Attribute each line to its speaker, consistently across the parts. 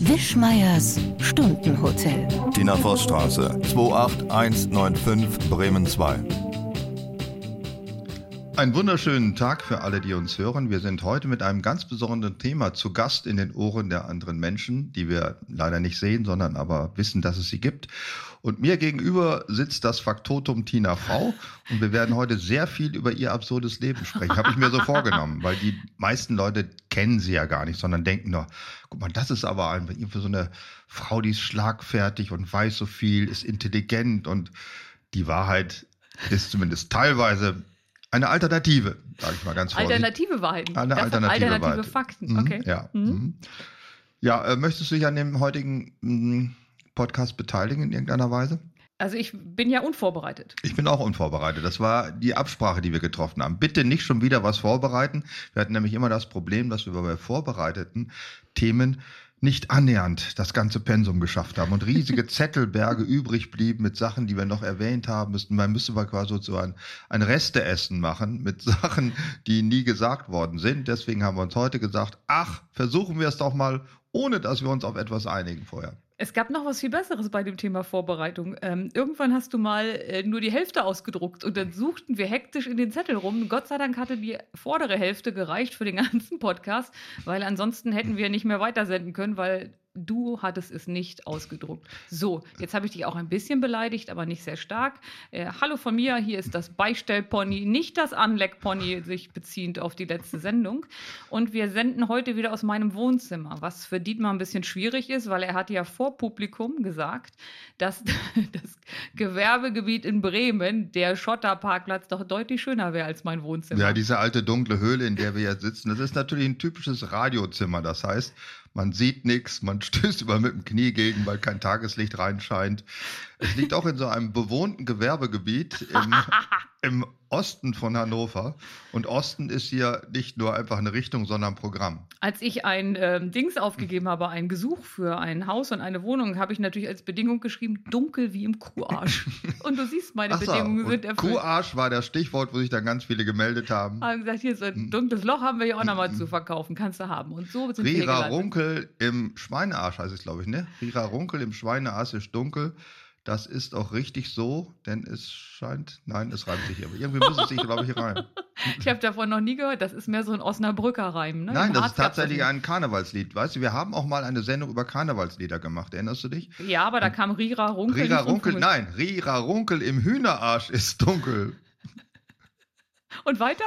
Speaker 1: Wischmeiers Stundenhotel.
Speaker 2: Tina Vossstraße, 28195 Bremen 2. Einen wunderschönen Tag für alle, die uns hören. Wir sind heute mit einem ganz besonderen Thema zu Gast in den Ohren der anderen Menschen, die wir leider nicht sehen, sondern aber wissen, dass es sie gibt. Und mir gegenüber sitzt das Faktotum Tina V. Und wir werden heute sehr viel über ihr absurdes Leben sprechen. Habe ich mir so vorgenommen, weil die meisten Leute kennen sie ja gar nicht, sondern denken nur, guck mal, das ist aber einfach so eine Frau, die ist schlagfertig und weiß so viel, ist intelligent und die Wahrheit ist zumindest teilweise eine Alternative, sage ich mal ganz vorsichtig.
Speaker 3: Alternative Wahrheiten.
Speaker 2: Eine
Speaker 3: Davon
Speaker 2: alternative
Speaker 3: alternative
Speaker 2: Wahrheit.
Speaker 3: Fakten.
Speaker 2: Mhm,
Speaker 3: Okay.
Speaker 2: Ja,
Speaker 3: Mhm.
Speaker 2: mhm. ja äh, möchtest du dich an dem heutigen mh, Podcast beteiligen in irgendeiner Weise?
Speaker 3: Also ich bin ja unvorbereitet.
Speaker 2: Ich bin auch unvorbereitet. Das war die Absprache, die wir getroffen haben. Bitte nicht schon wieder was vorbereiten. Wir hatten nämlich immer das Problem, dass wir bei vorbereiteten Themen nicht annähernd das ganze Pensum geschafft haben und riesige Zettelberge übrig blieben mit Sachen, die wir noch erwähnt haben müssten. Man müsste mal quasi so ein, ein Resteessen machen mit Sachen, die nie gesagt worden sind. Deswegen haben wir uns heute gesagt, ach, versuchen wir es doch mal, ohne dass wir uns auf etwas einigen vorher.
Speaker 3: Es gab noch was viel Besseres bei dem Thema Vorbereitung. Ähm, irgendwann hast du mal äh, nur die Hälfte ausgedruckt und dann suchten wir hektisch in den Zettel rum. Gott sei Dank hatte die vordere Hälfte gereicht für den ganzen Podcast, weil ansonsten hätten wir nicht mehr weitersenden können, weil du hattest es nicht ausgedruckt. So, jetzt habe ich dich auch ein bisschen beleidigt, aber nicht sehr stark. Äh, hallo von mir, hier ist das Beistellpony, nicht das Anleckpony, sich beziehend auf die letzte Sendung. Und wir senden heute wieder aus meinem Wohnzimmer, was für Dietmar ein bisschen schwierig ist, weil er hat ja vor Publikum gesagt, dass das Gewerbegebiet in Bremen, der Schotterparkplatz, doch deutlich schöner wäre als mein Wohnzimmer.
Speaker 2: Ja, diese alte dunkle Höhle, in der wir jetzt sitzen, das ist natürlich ein typisches Radiozimmer. Das heißt, man sieht nichts, man stößt über mit dem Knie gegen, weil kein Tageslicht reinscheint. Es liegt auch in so einem bewohnten Gewerbegebiet im, im Osten von Hannover. Und Osten ist hier nicht nur einfach eine Richtung, sondern ein Programm.
Speaker 3: Als ich ein ähm, Dings aufgegeben habe, ein Gesuch für ein Haus und eine Wohnung, habe ich natürlich als Bedingung geschrieben, dunkel wie im Kuharsch. und du siehst, meine
Speaker 2: Ach so,
Speaker 3: Bedingungen sind
Speaker 2: und
Speaker 3: erfüllt.
Speaker 2: Kuharsch war das Stichwort, wo sich dann ganz viele gemeldet haben.
Speaker 3: Haben gesagt, hier ist
Speaker 2: Hm.
Speaker 3: ein dunkles Loch, haben wir hier auch nochmal zu verkaufen, kannst du haben. Und so sind wir hier
Speaker 2: Rira
Speaker 3: gelandet.
Speaker 2: Runkel im Schweinearsch heißt es, glaube ich, ne? Rira Runkel im Schweinearsch ist dunkel. Das ist auch richtig so, denn es scheint, nein, es reimt sich aber. Irgendwie muss es sich, glaube ich, rein.
Speaker 3: Ich habe davon noch nie gehört. Das ist mehr so ein Osnabrücker Reim. Ne?
Speaker 2: Nein,
Speaker 3: Im
Speaker 2: das
Speaker 3: Harz
Speaker 2: ist
Speaker 3: gab's
Speaker 2: tatsächlich
Speaker 3: das
Speaker 2: ein Karnevalslied. Weißt du, wir haben auch mal eine Sendung über Karnevalslieder gemacht. Erinnerst du dich?
Speaker 3: nicht. Ja, aber da kam Rira Runkel.
Speaker 2: Rira
Speaker 3: nicht vom
Speaker 2: Runkel,
Speaker 3: Fummel.
Speaker 2: nein, Rira Runkel im Hühnerarsch ist dunkel.
Speaker 3: Und weiter?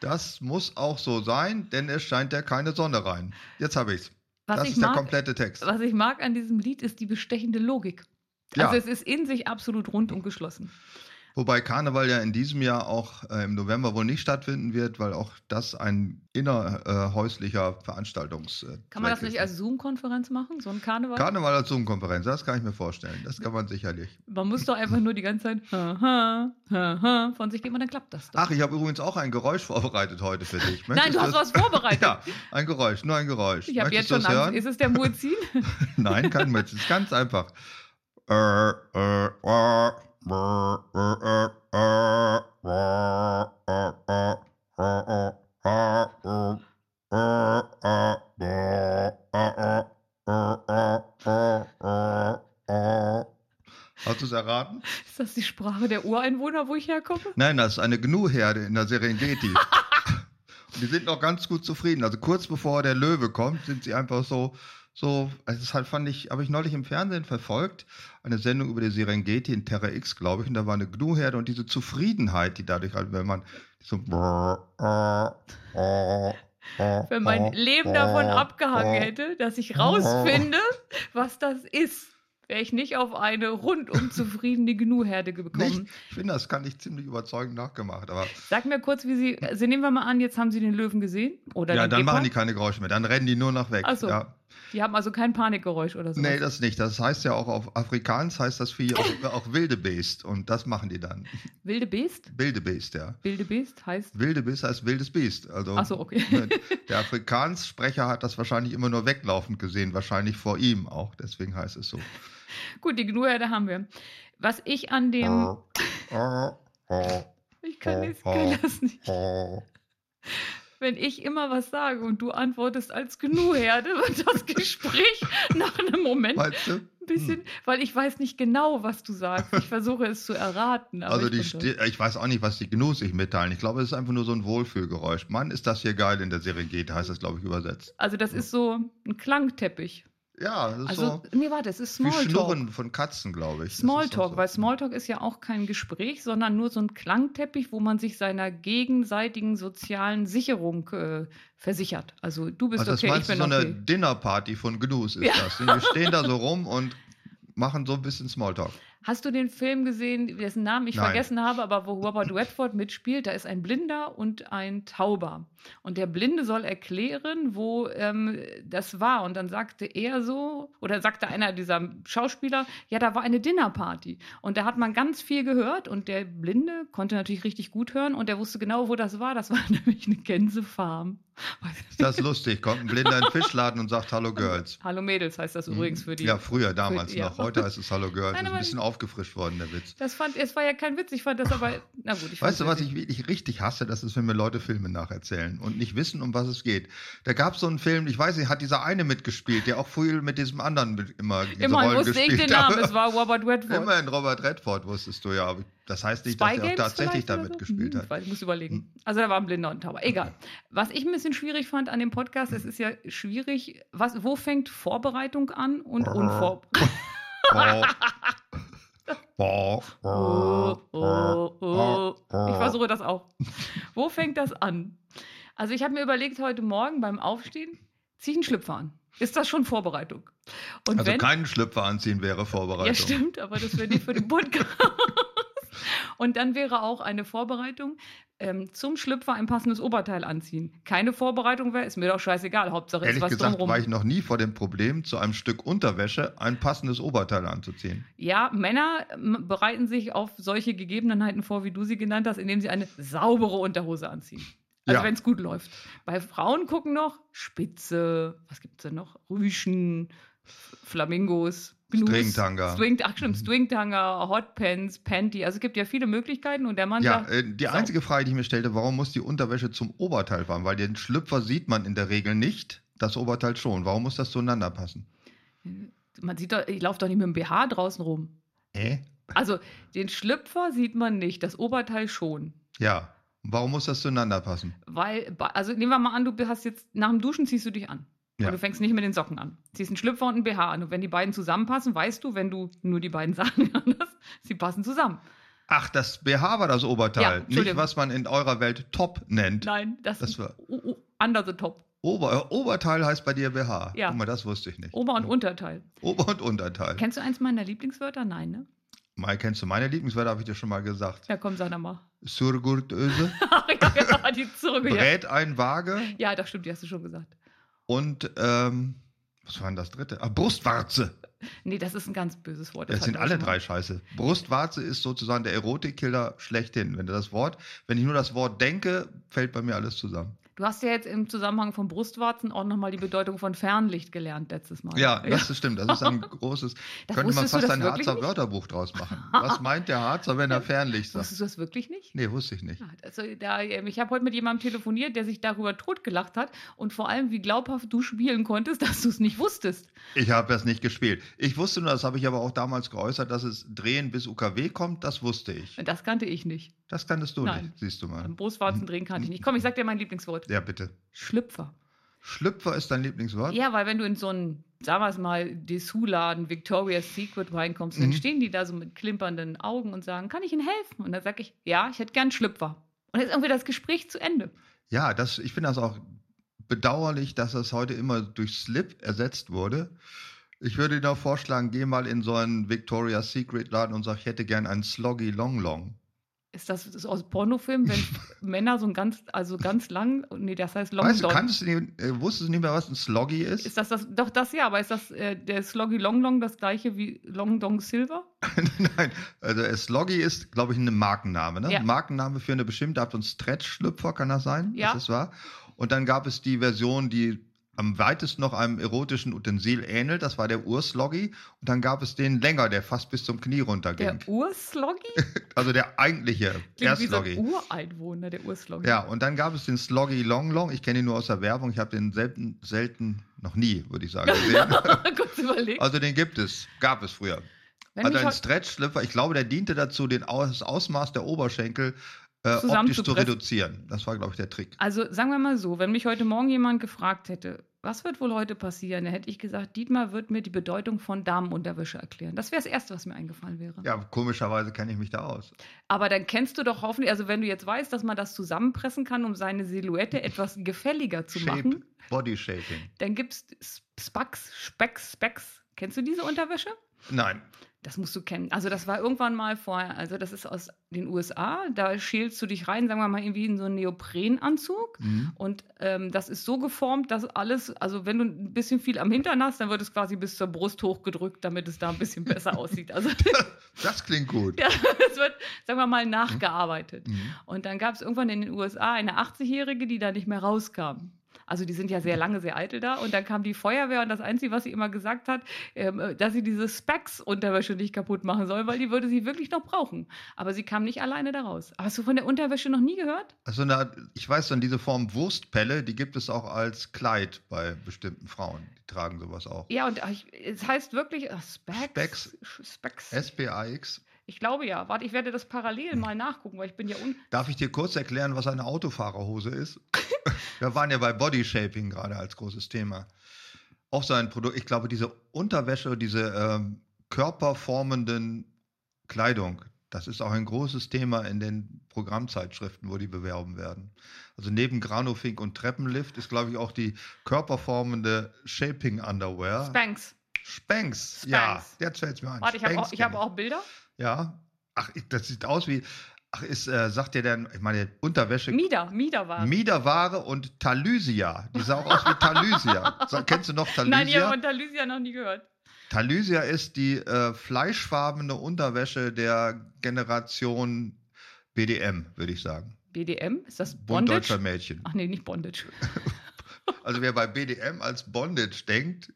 Speaker 2: Das muss auch so sein, denn es scheint ja keine Sonne rein. Jetzt habe ich's.
Speaker 3: Was
Speaker 2: das
Speaker 3: ich
Speaker 2: ist der
Speaker 3: mag,
Speaker 2: komplette Text.
Speaker 3: was ich mag an diesem Lied ist die bestechende Logik.
Speaker 2: Ja.
Speaker 3: Also es ist in sich absolut rund und geschlossen.
Speaker 2: Wobei Karneval ja in diesem Jahr auch äh, im November wohl nicht stattfinden wird, weil auch das ein innerhäuslicher Veranstaltungs. äh,
Speaker 3: Kann man das
Speaker 2: Zweck
Speaker 3: nicht
Speaker 2: ist.
Speaker 3: als Zoom-Konferenz machen? So ein Karneval?
Speaker 2: Karneval als Zoom-Konferenz, das kann ich mir vorstellen. Das kann man sicherlich.
Speaker 3: man muss doch einfach nur die ganze Zeit ha, ha, ha, ha, von sich geben und dann klappt das doch.
Speaker 2: Ach, ich habe übrigens auch ein Geräusch vorbereitet heute für dich.
Speaker 3: Nein, du hast
Speaker 2: das?
Speaker 3: was vorbereitet.
Speaker 2: Ja, ein Geräusch, nur ein Geräusch.
Speaker 3: ich habe
Speaker 2: Möchtest
Speaker 3: jetzt schon
Speaker 2: du das
Speaker 3: Angst.
Speaker 2: hören?
Speaker 3: Ist es der Muezzin?
Speaker 2: Nein, kein Mensch. Es ist ganz einfach. Äh, äh, äh, äh, äh, äh, äh, äh, äh, äh, äh, äh, äh. Hast du es erraten?
Speaker 3: ist das die Sprache der Ureinwohner, wo ich herkomme?
Speaker 2: Nein, das ist eine Gnu-Herde in der Serengeti. Und die sind noch ganz gut zufrieden. Also kurz bevor der Löwe kommt, sind sie einfach so, so, also das halt fand ich, habe ich neulich im Fernsehen verfolgt, eine Sendung über die Serengeti in Terra X, glaube ich, und da war eine Gnu-Herde und diese Zufriedenheit, die dadurch halt, wenn man so
Speaker 3: Wenn
Speaker 2: Äh,
Speaker 3: mein Leben davon abgehangen hätte, dass ich rausfinde, was das ist, wäre ich nicht auf eine rundum zufriedene Gnu-Herde gekommen.
Speaker 2: Nicht, ich finde, das kann ich ziemlich überzeugend nachgemacht, aber
Speaker 3: Sag mir kurz, wie Sie, also nehmen wir mal an, jetzt haben Sie den Löwen gesehen oder
Speaker 2: ja,
Speaker 3: den
Speaker 2: dann
Speaker 3: Gepard.
Speaker 2: machen die keine Geräusche mehr, dann rennen die nur noch weg.
Speaker 3: Ach so.
Speaker 2: ja.
Speaker 3: Die haben also kein Panikgeräusch oder so.
Speaker 2: Nee, das nicht. Das heißt ja auch auf Afrikaans heißt das Vieh auch, auch wilde Beest. Und das machen die dann.
Speaker 3: Wilde Beest?
Speaker 2: Wilde Beest, ja.
Speaker 3: Wilde Beest heißt
Speaker 2: Wilde Beest heißt wildes Biest. Also
Speaker 3: Ach so, okay.
Speaker 2: ne, der Afrikaansprecher hat das wahrscheinlich immer nur weglaufend gesehen, wahrscheinlich vor ihm auch. Deswegen heißt es so.
Speaker 3: Gut, die Gnuherde haben wir. Was ich an dem.
Speaker 2: Oh, oh.
Speaker 3: Ich kann, das, kann das nicht. wenn ich immer was sage und du antwortest als Gnu-Herde, wird das Gespräch nach einem Moment ein
Speaker 2: Meinst du?
Speaker 3: bisschen, weil ich weiß nicht genau, was du sagst. Ich versuche es zu erraten. Aber
Speaker 2: Also
Speaker 3: ich
Speaker 2: die,
Speaker 3: bin
Speaker 2: Sti- ich weiß auch nicht, was die Gnus sich mitteilen. Ich glaube, es ist einfach nur so ein Wohlfühlgeräusch. Mann, ist das hier geil in der Serengeti, heißt das, glaube ich, übersetzt.
Speaker 3: Also das ist so ein Klangteppich.
Speaker 2: Ja, das ist
Speaker 3: Also,
Speaker 2: so
Speaker 3: nee, warte, es ist
Speaker 2: wie
Speaker 3: Smalltalk.
Speaker 2: Schnurren von Katzen, glaube ich. Das ist doch
Speaker 3: Smalltalk,
Speaker 2: so.
Speaker 3: weil Smalltalk ist ja auch kein Gespräch, sondern nur so ein Klangteppich, wo man sich seiner gegenseitigen sozialen Sicherung äh, versichert. Also du bist
Speaker 2: Also das
Speaker 3: okay, ich
Speaker 2: meinst du,
Speaker 3: bin
Speaker 2: so eine
Speaker 3: okay.
Speaker 2: Dinnerparty von Gnus ist
Speaker 3: Ja.
Speaker 2: das. Wir stehen da so rum und machen so ein bisschen Smalltalk.
Speaker 3: Hast du den Film gesehen, dessen Namen ich
Speaker 2: Nein.
Speaker 3: vergessen habe, aber wo Robert Redford mitspielt? Da ist ein Blinder und ein Tauber. Und der Blinde soll erklären, wo ähm, das war. Und dann sagte er so, oder sagte einer dieser Schauspieler, ja, da war eine Dinnerparty. Und da hat man ganz viel gehört und der Blinde konnte natürlich richtig gut hören und der wusste genau, wo das war. Das war nämlich eine Gänsefarm.
Speaker 2: Ist das lustig? Kommt ein Blinder in den Fischladen und sagt Hallo Girls.
Speaker 3: Hallo Mädels heißt das übrigens für die.
Speaker 2: Ja, früher, damals
Speaker 3: ja.
Speaker 2: noch. Heute heißt es Hallo Girls.
Speaker 3: Nein,
Speaker 2: ist ein
Speaker 3: aber-
Speaker 2: bisschen aufgefrischt worden, der Witz.
Speaker 3: Das fand, es war ja kein Witz, ich fand das aber, na gut, ich fand's
Speaker 2: Weißt du, was
Speaker 3: witzig.
Speaker 2: ich wirklich richtig hasse? Das ist, wenn mir Leute Filme nacherzählen und nicht wissen, um was es geht. Da gab es so einen Film, ich weiß nicht, hat dieser eine mitgespielt, der auch früher mit diesem anderen mit, immer diese
Speaker 3: Immerhin
Speaker 2: Rollen
Speaker 3: wusste ich
Speaker 2: gespielt
Speaker 3: den Namen,
Speaker 2: hat.
Speaker 3: es war Robert Redford.
Speaker 2: Immerhin Robert Redford wusstest du ja, aber das heißt nicht, dass er auch
Speaker 3: Games
Speaker 2: tatsächlich
Speaker 3: vielleicht oder
Speaker 2: damit
Speaker 3: so?
Speaker 2: gespielt hat.
Speaker 3: Hm,
Speaker 2: Mhm.
Speaker 3: Ich weiß, ich muss überlegen. Also da war ein blinder und Tauber. Egal. Was ich ein bisschen schwierig fand an dem Podcast, es ist ja schwierig, was, wo fängt Vorbereitung an und Unvor...
Speaker 2: Oh. Oh.
Speaker 3: Oh,
Speaker 2: Oh.
Speaker 3: oh, oh. Ich
Speaker 2: oh.
Speaker 3: versuche das auch. Wo fängt das an? Also ich habe mir überlegt, heute Morgen beim Aufstehen ziehe ich einen Schlüpfer an. Ist das schon Vorbereitung? Und
Speaker 2: Also keinen Schlüpfer anziehen wäre Vorbereitung.
Speaker 3: Ja, stimmt, aber das wäre nicht für den Podcast. Und dann wäre auch eine Vorbereitung ähm, zum Schlüpfer ein passendes Oberteil anziehen. Keine Vorbereitung wäre, ist mir doch scheißegal. Hauptsache ist
Speaker 2: Ehrlich
Speaker 3: was
Speaker 2: gesagt war
Speaker 3: drumrum.
Speaker 2: ich noch nie vor dem Problem, zu einem Stück Unterwäsche ein passendes Oberteil anzuziehen.
Speaker 3: Ja, Männer ähm, bereiten sich auf solche Gegebenheiten vor, wie du sie genannt hast, indem sie eine saubere Unterhose anziehen. Also
Speaker 2: Ja.
Speaker 3: wenn es gut läuft. Bei Frauen gucken noch Spitze, was gibt's denn noch? Rüschen, Flamingos, Gnus,
Speaker 2: Stringtanga.
Speaker 3: String, ach
Speaker 2: Mhm.
Speaker 3: stimmt, Stringtanga, Hotpants, Panty. Also es gibt ja viele Möglichkeiten und der Mann
Speaker 2: Ja,
Speaker 3: sagt,
Speaker 2: äh, die
Speaker 3: so.
Speaker 2: einzige Frage, die ich mir stellte, warum muss die Unterwäsche zum Oberteil fahren? Weil den Schlüpfer sieht man in der Regel nicht, das Oberteil schon. Warum muss das zueinander passen?
Speaker 3: man sieht doch, ich laufe doch nicht mit dem BH draußen rum.
Speaker 2: Hä?
Speaker 3: Also den Schlüpfer sieht man nicht, das Oberteil schon.
Speaker 2: Ja. Warum muss das zueinander passen?
Speaker 3: Weil, ba- also nehmen wir mal an, du hast jetzt, nach dem Duschen ziehst du dich an.
Speaker 2: Ja.
Speaker 3: Und du fängst nicht mit den Socken an. Ziehst einen Schlüpfer und einen BH an. Und wenn die beiden zusammenpassen, weißt du, wenn du nur die beiden Sachen an hast, sie passen zusammen.
Speaker 2: Ach, das BH war das
Speaker 3: Ja,
Speaker 2: Oberteil. nicht,
Speaker 3: Entschuldigung.
Speaker 2: was man in eurer Welt Top nennt.
Speaker 3: Nein, das,
Speaker 2: Das
Speaker 3: ist
Speaker 2: war-
Speaker 3: u- u- under the top.
Speaker 2: Ober, äh, Oberteil heißt bei dir BH.
Speaker 3: Ja. Oh.
Speaker 2: Guck mal, das wusste ich nicht.
Speaker 3: Ober- und Unterteil.
Speaker 2: Ober- und Unterteil.
Speaker 3: Kennst du eins meiner Lieblingswörter? Nein, ne?
Speaker 2: Mal kennst du meine Lieblingswörter, habe ich dir schon mal gesagt.
Speaker 3: Ja, komm, sag doch mal.
Speaker 2: Surgurtöse,
Speaker 3: Ach ja, ja, die Zurück. Ja.
Speaker 2: Brät ein Waage
Speaker 3: ja, das stimmt, die hast du schon gesagt.
Speaker 2: und ähm, was war denn das dritte? Ah, Brustwarze.
Speaker 3: Nee, das ist ein ganz böses Wort.
Speaker 2: Das
Speaker 3: hatten
Speaker 2: sind
Speaker 3: wir
Speaker 2: alle
Speaker 3: schon mal.
Speaker 2: drei scheiße. Brustwarze ist sozusagen der Erotikkiller schlechthin. Wenn du das Wort, wenn ich nur das Wort denke, fällt bei mir alles zusammen.
Speaker 3: Du hast ja jetzt im Zusammenhang von Brustwarzen auch nochmal die Bedeutung von Fernlicht gelernt letztes Mal.
Speaker 2: Ja, das ist stimmt. Das ist ein großes.
Speaker 3: Das
Speaker 2: könnte man
Speaker 3: wusstest du
Speaker 2: fast
Speaker 3: das
Speaker 2: ein
Speaker 3: wirklich
Speaker 2: Harzer
Speaker 3: nicht?
Speaker 2: Wörterbuch draus machen. Was meint der Harzer, wenn er Fernlicht sagt?
Speaker 3: Wusstest du das wirklich nicht?
Speaker 2: Nee, wusste ich nicht.
Speaker 3: Ja, Also da, ähm, ich habe heute mit jemandem telefoniert, der sich darüber totgelacht hat und vor allem, wie glaubhaft du spielen konntest, dass du es nicht wusstest.
Speaker 2: Ich habe das nicht gespielt. Ich wusste nur, das habe ich aber auch damals geäußert, dass es Drehen bis UKW kommt. Das wusste ich.
Speaker 3: Und das kannte ich nicht.
Speaker 2: Das kanntest du
Speaker 3: Nein.
Speaker 2: nicht, siehst du mal.
Speaker 3: Am Brustwarzen drehen kannte ich nicht. Komm, ich sag dir mein Lieblingswort.
Speaker 2: Ja, bitte.
Speaker 3: Schlüpfer.
Speaker 2: Schlüpfer ist dein Lieblingswort?
Speaker 3: Ja, weil wenn du in so einen, sagen wir es mal, Dessous-Laden, Victoria's Secret reinkommst, dann
Speaker 2: Mhm.
Speaker 3: stehen die da so mit klimpernden Augen und sagen, kann ich Ihnen helfen? Und dann sag ich, ja, ich hätte gern Schlüpfer. Und jetzt ist irgendwie das Gespräch zu Ende.
Speaker 2: Ja, das, ich finde das auch bedauerlich, dass das heute immer durch Slip ersetzt wurde. Ich würde dir noch vorschlagen, geh mal in so einen Victoria's Secret Laden und sag, ich hätte gern einen Sloggy Long Long.
Speaker 3: Ist das, das aus Pornofilmen, wenn Männer so ein ganz, also ganz lang, nee, das heißt Long
Speaker 2: weißt du,
Speaker 3: Don.
Speaker 2: kannst du nicht, äh, wusstest du nicht mehr, was ein Sloggy ist?
Speaker 3: Ist das das? Doch, das ja, aber ist das äh, der Sloggy Long Long das gleiche wie Long Dong Silver?
Speaker 2: Nein, also äh, Sloggy ist, glaube ich, ein Markenname. Ne?
Speaker 3: Ja.
Speaker 2: Markenname für eine bestimmte Art von Stretch-Schlüpfer, kann das sein?
Speaker 3: Ja.
Speaker 2: Ist das wahr? Und dann gab es die Version, die am weitesten noch einem erotischen Utensil ähnelt. Das war der Ursloggi. Und dann gab es den länger, der fast bis zum Knie runterging.
Speaker 3: Der Ursloggi?
Speaker 2: Also der eigentliche
Speaker 3: Klingt wie so
Speaker 2: Ersloggi.
Speaker 3: ein Ureinwohner, der Ursloggi.
Speaker 2: Ja, und dann gab es den Sloggy Long Long. Ich kenne ihn nur aus der Werbung. Ich habe den selten, selten, noch nie, würde ich sagen, gesehen.
Speaker 3: Kurz überlegt.
Speaker 2: also den gibt es, gab es früher.
Speaker 3: Wenn
Speaker 2: also
Speaker 3: mich
Speaker 2: ein
Speaker 3: heute-
Speaker 2: Stretch-Schlüpfer, ich glaube, der diente dazu, den Aus das Ausmaß der Oberschenkel äh, optisch zu
Speaker 3: Zusammenzupressen.
Speaker 2: reduzieren. Das war, glaube ich, der Trick.
Speaker 3: Also sagen wir mal so, wenn mich heute Morgen jemand gefragt hätte, was wird wohl heute passieren, dann hätte ich gesagt, Dietmar wird mir die Bedeutung von Damenunterwäsche erklären. Das wäre das Erste, was mir eingefallen wäre.
Speaker 2: Ja, komischerweise kenne ich mich da aus.
Speaker 3: Aber dann kennst du doch hoffentlich, also wenn du jetzt weißt, dass man das zusammenpressen kann, um seine Silhouette etwas gefälliger zu machen,
Speaker 2: Body Shaping.
Speaker 3: dann gibt es Spax, Specs, Specs. Kennst du diese Unterwäsche?
Speaker 2: Nein,
Speaker 3: Das musst du kennen. Also das war irgendwann mal vorher, also das ist aus den USA, da schälst du dich rein, sagen wir mal irgendwie in so einen Neoprenanzug.
Speaker 2: mhm.
Speaker 3: Und ähm, das ist so geformt, dass alles, also wenn du ein bisschen viel am Hintern hast, dann wird es quasi bis zur Brust hochgedrückt, damit es da ein bisschen besser aussieht. Also
Speaker 2: das klingt gut.
Speaker 3: ja, es wird, sagen wir mal, nachgearbeitet.
Speaker 2: Mhm.
Speaker 3: Und dann gab es irgendwann in den USA eine 80-Jährige, die da nicht mehr rauskam. Also die sind ja sehr lange, sehr eitel da. Und dann kam die Feuerwehr und das Einzige, was sie immer gesagt hat, ähm, äh, dass sie diese Specs-Unterwäsche nicht kaputt machen soll, weil die würde sie wirklich noch brauchen. Aber sie kam nicht alleine da raus. Aber Hast du von der Unterwäsche noch nie gehört?
Speaker 2: Also na, ich weiß dann, diese Form Wurstpelle, die gibt es auch als Kleid bei bestimmten Frauen. Die tragen sowas auch.
Speaker 3: Ja, und ich, es heißt wirklich ach, Specs.
Speaker 2: Specs.
Speaker 3: Sch- Specs.
Speaker 2: SPAX.
Speaker 3: Ich glaube ja. Warte, ich werde das parallel mal nachgucken, weil ich bin ja un.
Speaker 2: Darf ich dir kurz erklären, was eine Autofahrerhose ist? Wir waren ja bei Bodyshaping gerade als großes Thema. Auch so ein Produkt, ich glaube, diese Unterwäsche, diese ähm, körperformenden Kleidung, das ist auch ein großes Thema in den Programmzeitschriften, wo die bewerben werden. Also neben Granufink und Treppenlift ist, glaube ich, auch die körperformende Shaping Underwear.
Speaker 3: Spanks.
Speaker 2: Spanx.
Speaker 3: Spanx.
Speaker 2: Ja, jetzt fällt es mir ein.
Speaker 3: Warte, ich habe
Speaker 2: Spanx
Speaker 3: auch, ich
Speaker 2: kenn
Speaker 3: habe auch Bilder.
Speaker 2: ja. Ach, ich- das sieht aus wie. Ach, ist, äh, sagt dir denn, ich meine, Unterwäsche.
Speaker 3: Mida, Mida war.
Speaker 2: Miederware und Talysia. Die sah auch aus wie Talysia. So, kennst du noch Talysia?
Speaker 3: Nein, ich habe von Talysia noch nie gehört.
Speaker 2: Talysia ist die äh, fleischfarbene Unterwäsche der Generation BDM, würde ich sagen.
Speaker 3: BDM? Ist das
Speaker 2: Bund
Speaker 3: Bondage?
Speaker 2: deutscher Mädchen.
Speaker 3: Ach nee, nicht Bondage.
Speaker 2: Also wer bei BDM als Bondage denkt,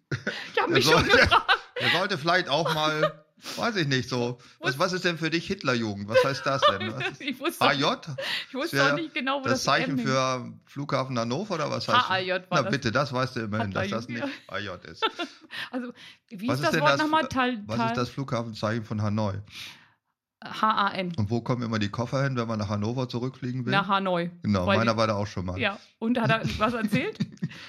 Speaker 3: Ich
Speaker 2: der
Speaker 3: habe mich schon
Speaker 2: sollte,
Speaker 3: gefragt.
Speaker 2: der sollte vielleicht auch mal, weiß ich nicht so, was, was ist denn für dich Hitlerjugend? Was heißt das denn? Was ist,
Speaker 3: Ich wusste,
Speaker 2: AJ?
Speaker 3: ich wusste
Speaker 2: wär
Speaker 3: auch nicht genau, wo
Speaker 2: das
Speaker 3: das,
Speaker 2: Zeichen
Speaker 3: M hing.
Speaker 2: für Flughafen Hannover oder was heißt
Speaker 3: HAJ war
Speaker 2: Na
Speaker 3: das.
Speaker 2: bitte, das weißt du immerhin, dass
Speaker 3: HAJ,
Speaker 2: das nicht
Speaker 3: ja.
Speaker 2: AJ ist.
Speaker 3: Also, wie
Speaker 2: Was ist
Speaker 3: ist das
Speaker 2: denn
Speaker 3: Wort
Speaker 2: das-
Speaker 3: nochmal? Tal,
Speaker 2: Was ist das Flughafenzeichen von Hanoi?
Speaker 3: H-A-N.
Speaker 2: Und wo kommen immer die Koffer hin, wenn man nach Hannover zurückfliegen will?
Speaker 3: Nach Hanoi.
Speaker 2: genau,
Speaker 3: weil
Speaker 2: meiner
Speaker 3: die-
Speaker 2: war da auch schon mal.
Speaker 3: Ja, und hat er was erzählt?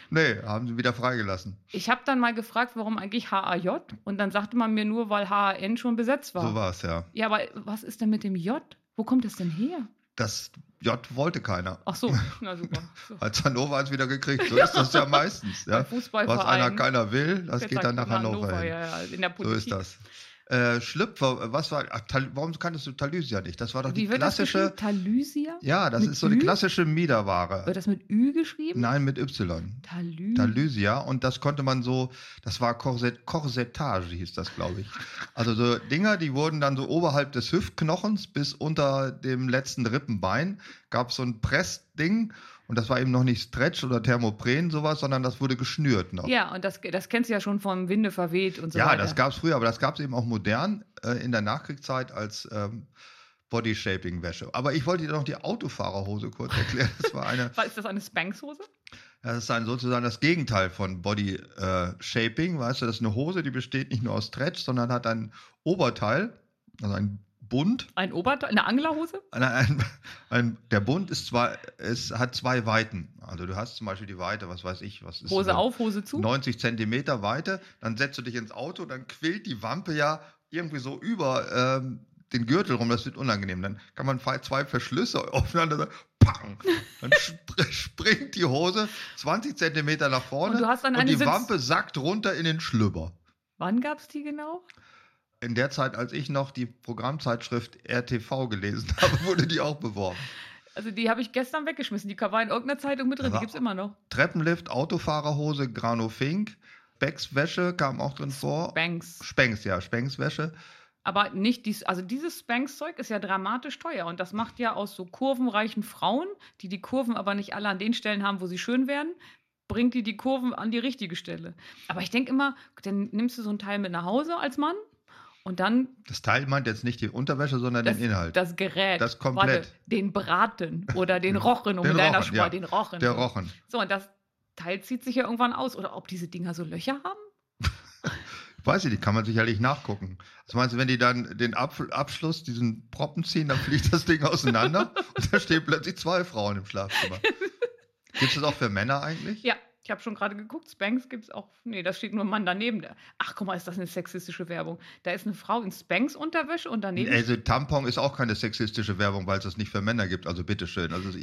Speaker 2: Nee, haben sie wieder freigelassen.
Speaker 3: Ich habe dann mal gefragt, warum eigentlich HAJ? Und dann sagte man mir nur, weil HAN schon besetzt war.
Speaker 2: So war es ja.
Speaker 3: Ja, aber was ist denn mit dem J? Wo kommt das denn her?
Speaker 2: Das J wollte keiner.
Speaker 3: Ach so, na super. So.
Speaker 2: Als Hannover hat es wieder gekriegt. So ist das ja meistens.
Speaker 3: Bei
Speaker 2: Ja.
Speaker 3: Fußballvereinen.
Speaker 2: Was einer keiner will, das
Speaker 3: wird
Speaker 2: geht dann nach
Speaker 3: gesagt,
Speaker 2: Hannover, hin.
Speaker 3: Ja, ja, in der
Speaker 2: So
Speaker 3: Politik.
Speaker 2: ist das. Äh, Schlüpfer, was war, ach, Tal- warum kanntest du Talysia nicht? Das war doch die
Speaker 3: Wie wird das
Speaker 2: klassische,
Speaker 3: geschrieben? Talysia?
Speaker 2: Ja, das
Speaker 3: Mit
Speaker 2: ist so die
Speaker 3: Ü?
Speaker 2: klassische Miederware.
Speaker 3: Wird das mit Ü geschrieben?
Speaker 2: Nein, mit Y.
Speaker 3: Talü.
Speaker 2: Talysia. Und das konnte man so, das war Korsett, Korsettage, hieß das, glaube ich. Also so Dinger, die wurden dann so oberhalb des Hüftknochens bis unter dem letzten Rippenbein. Gab so ein Pressding. Und das war eben noch nicht Stretch oder Thermopren, sowas, sondern das wurde geschnürt noch.
Speaker 3: Ja, und das, das kennst du ja schon vom Winde verweht und so
Speaker 2: ja,
Speaker 3: weiter.
Speaker 2: das gab es früher, aber das gab es eben auch modern äh, in der Nachkriegszeit als ähm, Bodyshaping-Wäsche. Aber ich wollte dir noch die Autofahrerhose kurz erklären. Das war eine
Speaker 3: Was, Ist das eine Spanks-Hose?
Speaker 2: Das ist dann sozusagen das Gegenteil von Body äh, Shaping, weißt du, das ist eine Hose, die besteht nicht nur aus Stretch, sondern hat ein Oberteil, also ein Bund.
Speaker 3: Ein Oberteil? Eine Anglerhose?
Speaker 2: Ein, ein, ein, der Bund ist zwar, es hat zwei Weiten. Also du hast zum Beispiel die Weite, was weiß ich, was ist
Speaker 3: Hose
Speaker 2: denn?
Speaker 3: auf, Hose zu?
Speaker 2: 90 Zentimeter Weite, dann setzt du dich ins Auto, dann quillt die Wampe ja irgendwie so über ähm, den Gürtel rum, das wird unangenehm. Dann kann man fe- zwei Verschlüsse aufeinander, pang, dann sp springt die Hose 20 Zentimeter nach vorne
Speaker 3: Und du hast dann eine
Speaker 2: die
Speaker 3: Sitz-
Speaker 2: Wampe sackt runter in den Schlüpper.
Speaker 3: Wann gab es die genau?
Speaker 2: In der Zeit, als ich noch die Programmzeitschrift RTV gelesen habe, wurde die auch beworben.
Speaker 3: Also die habe ich gestern weggeschmissen. Die war in irgendeiner Zeitung mit drin.
Speaker 2: Aber-
Speaker 3: Die gibt es immer noch.
Speaker 2: Treppenlift, Autofahrerhose, Grano Fink, Becks Wäsche kam auch drin vor.
Speaker 3: Spanks.
Speaker 2: Spengs, ja, Spengs Wäsche.
Speaker 3: Aber nicht dies, also dieses Spanks-Zeug ist ja dramatisch teuer. Und das macht ja aus so kurvenreichen Frauen, die die Kurven aber nicht alle an den Stellen haben, wo sie schön werden, bringt die die Kurven an die richtige Stelle. Aber ich denke immer, dann nimmst du so ein Teil mit nach Hause als Mann und dann
Speaker 2: Das Teil meint jetzt nicht die Unterwäsche, sondern
Speaker 3: das,
Speaker 2: den Inhalt.
Speaker 3: das Gerät.
Speaker 2: Halt Das komplett.
Speaker 3: Warte, den Braten oder den Rochen, um
Speaker 2: Den
Speaker 3: in deiner
Speaker 2: Rochen,
Speaker 3: Sprache,
Speaker 2: ja.
Speaker 3: den Rochen.
Speaker 2: der Rochen.
Speaker 3: So, und das Teil zieht sich ja irgendwann aus. Oder ob diese Dinger so Löcher haben?
Speaker 2: Weiß ich nicht, kann man sicherlich nachgucken. Was meinst du, wenn die dann den Abf- Abschluss, diesen Proppen ziehen, dann fliegt das Ding auseinander und da stehen plötzlich zwei Frauen im Schlafzimmer. Gibt es das auch für Männer eigentlich?
Speaker 3: Ja, ich habe schon gerade geguckt, Spanx gibt es auch. Nee, da steht nur Mann daneben. Ach, guck mal, ist das eine sexistische Werbung. Da ist eine Frau in Spanx-Unterwäsche und daneben.
Speaker 2: Also Tampon ist auch keine sexistische Werbung, weil es das nicht für Männer gibt. Also bitteschön. Also es-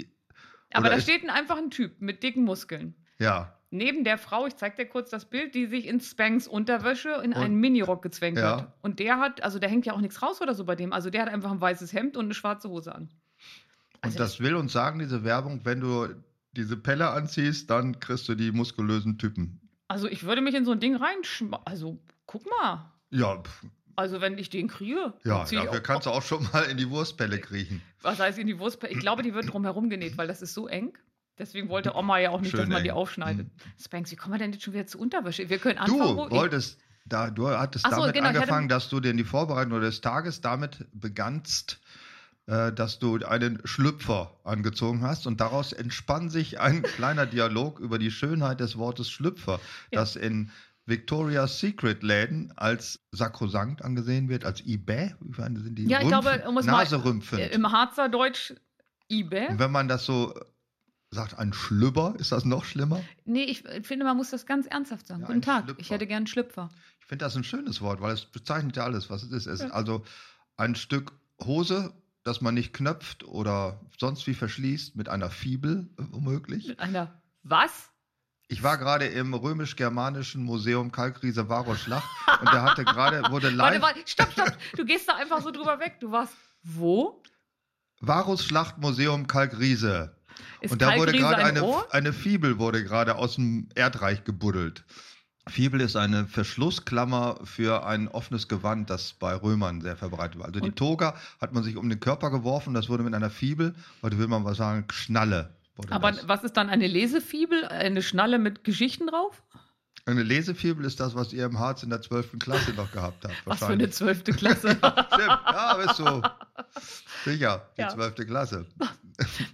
Speaker 3: aber
Speaker 2: oder
Speaker 3: da
Speaker 2: ist-
Speaker 3: steht ein, einfach ein Typ mit dicken Muskeln.
Speaker 2: ja,
Speaker 3: Neben der Frau, ich zeig dir kurz das Bild, die sich in Spanks Unterwäsche in
Speaker 2: Und-
Speaker 3: einen Minirock gezwängt
Speaker 2: Ja.
Speaker 3: hat. Und der hat, also da hängt ja auch nichts raus oder so bei dem. Also der hat einfach ein weißes Hemd und eine schwarze Hose an.
Speaker 2: Und
Speaker 3: Also
Speaker 2: das will uns sagen, diese Werbung, wenn du diese Pelle anziehst, dann kriegst du die muskulösen Typen.
Speaker 3: Also ich würde mich in so ein Ding reinschmeißen. Also guck mal.
Speaker 2: Ja, pf,
Speaker 3: Also wenn ich den kriege,
Speaker 2: ja
Speaker 3: dann zieh um. ich
Speaker 2: dafür
Speaker 3: auch-
Speaker 2: kannst du auch schon mal in die Wurstpelle kriechen.
Speaker 3: was heißt in die Wurst? Ich glaube, die wird drumherum genäht, weil das ist so eng. Deswegen wollte Oma ja auch nicht,
Speaker 2: Schön
Speaker 3: dass man die
Speaker 2: eng. Mhm.
Speaker 3: aufschneidet. Spanks, wie kommen wir denn jetzt schon wieder zu Unterwäsche? Wir können
Speaker 2: Du
Speaker 3: anfangen. wo ich-
Speaker 2: wolltest, da, du hattest
Speaker 3: Ach so,
Speaker 2: damit
Speaker 3: genau, ich hatte-
Speaker 2: angefangen, dass du dir die Vorbereitung des Tages damit begannst, äh, dass du einen Schlüpfer angezogen hast und daraus entspann sich ein kleiner Dialog über die Schönheit des Wortes Schlüpfer,
Speaker 3: Ja.
Speaker 2: das in Victoria's Secret Läden als sakrosankt angesehen wird, als eBay. Wie waren- sind die
Speaker 3: Ja, ich
Speaker 2: Rümpfe-
Speaker 3: glaube, muss man-
Speaker 2: Naserümpfend.
Speaker 3: Äh, im Harzer Deutsch Ibe.
Speaker 2: Und wenn man das so sagt, ein Schlüpper, ist das noch schlimmer?
Speaker 3: Nee, ich äh, finde, man muss das ganz ernsthaft sagen.
Speaker 2: Ja, ein
Speaker 3: Guten Tag, ich
Speaker 2: Schlüpfer.
Speaker 3: hätte gern Schlüpfer.
Speaker 2: Ich finde das ein schönes Wort, weil es bezeichnet ja alles, was es ist. Es ist also ein Stück Hose, das man nicht knöpft oder sonst wie verschließt, mit einer Fibel äh, womöglich.
Speaker 3: Mit einer Was?
Speaker 2: Ich war gerade im römisch-germanischen Museum Kalkriese Varusschlacht und der hatte gerade, wurde
Speaker 3: Warte,
Speaker 2: live.
Speaker 3: warte, stopp, stopp. Du gehst da einfach so drüber weg. Du warst wo?
Speaker 2: Varusschlacht Museum Kalkriese.
Speaker 3: Ist
Speaker 2: und da wurde
Speaker 3: Kalkriese
Speaker 2: gerade
Speaker 3: ein
Speaker 2: eine,
Speaker 3: Ohr?
Speaker 2: eine Fibel wurde gerade aus dem Erdreich gebuddelt. Fibel ist eine Verschlussklammer für ein offenes Gewand, das bei Römern sehr verbreitet war. Also die
Speaker 3: Und-
Speaker 2: Toga hat man sich um den Körper geworfen, das wurde mit einer Fibel, heute will man was sagen, Schnalle. Wurde
Speaker 3: Aber
Speaker 2: das.
Speaker 3: was ist dann eine Lesefibel? Eine Schnalle mit Geschichten drauf?
Speaker 2: Eine Lesefibel ist das, was ihr im Harz in der 12. Klasse noch gehabt habt.
Speaker 3: Was für eine
Speaker 2: wahrscheinlich.
Speaker 3: zwölfte Klasse.
Speaker 2: Stimmt, ja, bist du. Sicher, die
Speaker 3: Ja.
Speaker 2: 12. Klasse.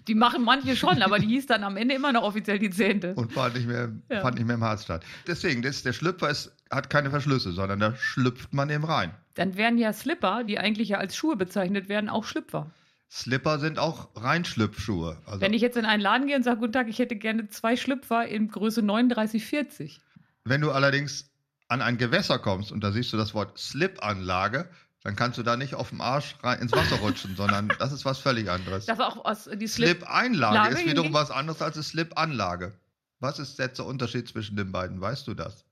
Speaker 3: Die machen manche schon, aber die hieß dann am Ende immer noch offiziell die Zehnte.
Speaker 2: Und fand nicht mehr,
Speaker 3: Ja.
Speaker 2: fand nicht mehr im Harz statt. Deswegen, das, der Schlüpfer ist, hat keine Verschlüsse, sondern da schlüpft man eben rein.
Speaker 3: Dann wären ja Slipper, die eigentlich ja als Schuhe bezeichnet werden, auch Schlüpfer.
Speaker 2: Slipper sind auch Reinschlüpfschuhe. Also
Speaker 3: Wenn ich jetzt in einen Laden gehe und sage, guten Tag, ich hätte gerne zwei Schlüpfer in Größe 3940.
Speaker 2: wenn du allerdings an ein Gewässer kommst und da siehst du das Wort Slip-Anlage, dann kannst du da nicht auf dem Arsch rein ins Wasser rutschen, sondern das ist was völlig anderes.
Speaker 3: Das war auch aus, die Slip.
Speaker 2: Slip-Einlage
Speaker 3: Lage
Speaker 2: ist wiederum
Speaker 3: hingegen-
Speaker 2: was anderes als eine Slip-Anlage. Was ist jetzt der Unterschied zwischen den beiden? Weißt du das?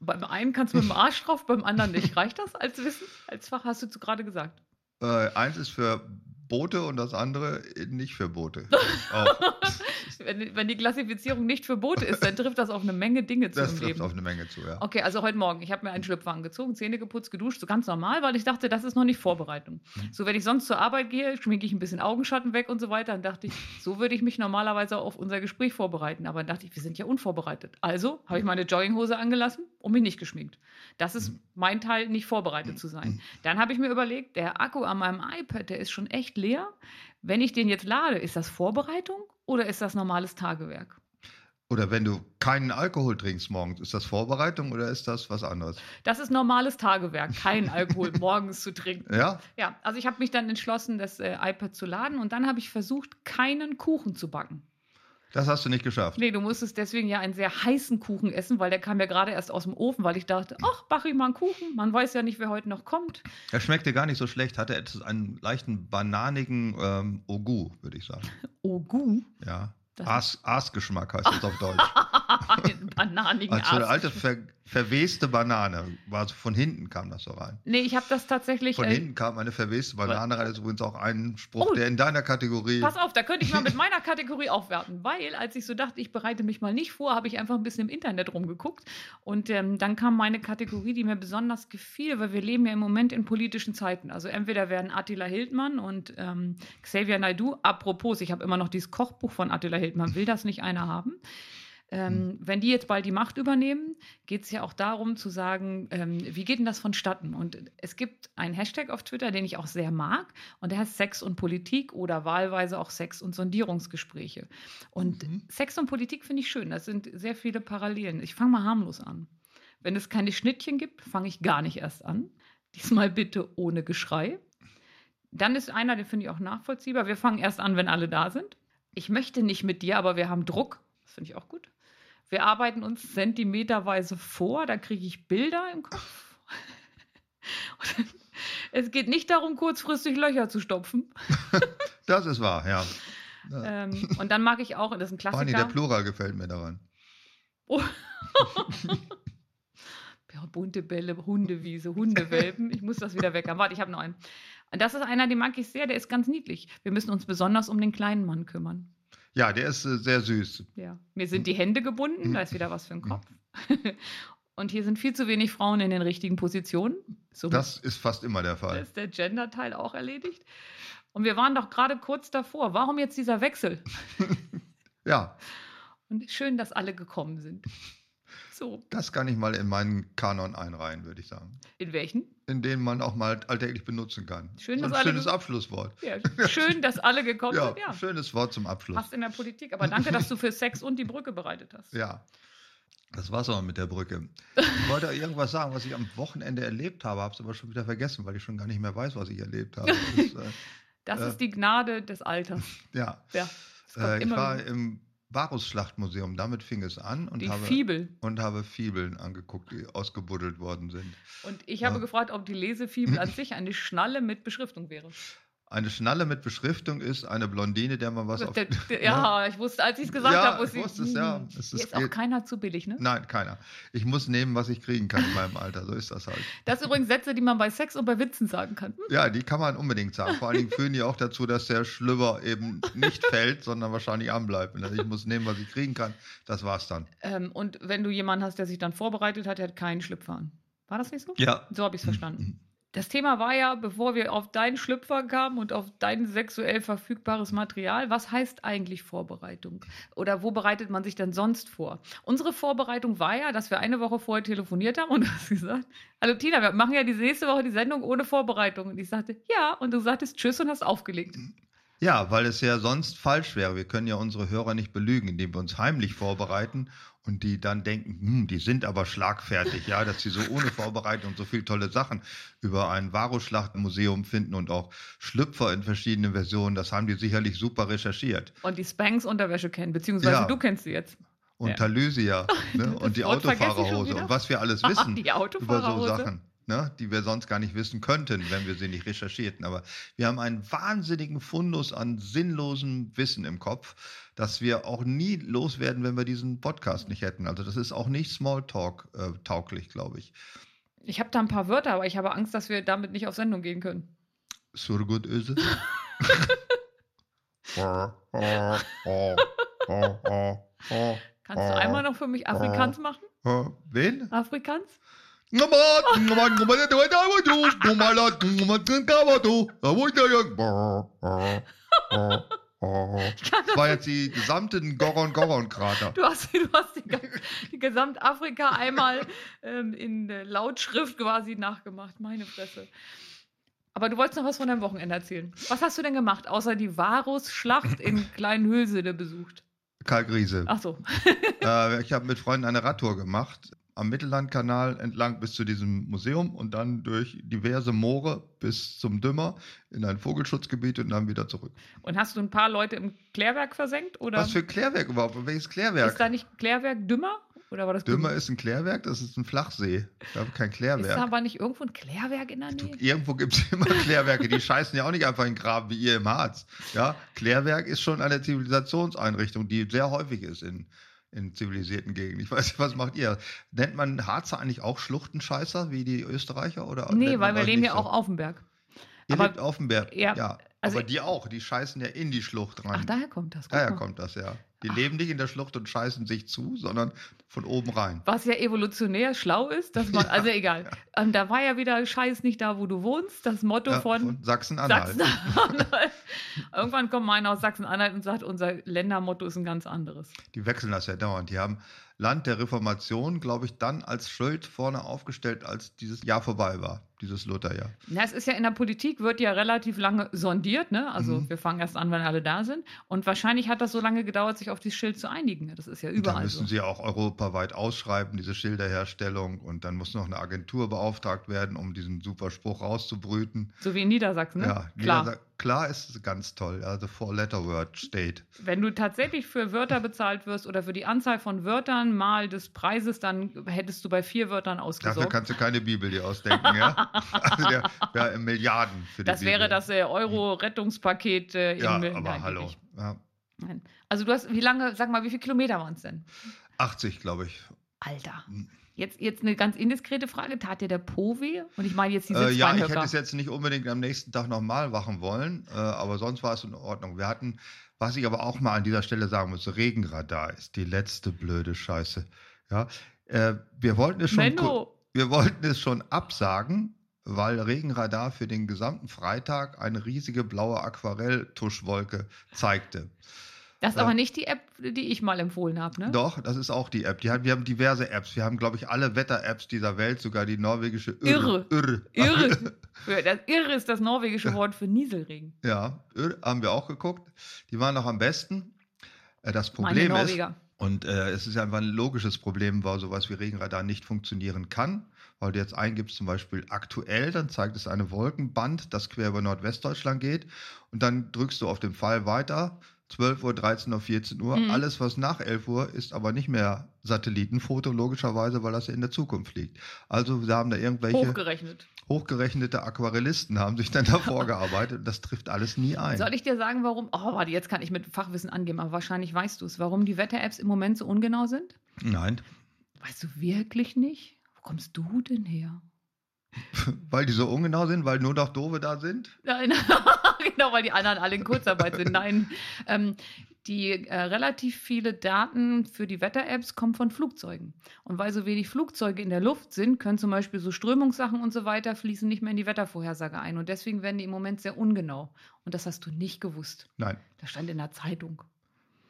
Speaker 3: Beim einen kannst du mit dem Arsch drauf, beim anderen nicht. Reicht das als Wissen? Als Fach hast du zu- gerade gesagt.
Speaker 2: Äh, eins ist für Boote und das andere nicht für Boote. Auch,
Speaker 3: Wenn, wenn die Klassifizierung nicht für Boote ist, dann trifft das auf eine Menge Dinge zu
Speaker 2: das
Speaker 3: im
Speaker 2: trifft
Speaker 3: Leben.
Speaker 2: auf eine Menge zu, ja.
Speaker 3: Okay, also heute Morgen. Ich habe mir einen Schlüpfer angezogen, Zähne geputzt, geduscht, so ganz normal, weil ich dachte, das ist noch nicht Vorbereitung. So, wenn ich sonst zur Arbeit gehe, schminke ich ein bisschen Augenschatten weg und so weiter. Dann dachte ich, so würde ich mich normalerweise auf unser Gespräch vorbereiten. Aber dann dachte ich, wir sind ja unvorbereitet. Also habe ich meine Jogginghose angelassen und mich nicht geschminkt. Das ist mein Teil, nicht vorbereitet zu sein. Dann habe ich mir überlegt, der Akku an meinem iPad, der ist schon echt leer. Wenn ich den jetzt lade, ist das Vorbereitung oder ist das normales Tagewerk?
Speaker 2: Oder wenn du keinen Alkohol trinkst morgens, ist das Vorbereitung oder ist das was anderes?
Speaker 3: Das ist normales Tagewerk, keinen Alkohol morgens zu trinken.
Speaker 2: Ja,
Speaker 3: Ja, also ich habe mich dann entschlossen, das äh, iPad zu laden und dann habe ich versucht, keinen Kuchen zu backen.
Speaker 2: das hast du nicht geschafft.
Speaker 3: Nee, du musstest deswegen ja einen sehr heißen Kuchen essen, weil der kam ja gerade erst aus dem Ofen, weil ich dachte, ach, backe ich mal einen Kuchen, man weiß ja nicht, wer heute noch kommt.
Speaker 2: Er schmeckte gar nicht so schlecht, hatte etwas, einen leichten bananigen ähm, Ogu, würde ich sagen.
Speaker 3: Oh, gut.
Speaker 2: Ja.
Speaker 3: Das-
Speaker 2: Aas- Aasgeschmack heißt das auf Deutsch.
Speaker 3: Einen bananigen
Speaker 2: Also eine
Speaker 3: Arsch.
Speaker 2: alte, ver verweste Banane. War so, von hinten kam das so rein.
Speaker 3: Nee, ich habe das tatsächlich.
Speaker 2: Von
Speaker 3: äh,
Speaker 2: hinten kam eine verweste Banane rein. Das ist übrigens auch ein Spruch,
Speaker 3: Oh.
Speaker 2: der in deiner Kategorie.
Speaker 3: Pass auf, da könnte ich mal mit meiner Kategorie aufwerten, weil als ich so dachte, ich bereite mich mal nicht vor, habe ich einfach ein bisschen im Internet rumgeguckt und ähm, dann kam meine Kategorie, die mir besonders gefiel, weil wir leben ja im Moment in politischen Zeiten. Also entweder werden Attila Hildmann und ähm, Xavier Naidu, apropos, ich habe immer noch dieses Kochbuch von Attila Hildmann, will das nicht einer haben? Äh, Ähm, Wenn die jetzt bald die Macht übernehmen, geht es ja auch darum zu sagen, ähm, wie geht denn das vonstatten? Und es gibt einen Hashtag auf Twitter, den ich auch sehr mag, und der heißt Sex und Politik oder wahlweise auch Sex und Sondierungsgespräche. Und
Speaker 2: Mhm.
Speaker 3: Sex und Politik finde ich schön, das sind sehr viele Parallelen. Ich fange mal harmlos an. Wenn es keine Schnittchen gibt, fange ich gar nicht erst an. Diesmal bitte ohne Geschrei. Dann ist einer, den finde ich auch nachvollziehbar. Wir fangen erst an, wenn alle da sind. Ich möchte nicht mit dir, aber wir haben Druck. Das finde ich auch gut. Wir arbeiten uns zentimeterweise vor. Da kriege ich Bilder im Kopf. Und dann, es geht nicht darum, kurzfristig Löcher zu stopfen.
Speaker 2: Das ist wahr, ja. ja.
Speaker 3: Ähm, und dann mag ich auch, und das ist ein
Speaker 2: Barney, der
Speaker 3: Klassiker.
Speaker 2: Plural gefällt mir daran.
Speaker 3: Ja, bunte Bälle, Hundewiese, Hundewelpen. Ich muss das wieder weg haben. Warte, ich habe noch einen. Und das ist einer, den mag ich sehr, der ist ganz niedlich. Wir müssen uns besonders um den kleinen Mann kümmern.
Speaker 2: Ja, der ist äh, sehr süß.
Speaker 3: Ja. Mir sind die Hände gebunden, da ist wieder was für den Kopf. Und hier sind viel zu wenig Frauen in den richtigen Positionen. So
Speaker 2: Das ist fast immer der Fall.
Speaker 3: ist der Gender-Teil auch erledigt. Und wir waren doch gerade kurz davor. Warum jetzt dieser Wechsel?
Speaker 2: Ja,
Speaker 3: Und schön, dass alle gekommen sind. So,
Speaker 2: das kann ich mal in meinen Kanon einreihen, würde ich sagen.
Speaker 3: in welchen?
Speaker 2: In den man auch mal alltäglich benutzen kann.
Speaker 3: Schön,
Speaker 2: so ein
Speaker 3: dass alle
Speaker 2: schönes
Speaker 3: ge-
Speaker 2: Abschlusswort.
Speaker 3: Ja, schön, dass alle gekommen
Speaker 2: Ja,
Speaker 3: sind. Ja,
Speaker 2: schönes Wort zum Abschluss.
Speaker 3: passt in der Politik. Aber danke, dass du für Sex und die Brücke bereitet hast.
Speaker 2: Ja, das war's auch mit der Brücke. Ich wollte auch irgendwas sagen, was ich am Wochenende erlebt habe, habe es aber schon wieder vergessen, weil ich schon gar nicht mehr weiß, was ich erlebt habe. Das ist, äh,
Speaker 3: Das
Speaker 2: Äh.
Speaker 3: ist die Gnade des Alters.
Speaker 2: ja,
Speaker 3: Ja, es kommt
Speaker 2: äh, ich
Speaker 3: immer
Speaker 2: war
Speaker 3: wieder.
Speaker 2: im Varusschlachtmuseum, damit fing es an und
Speaker 3: die
Speaker 2: habe,
Speaker 3: Fibel.
Speaker 2: und habe Fibeln angeguckt, die ausgebuddelt worden sind.
Speaker 3: Und ich habe
Speaker 2: Ja.
Speaker 3: gefragt, ob die Lesefibel an sich eine Schnalle mit Beschriftung wäre.
Speaker 2: Eine Schnalle mit Beschriftung ist eine Blondine, der man was auf. Ne?
Speaker 3: Der- der- ja, ich wusste, als ich es gesagt
Speaker 2: Ja,
Speaker 3: habe,
Speaker 2: ich wusste es, ja.
Speaker 3: Hm,
Speaker 2: Es ist- eh
Speaker 3: hier ist auch
Speaker 2: geht-
Speaker 3: keiner zu billig, ne?
Speaker 2: Nein, keiner. Ich muss nehmen, was ich kriegen kann in meinem Alter. So ist das halt.
Speaker 3: Das sind übrigens Sätze, die man bei Sex und bei Witzen sagen kann.
Speaker 2: Ja, die kann man unbedingt sagen. Vor allen Dingen führen die auch dazu, dass der Schlüpper eben nicht fällt, sondern wahrscheinlich anbleibt. Und ich muss nehmen, was ich kriegen kann. Das war's dann.
Speaker 3: Ähm, und wenn du jemanden hast, der sich dann vorbereitet hat, der hat keinen Schlüpfer an. War das nicht so?
Speaker 2: Ja.
Speaker 3: So habe ich es verstanden. Das Thema war ja, bevor wir auf deinen Schlüpfer kamen und auf dein sexuell verfügbares Material, was heißt eigentlich Vorbereitung? Oder wo bereitet man sich denn sonst vor? Unsere Vorbereitung war ja, dass wir eine Woche vorher telefoniert haben und du hast gesagt, hallo Tina, wir machen ja diese nächste Woche die Sendung ohne Vorbereitung. Und ich sagte, ja, und du sagtest Tschüss und hast aufgelegt.
Speaker 2: Ja, weil es ja sonst falsch wäre. Wir können ja unsere Hörer nicht belügen, indem wir uns heimlich vorbereiten und die dann denken, hm, die sind aber schlagfertig, ja, dass sie so ohne Vorbereitung so viele tolle Sachen über ein Varusschlachtmuseum finden und auch Schlüpfer in verschiedenen Versionen. Das haben die sicherlich super recherchiert.
Speaker 3: Und die Spanks-Unterwäsche kennen, beziehungsweise
Speaker 2: Ja.
Speaker 3: du kennst sie jetzt.
Speaker 2: Und
Speaker 3: Ja.
Speaker 2: Talysia ne?
Speaker 3: Das
Speaker 2: und die
Speaker 3: Wort vergesse ich schon
Speaker 2: Autofahrerhose
Speaker 3: wieder.
Speaker 2: und was wir alles wissen.
Speaker 3: die
Speaker 2: über so
Speaker 3: Autofahrerhose.
Speaker 2: Sachen, ne, die wir sonst gar nicht wissen könnten, wenn wir sie nicht recherchierten. Aber wir haben einen wahnsinnigen Fundus an sinnlosem Wissen im Kopf, das wir auch nie loswerden, wenn wir diesen Podcast nicht hätten. Also das ist auch nicht Smalltalk-tauglich, glaube ich.
Speaker 3: Ich habe da ein paar Wörter, aber ich habe Angst, dass wir damit nicht auf Sendung gehen können.
Speaker 2: Surgut Öse.
Speaker 3: Kannst
Speaker 2: Oh.
Speaker 3: du einmal noch für mich Afrikaans machen?
Speaker 2: Wen?
Speaker 3: Afrikaans?
Speaker 2: Das war jetzt die gesamten Goron-Goron-Krater.
Speaker 3: Du hast, du hast die, gan- die Gesamtafrika einmal ähm, in äh, Lautschrift quasi nachgemacht. Meine Fresse. Aber du wolltest noch was von deinem Wochenende erzählen. Was hast du denn gemacht, außer die Varus-Schlacht in Kleinhülsede besucht?
Speaker 2: Karl Griese.
Speaker 3: Ach so.
Speaker 2: Äh, ich habe mit Freunden eine Radtour gemacht. Am Mittellandkanal entlang bis zu diesem Museum und dann durch diverse Moore bis zum Dümmer in ein Vogelschutzgebiet und dann wieder zurück.
Speaker 3: Und hast du ein paar Leute im Klärwerk versenkt? Oder
Speaker 2: Was für ein Klärwerk überhaupt? Welches Klärwerk?
Speaker 3: ist da nicht Klärwerk dümmer? Oder war das
Speaker 2: Dümmer ist ein Klärwerk, das ist ein Flachsee. Da habe kein Klärwerk.
Speaker 3: Ist da aber nicht irgendwo ein Klärwerk in der
Speaker 2: Du,
Speaker 3: Nähe?
Speaker 2: irgendwo gibt es immer Klärwerke, die scheißen ja auch nicht einfach in den Graben wie ihr im Harz. Ja, Klärwerk ist schon eine Zivilisationseinrichtung, die sehr häufig ist in, in zivilisierten Gegenden. Ich weiß nicht, was macht ihr? Nennt man Harzer eigentlich auch Schluchtenscheißer wie die Österreicher? Oder
Speaker 3: Nee,
Speaker 2: nennt man
Speaker 3: weil wir
Speaker 2: euch
Speaker 3: leben
Speaker 2: nicht
Speaker 3: ja
Speaker 2: so?
Speaker 3: auch auf dem Berg.
Speaker 2: Ihr
Speaker 3: aber-
Speaker 2: lebt auf dem Berg.
Speaker 3: Ja,
Speaker 2: Ja,
Speaker 3: also-
Speaker 2: aber die auch, die scheißen ja in die Schlucht rein.
Speaker 3: Ach, daher kommt das. Guck
Speaker 2: Daher
Speaker 3: mal.
Speaker 2: kommt das ja. Die leben nicht in der Schlucht und scheißen sich zu, sondern von oben rein.
Speaker 3: Was ja evolutionär schlau ist, dass man, also egal, ähm, da war ja wieder Scheiß nicht da, wo du wohnst, das Motto
Speaker 2: Ja,
Speaker 3: von,
Speaker 2: Sachsen-Anhalt.
Speaker 3: Sachsen-Anhalt. Irgendwann kommt meiner aus Sachsen-Anhalt und sagt, unser Ländermotto ist ein ganz anderes.
Speaker 2: Die wechseln das ja dauernd. Die haben Land der Reformation, glaube ich, dann als Schild vorne aufgestellt, als dieses Jahr vorbei war, dieses Lutherjahr.
Speaker 3: Na, es ist ja in der Politik, wird ja relativ lange sondiert, ne? Also
Speaker 2: Mhm.
Speaker 3: wir fangen erst an, wenn alle da sind. Und wahrscheinlich hat das so lange gedauert, sich auf dieses Schild zu einigen. ne? Das ist ja
Speaker 2: Dann
Speaker 3: überall
Speaker 2: müssen
Speaker 3: so.
Speaker 2: sie auch europaweit ausschreiben, diese Schilderherstellung. Und dann muss noch eine Agentur beauftragt werden, um diesen super Spruch rauszubrüten.
Speaker 3: So wie in Niedersachsen, ne?
Speaker 2: Ja,
Speaker 3: Klar.
Speaker 2: Niedersa- klar ist es ganz toll. Also Four-Letter-Word steht.
Speaker 3: Wenn du tatsächlich für Wörter bezahlt wirst oder für die Anzahl von Wörtern mal des Preises, dann hättest du bei vier Wörtern
Speaker 2: Dafür
Speaker 3: ausgesorgt.
Speaker 2: kannst du keine Bibel dir ausdenken, ja? Also der, ja, in Milliarden für die
Speaker 3: Das
Speaker 2: Bibel.
Speaker 3: wäre das äh, Euro-Rettungspaket äh,
Speaker 2: Ja,
Speaker 3: im
Speaker 2: aber
Speaker 3: nein,
Speaker 2: hallo.
Speaker 3: nicht.
Speaker 2: Ja,
Speaker 3: Nein. Also du hast, wie lange, sag mal, wie viele Kilometer waren es denn?
Speaker 2: 80, glaube ich.
Speaker 3: Alter.
Speaker 2: Hm.
Speaker 3: Jetzt, jetzt eine ganz indiskrete Frage. Tat dir der Po weh? Und ich meine jetzt die
Speaker 2: Äh, ja, ich hätte
Speaker 3: Sitzbeinhöcker.
Speaker 2: es jetzt nicht unbedingt am nächsten Tag nochmal machen wollen, äh, aber sonst war es in Ordnung. Wir hatten, was ich aber auch mal an dieser Stelle sagen muss, Regenradar ist die letzte blöde Scheiße. Ja, äh, wir wollten es schon, ku-
Speaker 3: Menno,
Speaker 2: wir wollten es schon absagen, weil Regenradar für den gesamten Freitag eine riesige blaue Aquarelltuschwolke zeigte.
Speaker 3: das ist
Speaker 2: äh,
Speaker 3: aber nicht die App, die ich mal empfohlen habe, ne?
Speaker 2: Doch, das ist auch die App. Die hat, wir haben diverse Apps. Wir haben, glaube ich, alle Wetter-Apps dieser Welt, sogar die norwegische Irre. Irre.
Speaker 3: Irre. Für- das Irre ist das norwegische Wort für Nieselregen.
Speaker 2: Ja, Irre haben wir auch geguckt. Die waren noch am besten. Äh, Das
Speaker 3: Meine
Speaker 2: Problem ist,
Speaker 3: Norweger.
Speaker 2: und äh, es ist einfach ein logisches Problem, weil sowas wie Regenradar nicht funktionieren kann. Weil du jetzt eingibst zum Beispiel aktuell, dann zeigt es eine Wolkenband, das quer über Nordwestdeutschland geht. Und dann drückst du auf den Pfeil weiter. 12 Uhr, 13 Uhr, 14 Uhr.
Speaker 3: Mhm.
Speaker 2: Alles, was nach 11 Uhr ist, aber nicht mehr Satellitenfoto, logischerweise, weil das ja in der Zukunft liegt. Also da haben da irgendwelche
Speaker 3: Hochgerechnet.
Speaker 2: hochgerechnete Aquarellisten haben sich dann davor gearbeitet. Und das trifft alles nie ein.
Speaker 3: Soll ich dir sagen, warum? Oh, warte, jetzt kann ich mit Fachwissen angeben, aber wahrscheinlich weißt du es, warum die Wetter-Apps im Moment so ungenau sind?
Speaker 2: Nein,
Speaker 3: Weißt du wirklich nicht? Wo kommst du denn her?
Speaker 2: weil die so ungenau sind, weil nur noch Doofe da sind.
Speaker 3: Nein, genau, weil die anderen alle in Kurzarbeit sind. Nein, ähm, die äh, relativ viele Daten für die Wetter-Apps kommen von Flugzeugen. Und weil so wenig Flugzeuge in der Luft sind, können zum Beispiel so Strömungssachen und so weiter fließen nicht mehr in die Wettervorhersage ein. Und deswegen werden die im Moment sehr ungenau. Und das hast du nicht gewusst.
Speaker 2: Nein.
Speaker 3: Das stand in der Zeitung.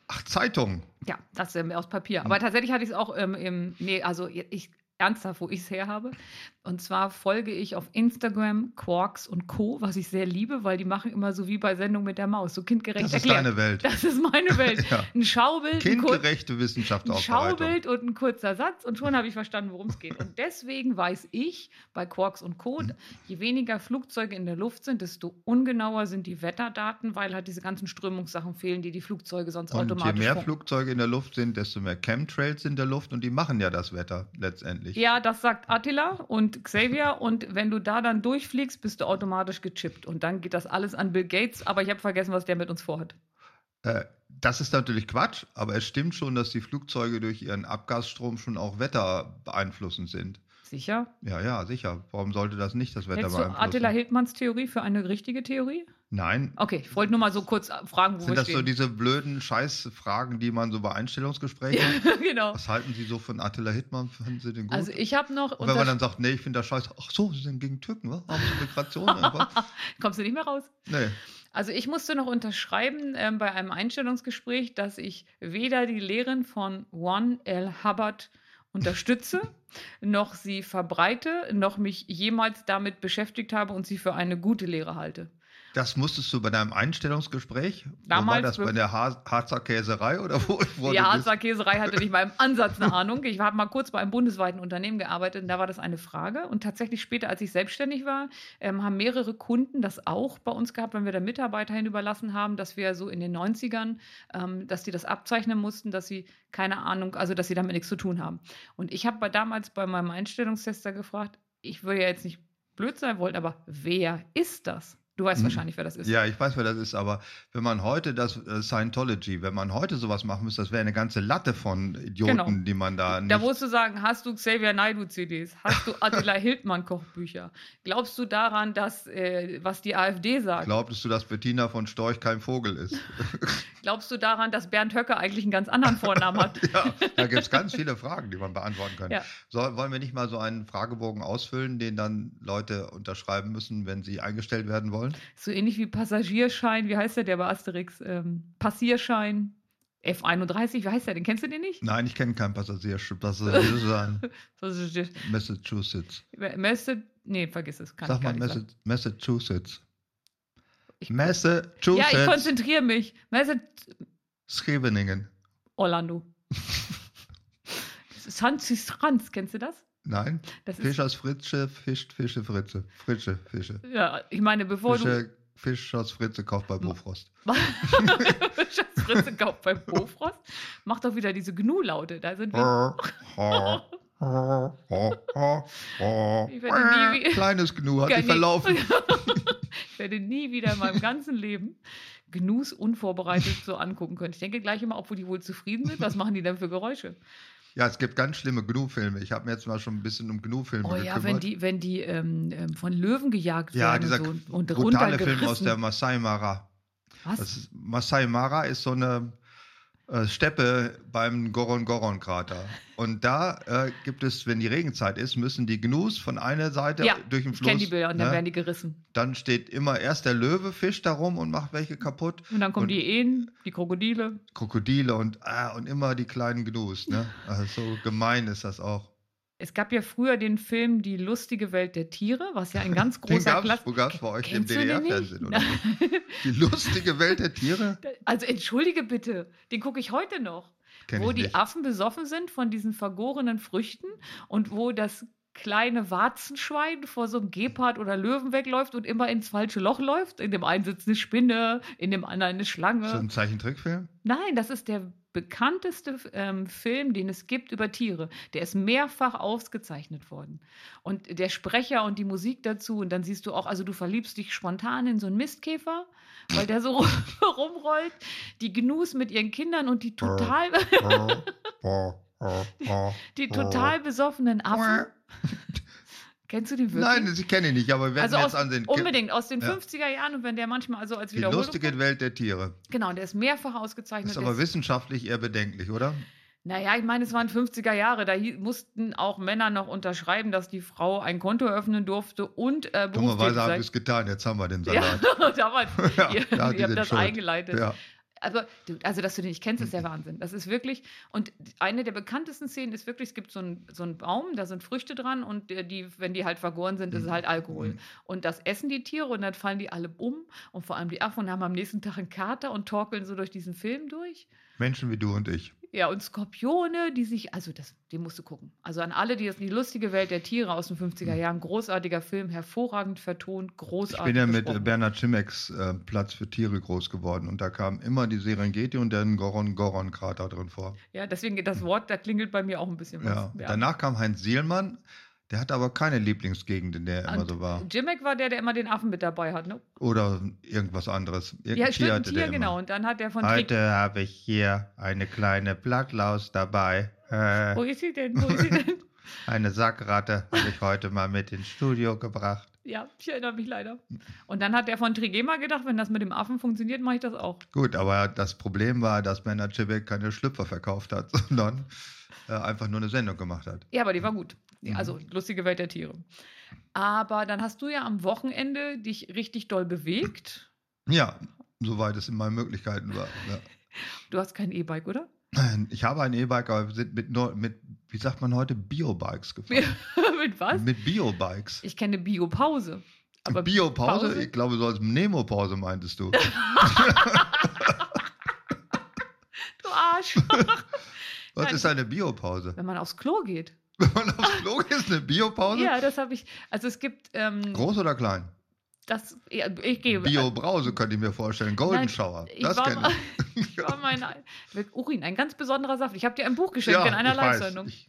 Speaker 2: Ach, Zeitung.
Speaker 3: Ja, das ähm, aus
Speaker 2: Hm.
Speaker 3: Papier. Aber tatsächlich hatte ich es auch ähm, im, nee, also ich ernsthaft, wo ich es her habe. Und zwar folge ich auf Instagram Quarks und Co., was ich sehr liebe, weil die machen immer so wie bei Sendung mit der Maus, so kindgerecht
Speaker 2: Das ist
Speaker 3: erklärt.
Speaker 2: deine Welt.
Speaker 3: das ist meine Welt.
Speaker 2: Ja.
Speaker 3: Ein Schaubild, ein, kur
Speaker 2: Kindgerechte
Speaker 3: ein
Speaker 2: Wissenschaftsaufbereitung.
Speaker 3: Schaubild und ein kurzer Satz und schon habe ich verstanden, worum es geht. Und deswegen weiß ich bei Quarks und Co.,
Speaker 2: Hm.
Speaker 3: je weniger Flugzeuge in der Luft sind, desto ungenauer sind die Wetterdaten, weil halt diese ganzen Strömungssachen fehlen, die die Flugzeuge sonst
Speaker 2: Und je
Speaker 3: automatisch
Speaker 2: mehr
Speaker 3: fun-
Speaker 2: Flugzeuge in der Luft sind, desto mehr Chemtrails sind in der Luft und die machen ja das Wetter letztendlich.
Speaker 3: Ja, das sagt Attila und Xavier. Und wenn du da dann durchfliegst, bist du automatisch gechippt. Und dann geht das alles an Bill Gates. Aber ich habe vergessen, was der mit uns vorhat.
Speaker 2: Äh, das ist natürlich Quatsch, aber es stimmt schon, dass die Flugzeuge durch ihren Abgasstrom schon auch Wetter beeinflussend sind.
Speaker 3: Sicher?
Speaker 2: Ja, ja, sicher. Warum sollte das nicht das Wetter
Speaker 3: Hältst du Attila
Speaker 2: beeinflussen?
Speaker 3: Hildmanns Theorie für eine richtige Theorie?
Speaker 2: Nein.
Speaker 3: Okay, ich wollte nur mal so kurz fragen, wo
Speaker 2: Sind
Speaker 3: wir
Speaker 2: das so
Speaker 3: stehen.
Speaker 2: diese blöden Scheißfragen, die man so bei Einstellungsgesprächen?
Speaker 3: genau.
Speaker 2: Was halten Sie so von Attila Hittmann? Finden Sie den gut?
Speaker 3: Also ich habe noch.
Speaker 2: Und wenn man
Speaker 3: unter-
Speaker 2: dann sagt, nee, ich finde das scheiße, ach so, sie sind gegen Türken, wa? Haben sie Migration einfach?
Speaker 3: kommst du nicht mehr raus?
Speaker 2: Nee.
Speaker 3: Also ich musste noch unterschreiben ähm, bei einem Einstellungsgespräch, dass ich weder die Lehren von One L. Hubbard unterstütze, noch sie verbreite, noch mich jemals damit beschäftigt habe und sie für eine gute Lehre halte.
Speaker 2: Das musstest du bei deinem Einstellungsgespräch? wo war
Speaker 3: Damals
Speaker 2: das bei
Speaker 3: wirklich-
Speaker 2: der Ha- Harzer Käserei oder wo? wo
Speaker 3: die
Speaker 2: du bist?
Speaker 3: Harzer Käserei hatte nicht mal im Ansatz eine Ahnung. Ich habe mal kurz bei einem bundesweiten Unternehmen gearbeitet und da war das eine Frage. Und tatsächlich später, als ich selbstständig war, ähm, haben mehrere Kunden das auch bei uns gehabt, wenn wir da Mitarbeiter hinüberlassen haben, dass wir so in den 90ern, ähm, dass die das abzeichnen mussten, dass sie keine Ahnung, also dass sie damit nichts zu tun haben. Und ich habe bei, damals bei meinem Einstellungstester gefragt, ich will ja jetzt nicht blöd sein wollen, aber wer ist das? Du weißt
Speaker 2: Hm.
Speaker 3: wahrscheinlich, wer das ist.
Speaker 2: Ja, ich weiß, wer das ist, aber wenn man heute das äh, Scientology, wenn man heute sowas machen müsste, das wäre eine ganze Latte von Idioten,
Speaker 3: Genau.
Speaker 2: die man da Ah, nicht.
Speaker 3: Da musst du sagen, hast du Xavier Naidu CDs? Hast du Attila Hildmann Kochbücher? Glaubst du daran, dass, äh, was die AfD sagt?
Speaker 2: Glaubtest du, dass Bettina von Storch kein Vogel ist?
Speaker 3: Glaubst du daran, dass Bernd Höcke eigentlich einen ganz anderen Vornamen hat?
Speaker 2: ja, da gibt es ganz viele Fragen, die man beantworten kann.
Speaker 3: Ja.
Speaker 2: Soll, wollen wir nicht mal so einen Fragebogen ausfüllen, den dann Leute unterschreiben müssen, wenn sie eingestellt werden wollen?
Speaker 3: So ähnlich wie Passagierschein, wie heißt der, der bei Asterix? Ähm, Passierschein, F31, wie heißt der denn? Kennst du den nicht?
Speaker 2: Nein, ich kenne keinen Passagier. Passagier sein.
Speaker 3: Das ist- das-
Speaker 2: Massachusetts.
Speaker 3: Messe, nee, vergiss es, kann
Speaker 2: Sag
Speaker 3: ich gar
Speaker 2: mal
Speaker 3: nicht sagen.
Speaker 2: Massa- Massachusetts.
Speaker 3: Ich- Ja,
Speaker 2: Massachusetts.
Speaker 3: ich konzentriere mich. Messe,
Speaker 2: Scheveningen.
Speaker 3: Orlando. Sanzi Stranz, kennst du das?
Speaker 2: Nein?
Speaker 3: Das ist,
Speaker 2: Fischers Fritsche, Fisch, Fische, Fritze. Fritsche, Fische.
Speaker 3: ja, ich meine, bevor du
Speaker 2: Fische, Fischers Fritze kauft bei Bofrost.
Speaker 3: Fischers Fritze kauft beim Bofrost, mach doch wieder diese Gnu-Laute. Da sind
Speaker 2: Ah.
Speaker 3: wir. werde nie wie-
Speaker 2: Kleines Gnu hat
Speaker 3: Gar
Speaker 2: sich
Speaker 3: nicht.
Speaker 2: verlaufen.
Speaker 3: ich werde nie wieder in meinem ganzen Leben Gnus unvorbereitet so angucken können. Ich denke gleich immer, obwohl die wohl zufrieden sind, was machen die denn für Geräusche?
Speaker 2: Ja, es gibt ganz schlimme Gnu-Filme. Ich habe mir jetzt mal schon ein bisschen um Gnu-Filme
Speaker 3: Oh
Speaker 2: gekümmert.
Speaker 3: ja, wenn die, wenn die ähm, ähm, von Löwen gejagt
Speaker 2: ja,
Speaker 3: werden
Speaker 2: dieser
Speaker 3: und, so, und
Speaker 2: brutale Film aus
Speaker 3: runtergerissen.
Speaker 2: der Masai Mara.
Speaker 3: was?
Speaker 2: Das ist, Masai Mara ist so eine äh, Steppe beim Goron-Goron-Krater. Und da äh, gibt es, wenn die Regenzeit ist, müssen die Gnus von einer Seite
Speaker 3: ja,
Speaker 2: durch den
Speaker 3: ich
Speaker 2: Fluss.
Speaker 3: kenne die Bilder und dann
Speaker 2: ne?
Speaker 3: werden die gerissen.
Speaker 2: dann steht immer erst der Löwe fischt da rum und macht welche kaputt.
Speaker 3: Und dann kommen
Speaker 2: Und-
Speaker 3: die Ehen, die Krokodile.
Speaker 2: Krokodile und, ah, und immer die kleinen Gnus. Ne? Also so gemein ist das auch.
Speaker 3: Es gab ja früher den Film Die lustige Welt der Tiere, was ja ein ganz
Speaker 2: Den
Speaker 3: großer
Speaker 2: gab's,
Speaker 3: Klassiker.
Speaker 2: wo gab's bei euch im
Speaker 3: Kennst du den
Speaker 2: DDR-Fernsehen,
Speaker 3: nicht?
Speaker 2: oder? Die lustige Welt der Tiere?
Speaker 3: Also entschuldige bitte, den gucke ich heute noch.
Speaker 2: Kenn
Speaker 3: wo
Speaker 2: ich
Speaker 3: die
Speaker 2: nicht.
Speaker 3: Affen besoffen sind von diesen vergorenen Früchten und wo das kleine Warzenschwein vor so einem Gepard oder Löwen wegläuft und immer ins falsche Loch läuft. In dem einen sitzt eine Spinne, in dem anderen eine Schlange.
Speaker 2: Ist das ein Zeichentrickfilm?
Speaker 3: Nein, das ist der bekannteste ähm, Film, den es gibt über Tiere. Der ist mehrfach ausgezeichnet worden. Und der Sprecher und die Musik dazu. Und dann siehst du auch, also du verliebst dich spontan in so einen Mistkäfer, weil der so rum- rumrollt. Die Gnus mit ihren Kindern und die total, die total besoffenen Affen. Kennst du den wirklich?
Speaker 2: Nein, das- ich kenne ihn nicht, aber wir werden
Speaker 3: also
Speaker 2: ihn
Speaker 3: aus,
Speaker 2: jetzt ansehen.
Speaker 3: unbedingt aus den
Speaker 2: Ja.
Speaker 3: 50er Jahren und wenn der manchmal also als
Speaker 2: Die
Speaker 3: Wiederholung.
Speaker 2: lustige Welt der Tiere.
Speaker 3: Genau, der ist mehrfach ausgezeichnet.
Speaker 2: Ist
Speaker 3: Der
Speaker 2: aber
Speaker 3: ist-
Speaker 2: wissenschaftlich eher bedenklich, oder?
Speaker 3: Naja, ich meine, es waren 50er Jahre, da hie- mussten auch Männer noch unterschreiben, dass die Frau ein Konto eröffnen durfte und äh, berufstätig
Speaker 2: Dummerweise haben wir
Speaker 3: sein.
Speaker 2: es getan, jetzt haben wir den
Speaker 3: Ja,
Speaker 2: Salat.
Speaker 3: damals.
Speaker 2: Ja,
Speaker 3: ihr
Speaker 2: ja, die
Speaker 3: ihr habt
Speaker 2: sind
Speaker 3: das
Speaker 2: schuld.
Speaker 3: eingeleitet.
Speaker 2: Ja. Mhm.
Speaker 3: Aber, du- also, dass du den nicht kennst, ist der Wahnsinn. Das ist wirklich. Und eine der bekanntesten Szenen ist wirklich: es gibt so einen, so einen Baum, da sind Früchte dran und äh, die, wenn die halt vergoren sind, ist es
Speaker 2: Mhm.
Speaker 3: halt Alkohol.
Speaker 2: Mhm.
Speaker 3: Und das essen die Tiere und dann fallen die alle um und vor allem die Affen und haben am nächsten Tag einen Kater und torkeln so durch diesen Film durch.
Speaker 2: Menschen wie du und ich.
Speaker 3: Ja, und Skorpione, die sich, also das, den musst du gucken. Also an alle, die das, die lustige Welt der Tiere aus den 50er Jahren, großartiger Film, hervorragend
Speaker 2: Hm.
Speaker 3: vertont,
Speaker 2: Ich
Speaker 3: großartig.
Speaker 2: bin ja mit äh,
Speaker 3: besprochen.
Speaker 2: Bernhard Schimecks äh, Platz für Tiere groß geworden und da kamen immer die Serengeti und der Goron-Goron-Krater drin vor.
Speaker 3: Ja, deswegen geht das Wort, da klingelt bei mir auch ein bisschen was.
Speaker 2: Ja. Danach kam Heinz Sielmann, der hatte aber keine Lieblingsgegend, in der er immer
Speaker 3: Und
Speaker 2: so war.
Speaker 3: Jimek war der, der immer den Affen mit dabei hat, ne?
Speaker 2: Oder irgendwas anderes. Irgendein
Speaker 3: Ja,
Speaker 2: Tier
Speaker 3: stimmt, ein
Speaker 2: hatte der
Speaker 3: Tier,
Speaker 2: immer. Ah,
Speaker 3: genau. Und dann hat der von Trick.
Speaker 2: Heute habe ich hier eine kleine Blattlaus dabei.
Speaker 3: Wo
Speaker 2: Äh,
Speaker 3: ist sie denn? Wo ist sie denn?
Speaker 2: eine Sackratte habe ich heute mal mit ins Studio gebracht.
Speaker 3: Ja, ich erinnere mich leider. Und dann hat der von Trigema gedacht, wenn das mit dem Affen funktioniert, mache ich das auch.
Speaker 2: Gut, aber das Problem war, dass Bernhard Schimmeck keine Schlüpfer verkauft hat, sondern äh, einfach nur eine Sendung gemacht hat.
Speaker 3: Ja, aber die war gut.
Speaker 2: Mhm.
Speaker 3: Also lustige Welt der Tiere. Aber dann hast du ja am Wochenende dich richtig doll bewegt.
Speaker 2: Ja, soweit es in meinen Möglichkeiten war. Ja.
Speaker 3: Du hast kein E-Bike, oder?
Speaker 2: Ich habe ein E-Bike, aber wir sind mit, neu- mit, wie sagt man heute, Biobikes gefahren.
Speaker 3: Mit was?
Speaker 2: Mit Biobikes.
Speaker 3: Ich kenne Biopause. Aber
Speaker 2: Biopause?
Speaker 3: Pause?
Speaker 2: Ich glaube, so als Nemo-Pause meintest du.
Speaker 3: du Arsch.
Speaker 2: Was
Speaker 3: Nein.
Speaker 2: ist eine Biopause?
Speaker 3: Wenn man aufs Klo geht.
Speaker 2: Wenn man aufs Klo geht, ist eine Biopause?
Speaker 3: Ah. Ja, das habe ich. Also es gibt ähm,
Speaker 2: Groß oder klein?
Speaker 3: das. Ja, ich gehe.
Speaker 2: Bio-Brause könnte ich mir vorstellen. Golden
Speaker 3: äh, Nein,
Speaker 2: Shower.
Speaker 3: Ich
Speaker 2: Das
Speaker 3: war,
Speaker 2: kenne
Speaker 3: mal,
Speaker 2: ich.
Speaker 3: ich war mal in Urin, ein ganz besonderer Saft. Ich habe dir ein Buch geschenkt in einer
Speaker 2: ich weiß.
Speaker 3: Live-Sendung.
Speaker 2: Ich-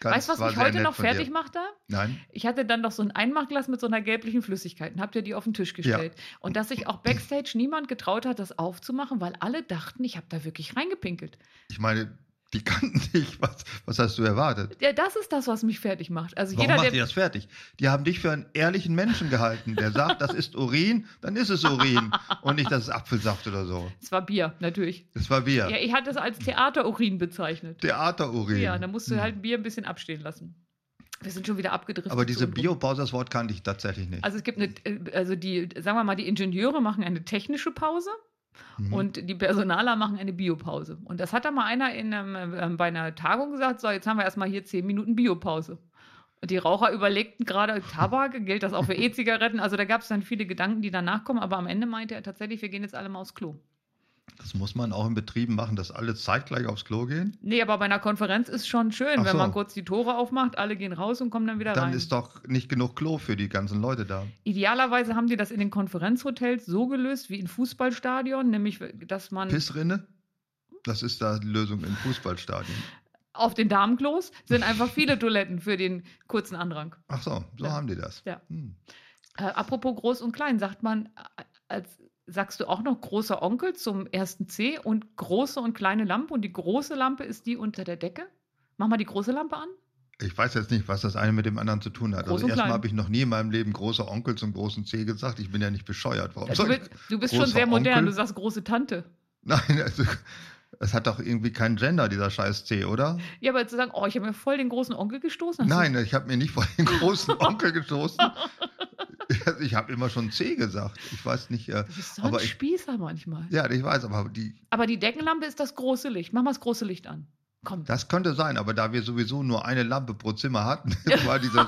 Speaker 2: Ganz-
Speaker 3: weißt du,
Speaker 2: war
Speaker 3: was mich
Speaker 2: sehr
Speaker 3: heute
Speaker 2: nett
Speaker 3: noch
Speaker 2: von dir.
Speaker 3: fertig macht da?
Speaker 2: Nein,
Speaker 3: Ich hatte dann noch so ein Einmachglas mit so einer gelblichen Flüssigkeit und habt ihr die auf den Tisch gestellt. Und dass sich auch Backstage niemand getraut hat, das aufzumachen, weil alle dachten, ich habe da wirklich reingepinkelt.
Speaker 2: ich meine, die kannten dich. Was, was hast du erwartet?
Speaker 3: Ja, das ist das, was mich fertig macht. Also
Speaker 2: Warum
Speaker 3: jeder,
Speaker 2: macht ihr
Speaker 3: der.
Speaker 2: das fertig? Die haben dich für einen ehrlichen Menschen gehalten, der sagt, das ist Urin, dann ist es Urin und nicht, das ist Apfelsaft oder so.
Speaker 3: Es war Bier, natürlich.
Speaker 2: Das war wir.
Speaker 3: Ja, ich hatte es als Theaterurin bezeichnet.
Speaker 2: Theaterurin. Hm.
Speaker 3: Ja, da musst du halt Bier ein bisschen abstehen lassen. Wir sind schon wieder abgedriftet.
Speaker 2: Aber diese
Speaker 3: zu-
Speaker 2: Biopause, das Wort kannte ich tatsächlich nicht.
Speaker 3: Also es gibt eine, äh, also die, sagen wir mal, die Ingenieure machen eine technische Pause
Speaker 2: Mhm.
Speaker 3: und die Personaler machen eine Biopause. Und das hat da mal einer in einem, ähm, bei einer Tagung gesagt, so jetzt haben wir erstmal hier zehn Minuten Biopause. Und die Raucher überlegten gerade Tabak, gilt das auch für E-Zigaretten? Also da gab es dann viele Gedanken, die danach kommen, aber am Ende meinte er tatsächlich, wir gehen jetzt alle mal aufs Klo.
Speaker 2: das muss man auch in Betrieben machen, dass alle zeitgleich aufs Klo gehen.
Speaker 3: Nee, aber bei einer Konferenz ist schon schön,
Speaker 2: Ach
Speaker 3: wenn
Speaker 2: so.
Speaker 3: man kurz die Tore aufmacht, alle gehen raus und kommen dann wieder
Speaker 2: Dann
Speaker 3: rein. Mhm.
Speaker 2: ist doch nicht genug Klo für die ganzen Leute da.
Speaker 3: Idealerweise haben die das in den Konferenzhotels so gelöst wie in Fußballstadion, nämlich dass man
Speaker 2: Pissrinne? Das ist da die Lösung im Fußballstadion.
Speaker 3: auf den Damenklos sind einfach viele Toiletten für den kurzen Andrang.
Speaker 2: Ach so, so
Speaker 3: Ja.
Speaker 2: haben die das.
Speaker 3: Ja.
Speaker 2: Hm.
Speaker 3: Äh, apropos groß und klein, sagt man äh, als sagst du auch noch großer Onkel zum ersten C und große und kleine Lampe und die große Lampe ist die unter der Decke? Mach mal die große Lampe an.
Speaker 2: Ich weiß jetzt nicht, was das eine mit dem anderen zu tun hat.
Speaker 3: Groß
Speaker 2: Also
Speaker 3: und
Speaker 2: erstmal
Speaker 3: klein.
Speaker 2: habe ich noch nie in meinem Leben großer Onkel zum großen C gesagt. Ich bin ja nicht bescheuert. Warum
Speaker 3: Du
Speaker 2: soll
Speaker 3: bist,
Speaker 2: ich?
Speaker 3: du bist
Speaker 2: Oh, großer
Speaker 3: schon sehr modern,
Speaker 2: Onkel?
Speaker 3: du sagst große Tante.
Speaker 2: Nein, also es hat doch irgendwie kein Gender, dieser scheiß C, oder?
Speaker 3: Ja, aber zu sagen, oh, ich habe mir voll den großen Onkel gestoßen. hast du-
Speaker 2: Nein, ich habe mir nicht vor den großen Onkel gestoßen. Also Ich habe immer schon C gesagt. Ich weiß nicht. Äh,
Speaker 3: Du bist so ein
Speaker 2: aber ich,
Speaker 3: Spießer manchmal.
Speaker 2: ja, ich weiß, aber die,
Speaker 3: Aber die Deckenlampe ist das große Licht. Mach mal das große Licht an. Komm.
Speaker 2: das könnte sein. Aber da wir sowieso nur eine Lampe pro Zimmer hatten, war dieses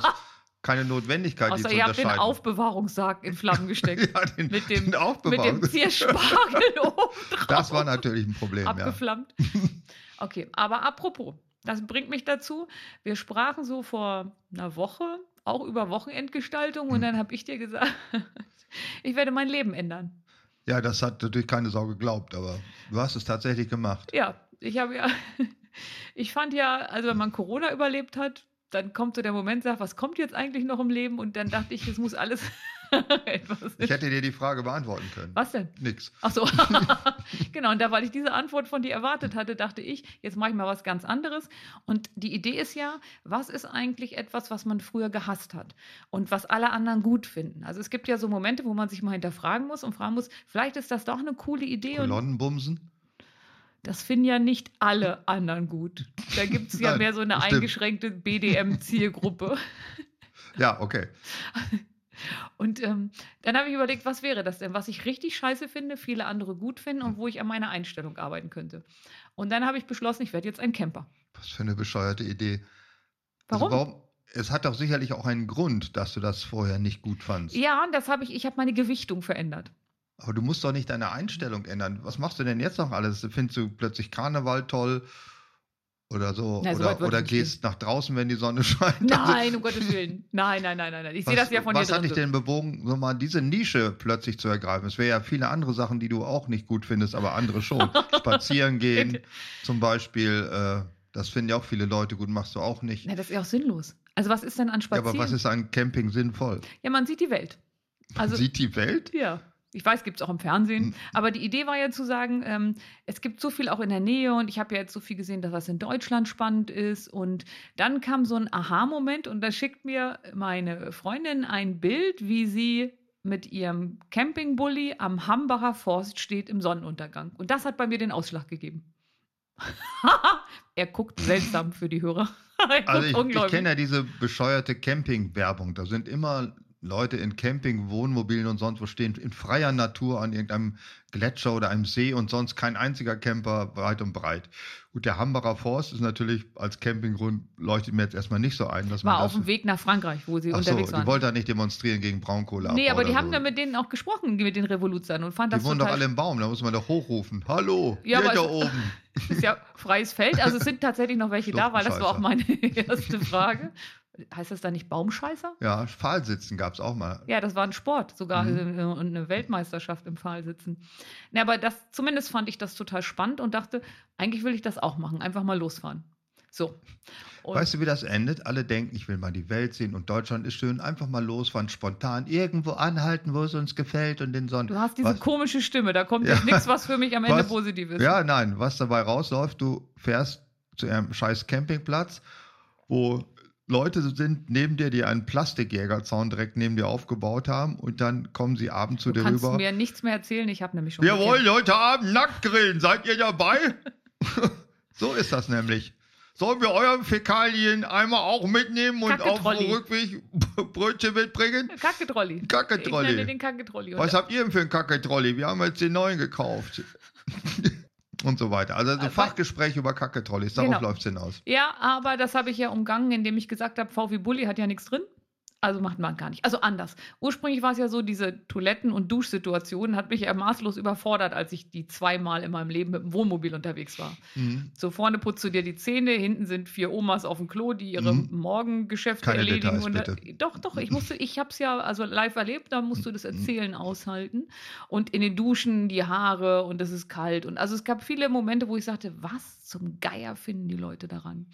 Speaker 2: keine Notwendigkeit,
Speaker 3: Außer
Speaker 2: die zu
Speaker 3: ihr habt den
Speaker 2: unterscheiden.
Speaker 3: Aufbewahrungssarg in Flammen gesteckt.
Speaker 2: ja, den,
Speaker 3: mit dem-
Speaker 2: den
Speaker 3: mit
Speaker 2: Aufbewahrung.
Speaker 3: dem Zierspargel oben
Speaker 2: das war natürlich ein Problem, ja.
Speaker 3: abgeflammt. Okay, aber apropos, das bringt mich dazu. Wir sprachen so vor einer Woche auch über Wochenendgestaltung und
Speaker 2: Hm.
Speaker 3: dann habe ich dir gesagt, ich werde mein Leben ändern.
Speaker 2: Ja, das hat natürlich keine Sau geglaubt, aber du hast es tatsächlich gemacht.
Speaker 3: Ja, ich habe ja, ich fand ja, also wenn man Corona überlebt hat, dann kommt so der Moment, sagt, was kommt jetzt eigentlich noch im Leben? Und dann dachte ich, es muss alles etwas.
Speaker 2: Ich hätte dir die Frage beantworten können.
Speaker 3: was denn?
Speaker 2: Nix.
Speaker 3: Ach so. genau, und da, weil ich diese Antwort von dir erwartet hatte, dachte ich, jetzt mache ich mal was ganz anderes. Und die Idee ist ja, was ist eigentlich etwas, was man früher gehasst hat und was alle anderen gut finden? Also es gibt ja so Momente, wo man sich mal hinterfragen muss und fragen muss, vielleicht ist das doch eine coole Idee und
Speaker 2: Kolonnenbumsen?
Speaker 3: das finden ja nicht alle anderen gut. Da gibt es ja
Speaker 2: Nein,
Speaker 3: mehr so eine
Speaker 2: stimmt.
Speaker 3: eingeschränkte BDM-Zielgruppe.
Speaker 2: Ja, okay.
Speaker 3: Und ähm, dann habe ich überlegt, was wäre das denn, was ich richtig scheiße finde, viele andere gut finden und wo ich an meiner Einstellung arbeiten könnte. Und dann habe ich beschlossen, ich werde jetzt ein Camper.
Speaker 2: Was für eine bescheuerte Idee.
Speaker 3: Warum?
Speaker 2: Also warum? Es hat doch sicherlich auch einen Grund, dass du das vorher nicht gut fandst.
Speaker 3: Ja, das habe ich, ich habe meine Gewichtung verändert.
Speaker 2: Aber du musst doch nicht deine Einstellung ändern. Was machst du denn jetzt noch alles? Findest du plötzeit Karneval toll oder so?
Speaker 3: Na, so weit
Speaker 2: oder
Speaker 3: würde
Speaker 2: oder
Speaker 3: ich nicht
Speaker 2: gehst nach draußen, wenn die Sonne scheint? Also,
Speaker 3: Nein, um Gottes Willen. Nein, nein, nein, nein, nein. Ich sehe das ja von
Speaker 2: was
Speaker 3: dir
Speaker 2: hat dich
Speaker 3: drin.
Speaker 2: denn bewogen, so mal diese Nische plötzlich zu ergreifen? Es wäre ja viele andere Sachen, die du auch nicht gut findest, aber andere schon. Spazieren gehen zum Beispiel, äh, das finden ja auch viele Leute gut, machst du auch nicht.
Speaker 3: Na, das ist ja auch sinnlos. Also was ist denn an
Speaker 2: Ja,
Speaker 3: Spazieren?
Speaker 2: aber was ist an Camping sinnvoll?
Speaker 3: ja man sieht die Welt. Also
Speaker 2: Sieht die Welt?
Speaker 3: Ja. Ich weiß, gibt es auch im Fernsehen.
Speaker 2: Hm.
Speaker 3: Aber die Idee war ja zu sagen, ähm, es gibt so viel auch in der Nähe und ich habe ja jetzt so viel gesehen, dass was in Deutschland spannend ist. Und dann kam so ein Aha-Moment und da schickt mir meine Freundin ein Bild, wie sie mit ihrem Campingbully am Hambacher Forst steht im Sonnenuntergang. Und das hat bei mir den Ausschlag gegeben. er guckt seltsam für die Hörer. er
Speaker 2: Also ich,
Speaker 3: guckt
Speaker 2: ich
Speaker 3: ungläubig.
Speaker 2: kenne ja diese bescheuerte Camping-Werbung. Da sind immer Leute in Camping, Wohnmobilen und sonst wo stehen, in freier Natur an irgendeinem Gletscher oder einem See und sonst kein einziger Camper weit und breit. Gut, der Hambacher Forst ist natürlich als Campinggrund, leuchtet mir jetzt erstmal nicht so ein, dass man
Speaker 3: War auf
Speaker 2: das...
Speaker 3: dem Weg nach Frankreich, wo sie
Speaker 2: Ach so,
Speaker 3: unterwegs
Speaker 2: die
Speaker 3: waren.
Speaker 2: wollte da nicht demonstrieren gegen Braunkohle.
Speaker 3: Nee, aber die haben da mit denen auch gesprochen, mit den Revoluzern und fand das
Speaker 2: Die wohnen doch
Speaker 3: total
Speaker 2: alle im Baum, da muss man doch hochrufen. Hallo,
Speaker 3: Ja,
Speaker 2: ihr
Speaker 3: aber
Speaker 2: da
Speaker 3: es-
Speaker 2: oben.
Speaker 3: ist ja freies Feld. Also es sind tatsächlich noch welche da, weil das war auch meine erste Frage. Heißt das da nicht Baumscheißer?
Speaker 2: Ja, Pfahlsitzen gab es auch mal.
Speaker 3: Ja, das war ein Sport sogar
Speaker 2: Mhm.
Speaker 3: äh, und eine Weltmeisterschaft im Pfahl sitzen. Na, aber das zumindest fand ich das total spannend und dachte, eigentlich will ich das auch machen, einfach mal losfahren. So. Und
Speaker 2: Weißt du, wie das endet? Alle denken, ich will mal die Welt sehen und Deutschland ist schön. Einfach mal losfahren, spontan irgendwo anhalten, wo es uns gefällt und den Sonnen.
Speaker 3: du hast diese
Speaker 2: was-
Speaker 3: komische Stimme, da kommt
Speaker 2: Ja.
Speaker 3: jetzt nichts, was für mich am Ende
Speaker 2: Was?
Speaker 3: positiv ist.
Speaker 2: Ja, nein, was dabei rausläuft, du fährst zu einem scheiß Campingplatz, wo Leute sind neben dir, die einen Plastikjägerzaun direkt neben dir aufgebaut haben und dann kommen sie abends zu
Speaker 3: du
Speaker 2: dir
Speaker 3: kannst
Speaker 2: rüber.
Speaker 3: mir nichts mehr erzählen, ich habe nämlich schon.
Speaker 2: Wir
Speaker 3: gekämpft.
Speaker 2: wollen heute Abend nackt grillen, seid ihr dabei? so ist das nämlich. Sollen wir euren Fäkalien einmal auch mitnehmen und
Speaker 3: Kacke
Speaker 2: auf
Speaker 3: Trolli.
Speaker 2: dem Rückweg Brötchen mitbringen?
Speaker 3: Kacke-Trolli.
Speaker 2: Kacke-Trolli.
Speaker 3: Ich nenne den Kacke-Trolli.
Speaker 2: Was habt ihr denn für einen Kacke-Trolley? Wir haben jetzt den neuen gekauft. und so weiter. Also, also
Speaker 3: Aber-
Speaker 2: Fachgespräch über Kacke-Trolleys, darauf
Speaker 3: Genau.
Speaker 2: läuft es hinaus.
Speaker 3: Ja, aber das habe ich ja umgangen, indem ich gesagt habe, VW Bulli hat ja nichts drin. Also macht man gar nicht. Also anders. Ursprünglich war es ja so, diese Toiletten- und Duschsituation hat mich ja maßlos überfordert, als ich die zweimal in meinem Leben mit dem Wohnmobil unterwegs war.
Speaker 2: Mhm.
Speaker 3: So vorne putzt du dir die Zähne, hinten sind vier Omas auf dem Klo, die ihre
Speaker 2: Mhm.
Speaker 3: Morgengeschäfte
Speaker 2: Keine
Speaker 3: erledigen.
Speaker 2: Details,
Speaker 3: und
Speaker 2: bitte. Mhm.
Speaker 3: Doch, doch, ich musste, ich hab's ja also live erlebt, da musst du das Erzählen aushalten. Und in den Duschen die Haare und es ist kalt. Und also es gab viele Momente, wo ich sagte, was zum Geier finden die Leute daran?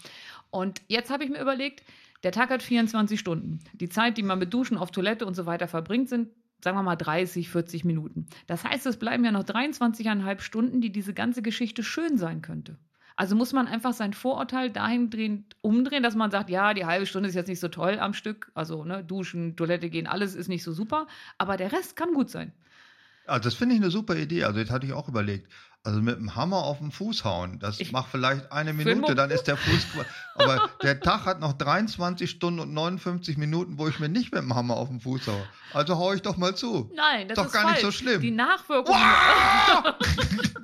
Speaker 3: Und jetzt habe ich mir überlegt, der Tag hat 24 Stunden. Die Zeit, die man mit Duschen auf Toilette und so weiter verbringt, sind, sagen wir mal, 30, 40 Minuten. Das heißt, es bleiben ja noch 23,5 Stunden, die diese ganze Geschichte schön sein könnte. Also muss man einfach sein Vorurteil dahingehend umdrehen, dass man sagt, ja, die halbe Stunde ist jetzt nicht so toll am Stück. Also ne, Duschen, Toilette gehen, alles ist nicht so super. Aber der Rest kann gut sein.
Speaker 2: Also, das finde ich eine super Idee. Also, das hatte ich auch überlegt. Also mit dem Hammer auf den Fuß hauen, das
Speaker 3: Ich-
Speaker 2: macht vielleicht eine
Speaker 3: Für einen
Speaker 2: Minute, dann ist der Fuß. qua- Aber der Tag hat noch 23 Stunden und 59 Minuten, wo ich mir nicht mit dem Hammer auf den Fuß haue. Also hau ich doch mal zu.
Speaker 3: Nein, das
Speaker 2: Doch
Speaker 3: ist
Speaker 2: gar
Speaker 3: falsch.
Speaker 2: nicht so schlimm.
Speaker 3: Die Nachwirkungen.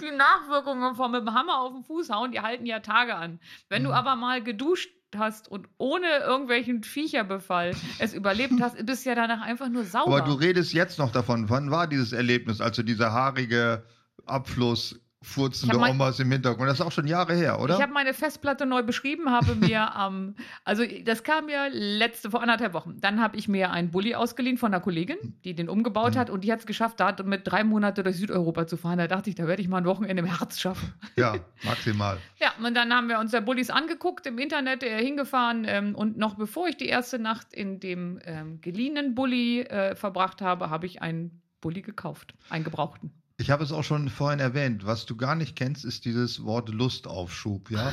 Speaker 3: die Nachwirkungen von mit dem Hammer auf den Fuß hauen, die halten ja Tage an. Wenn du
Speaker 2: Mhm.
Speaker 3: aber mal geduscht hast und ohne irgendwelchen Viecherbefall es überlebt hast, bist ja danach einfach nur sauber.
Speaker 2: Aber du redest jetzt noch davon. Wann war dieses Erlebnis? Also dieser haarige Abfluss furzende
Speaker 3: Ich hab mein-
Speaker 2: Omas im Hintergrund. Das ist auch schon Jahre her, oder?
Speaker 3: Ich habe meine Festplatte neu beschrieben, habe mir am, also das kam ja letzte, vor anderthalb Wochen. Dann habe ich mir einen Bulli ausgeliehen von einer Kollegin, die den umgebaut hat und die hat es geschafft, da mit drei Monate durch Südeuropa zu fahren. Da dachte ich, da werde ich mal ein Wochenende im Herz schaffen.
Speaker 2: ja, maximal.
Speaker 3: Ja, und dann haben wir uns der Bullis angeguckt im Internet, äh, hingefahren ähm, und noch bevor ich die erste Nacht in dem ähm, geliehenen Bulli äh, verbracht habe, habe ich einen Bulli gekauft, einen gebrauchten.
Speaker 2: Ich habe es auch schon vorhin erwähnt. Was du gar nicht kennst, ist dieses Wort Lustaufschub. Ja?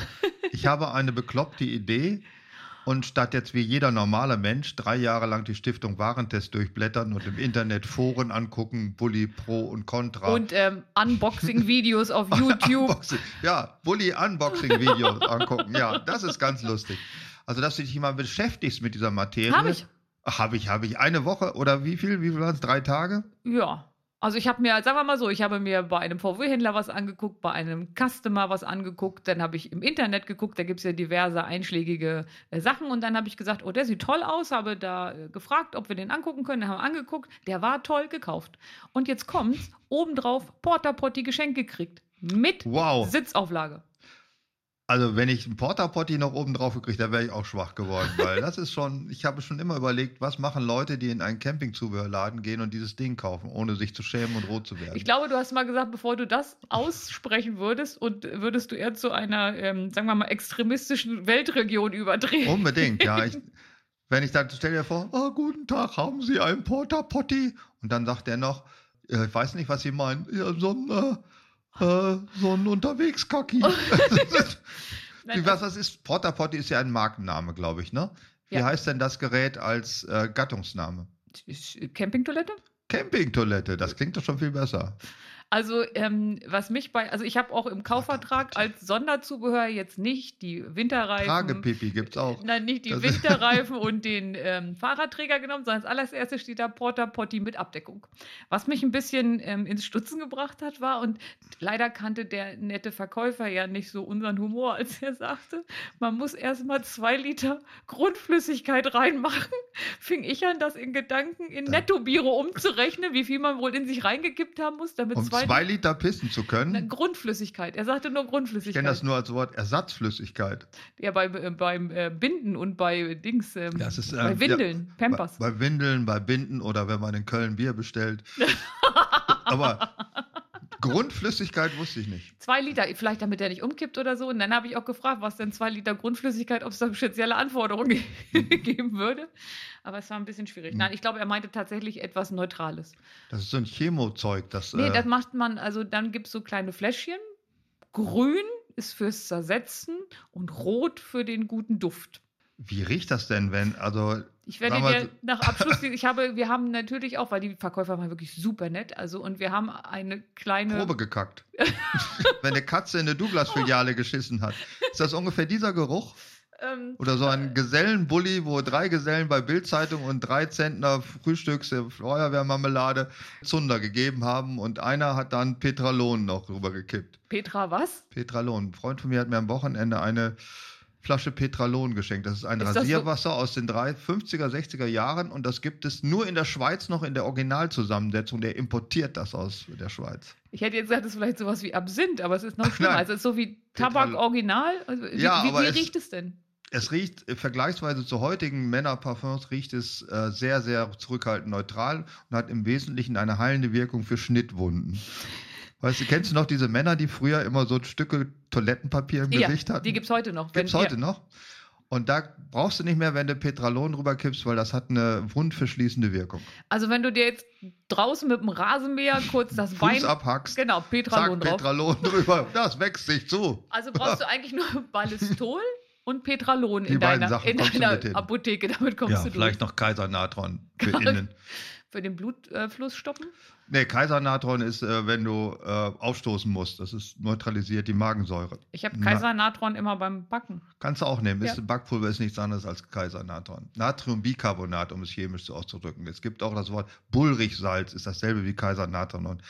Speaker 2: Ich habe eine bekloppte Idee und statt jetzt wie jeder normale Mensch drei Jahre lang die Stiftung Warentest durchblättern und im Internet Foren angucken, Bulli Pro und Contra.
Speaker 3: Und ähm, Unboxing-Videos auf YouTube.
Speaker 2: Unboxing. Ja, Bully Unboxing Video angucken. Ja, das ist ganz lustig. Also, dass du dich mal beschäftigst mit dieser Materie.
Speaker 3: Hab ich.
Speaker 2: Habe ich, habe ich. Eine Woche oder wie viel? Wie viel waren es? Drei Tage?
Speaker 3: Ja. Also ich habe mir, sagen wir mal so, ich habe mir bei einem VW-Händler was angeguckt, bei einem Customer was angeguckt, dann habe ich im Internet geguckt, da gibt es ja diverse einschlägige äh, Sachen und dann habe ich gesagt, oh, der sieht toll aus, habe da äh, gefragt, ob wir den angucken können, haben wir angeguckt, der war toll gekauft. Und jetzt kommt's, obendrauf Porta Potti Geschenk gekriegt mit
Speaker 2: Wow.
Speaker 3: Sitzauflage.
Speaker 2: Also, wenn ich einen Porta Potty noch oben drauf gekriegt hätte, wäre ich auch schwach geworden, weil das ist schon, ich habe schon immer überlegt, was machen Leute, die in einen Campingzubehörladen gehen und dieses Ding kaufen, ohne sich zu schämen und rot zu werden.
Speaker 3: Ich glaube, du hast mal gesagt, bevor du das aussprechen würdest und würdest du eher zu einer, ähm, sagen wir mal, extremistischen Weltregion überdrehen.
Speaker 2: Unbedingt, ja. Ich, wenn ich dann stell dir vor, oh, guten Tag, haben Sie einen Porta Potti? Und dann sagt er noch, äh, ich weiß nicht, was Sie meinen, ja, so ein, äh, äh, so ein Unterwegskaki.
Speaker 3: Nein,
Speaker 2: Wie, was, was ist Porta Potti? Ist ja ein Markenname, glaube ich, ne? Wie
Speaker 3: Ja.
Speaker 2: heißt denn das Gerät als äh, Gattungsname?
Speaker 3: Campingtoilette?
Speaker 2: Campingtoilette, das klingt doch schon viel besser.
Speaker 3: Also, ähm, was mich bei, also ich habe auch im Kaufvertrag als Sonderzubehör jetzt nicht die Winterreifen.
Speaker 2: Tragepipi gibt's auch.
Speaker 3: Nein, nicht die
Speaker 2: Das-
Speaker 3: Winterreifen und den ähm, Fahrradträger genommen, sondern als allererstes steht da Porta Potti mit Abdeckung. Was mich ein bisschen ähm, ins Stutzen gebracht hat, war, und leider kannte der nette Verkäufer ja nicht so unseren Humor, als er sagte, man muss erstmal zwei Liter Grundflüssigkeit reinmachen, fing ich an, das in Gedanken in
Speaker 2: Dann-
Speaker 3: Nettobiere umzurechnen, wie viel man wohl in sich reingekippt haben muss, damit
Speaker 2: Um
Speaker 3: zwei,
Speaker 2: zwei Liter pissen zu
Speaker 3: Na,
Speaker 2: können,
Speaker 3: Grundflüssigkeit. Er sagte nur
Speaker 2: ich
Speaker 3: Grundflüssigkeit.
Speaker 2: kenne das nur als Wort Ersatzflüssigkeit.
Speaker 3: Ja, beim, äh, beim äh, Binden und bei Dings, ähm,
Speaker 2: Das ist, ähm,
Speaker 3: bei Windeln, Pampers.
Speaker 2: Bei, bei Windeln, bei Binden oder wenn man in Köln Bier bestellt. aber Grundflüssigkeit wusste ich nicht.
Speaker 3: Zwei Liter, vielleicht damit der nicht umkippt oder so. Und dann habe ich auch gefragt, was denn zwei Liter Grundflüssigkeit, ob es da spezielle Anforderungen geben würde. Aber es war ein bisschen schwierig.
Speaker 2: Hm.
Speaker 3: Nein, ich glaube, er meinte tatsächlich etwas Neutrales.
Speaker 2: Das ist so ein Chemozeug, das.
Speaker 3: Nee,
Speaker 2: äh,
Speaker 3: das macht man, also dann gibt es so kleine Fläschchen. Grün ist fürs Zersetzen und rot für den guten Duft.
Speaker 2: wie riecht das denn, wenn, also,
Speaker 3: Ich werde
Speaker 2: Sag mal,
Speaker 3: dir nach Abschluss, ich habe, wir haben natürlich auch, weil die Verkäufer waren wirklich super nett, also und wir haben eine kleine
Speaker 2: Probe gekackt? wenn eine Katze in eine Douglas-Filiale geschissen hat. Ist das ungefähr dieser Geruch?
Speaker 3: Ähm,
Speaker 2: Oder so ein Gesellenbully, wo drei Gesellen bei Bildzeitung und drei Zentner Frühstücks der Feuerwehrmarmelade Zunder gegeben haben und einer hat dann Petralon noch rübergekippt.
Speaker 3: Petra, was?
Speaker 2: Petralon. Ein Freund von mir hat mir am Wochenende eine Flasche Petralon geschenkt. Das ist ein
Speaker 3: Ist das so-
Speaker 2: Rasierwasser aus den drei 50er, 60er Jahren und das gibt es nur in der Schweiz noch in der Originalzusammensetzung. Der importiert das aus der Schweiz.
Speaker 3: Ich hätte jetzt gesagt, es ist vielleicht sowas wie Absinth, aber es ist noch schlimmer.
Speaker 2: Nein.
Speaker 3: Also es ist so wie
Speaker 2: Petra-
Speaker 3: Tabak original. Also, wie
Speaker 2: Ja,
Speaker 3: wie,
Speaker 2: aber
Speaker 3: wie
Speaker 2: es-
Speaker 3: riecht es denn?
Speaker 2: Es riecht äh, vergleichsweise zu heutigen Männerparfums riecht es äh, sehr, sehr zurückhaltend neutral und hat im Wesentlichen eine heilende Wirkung für Schnittwunden. Weißt du, kennst du noch diese Männer, die früher immer so Stücke Toilettenpapier im Gesicht hatten?
Speaker 3: die gibt es heute noch.
Speaker 2: Gibt's
Speaker 3: Wenn-
Speaker 2: heute noch. Und da brauchst du nicht mehr, wenn du Petralon rüberkippst, weil das hat eine wundverschließende Wirkung.
Speaker 3: Ja, also wenn du dir jetzt draußen mit dem Rasenmäher kurz das
Speaker 2: Fuß
Speaker 3: Bein...
Speaker 2: abhackst,
Speaker 3: Genau,
Speaker 2: zack,
Speaker 3: Petralon drauf.
Speaker 2: Petralon drüber. Das wächst sich zu.
Speaker 3: Also brauchst du eigentlich nur Ballistol und Petralon
Speaker 2: Die
Speaker 3: in
Speaker 2: beiden
Speaker 3: deiner,
Speaker 2: Sachen
Speaker 3: in
Speaker 2: kommst du
Speaker 3: deiner
Speaker 2: mit hin.
Speaker 3: Apotheke. Damit kommst
Speaker 2: ja,
Speaker 3: du
Speaker 2: vielleicht
Speaker 3: durch.
Speaker 2: noch Kaisernatron für innen.
Speaker 3: Für den Blutfluss stoppen.
Speaker 2: Nee, Kaisernatron ist, äh, wenn du äh, aufstoßen musst. Das ist neutralisiert die Magensäure.
Speaker 3: Ich habe
Speaker 2: Na.
Speaker 3: Kaisernatron immer beim Backen.
Speaker 2: Kannst du auch nehmen.
Speaker 3: Ja.
Speaker 2: Ist, Backpulver ist nichts anderes als Kaisernatron. Natriumbicarbonat, um es chemisch auszudrücken. Es gibt auch das Wort Bullrichsalz, ist dasselbe wie Kaisernatron und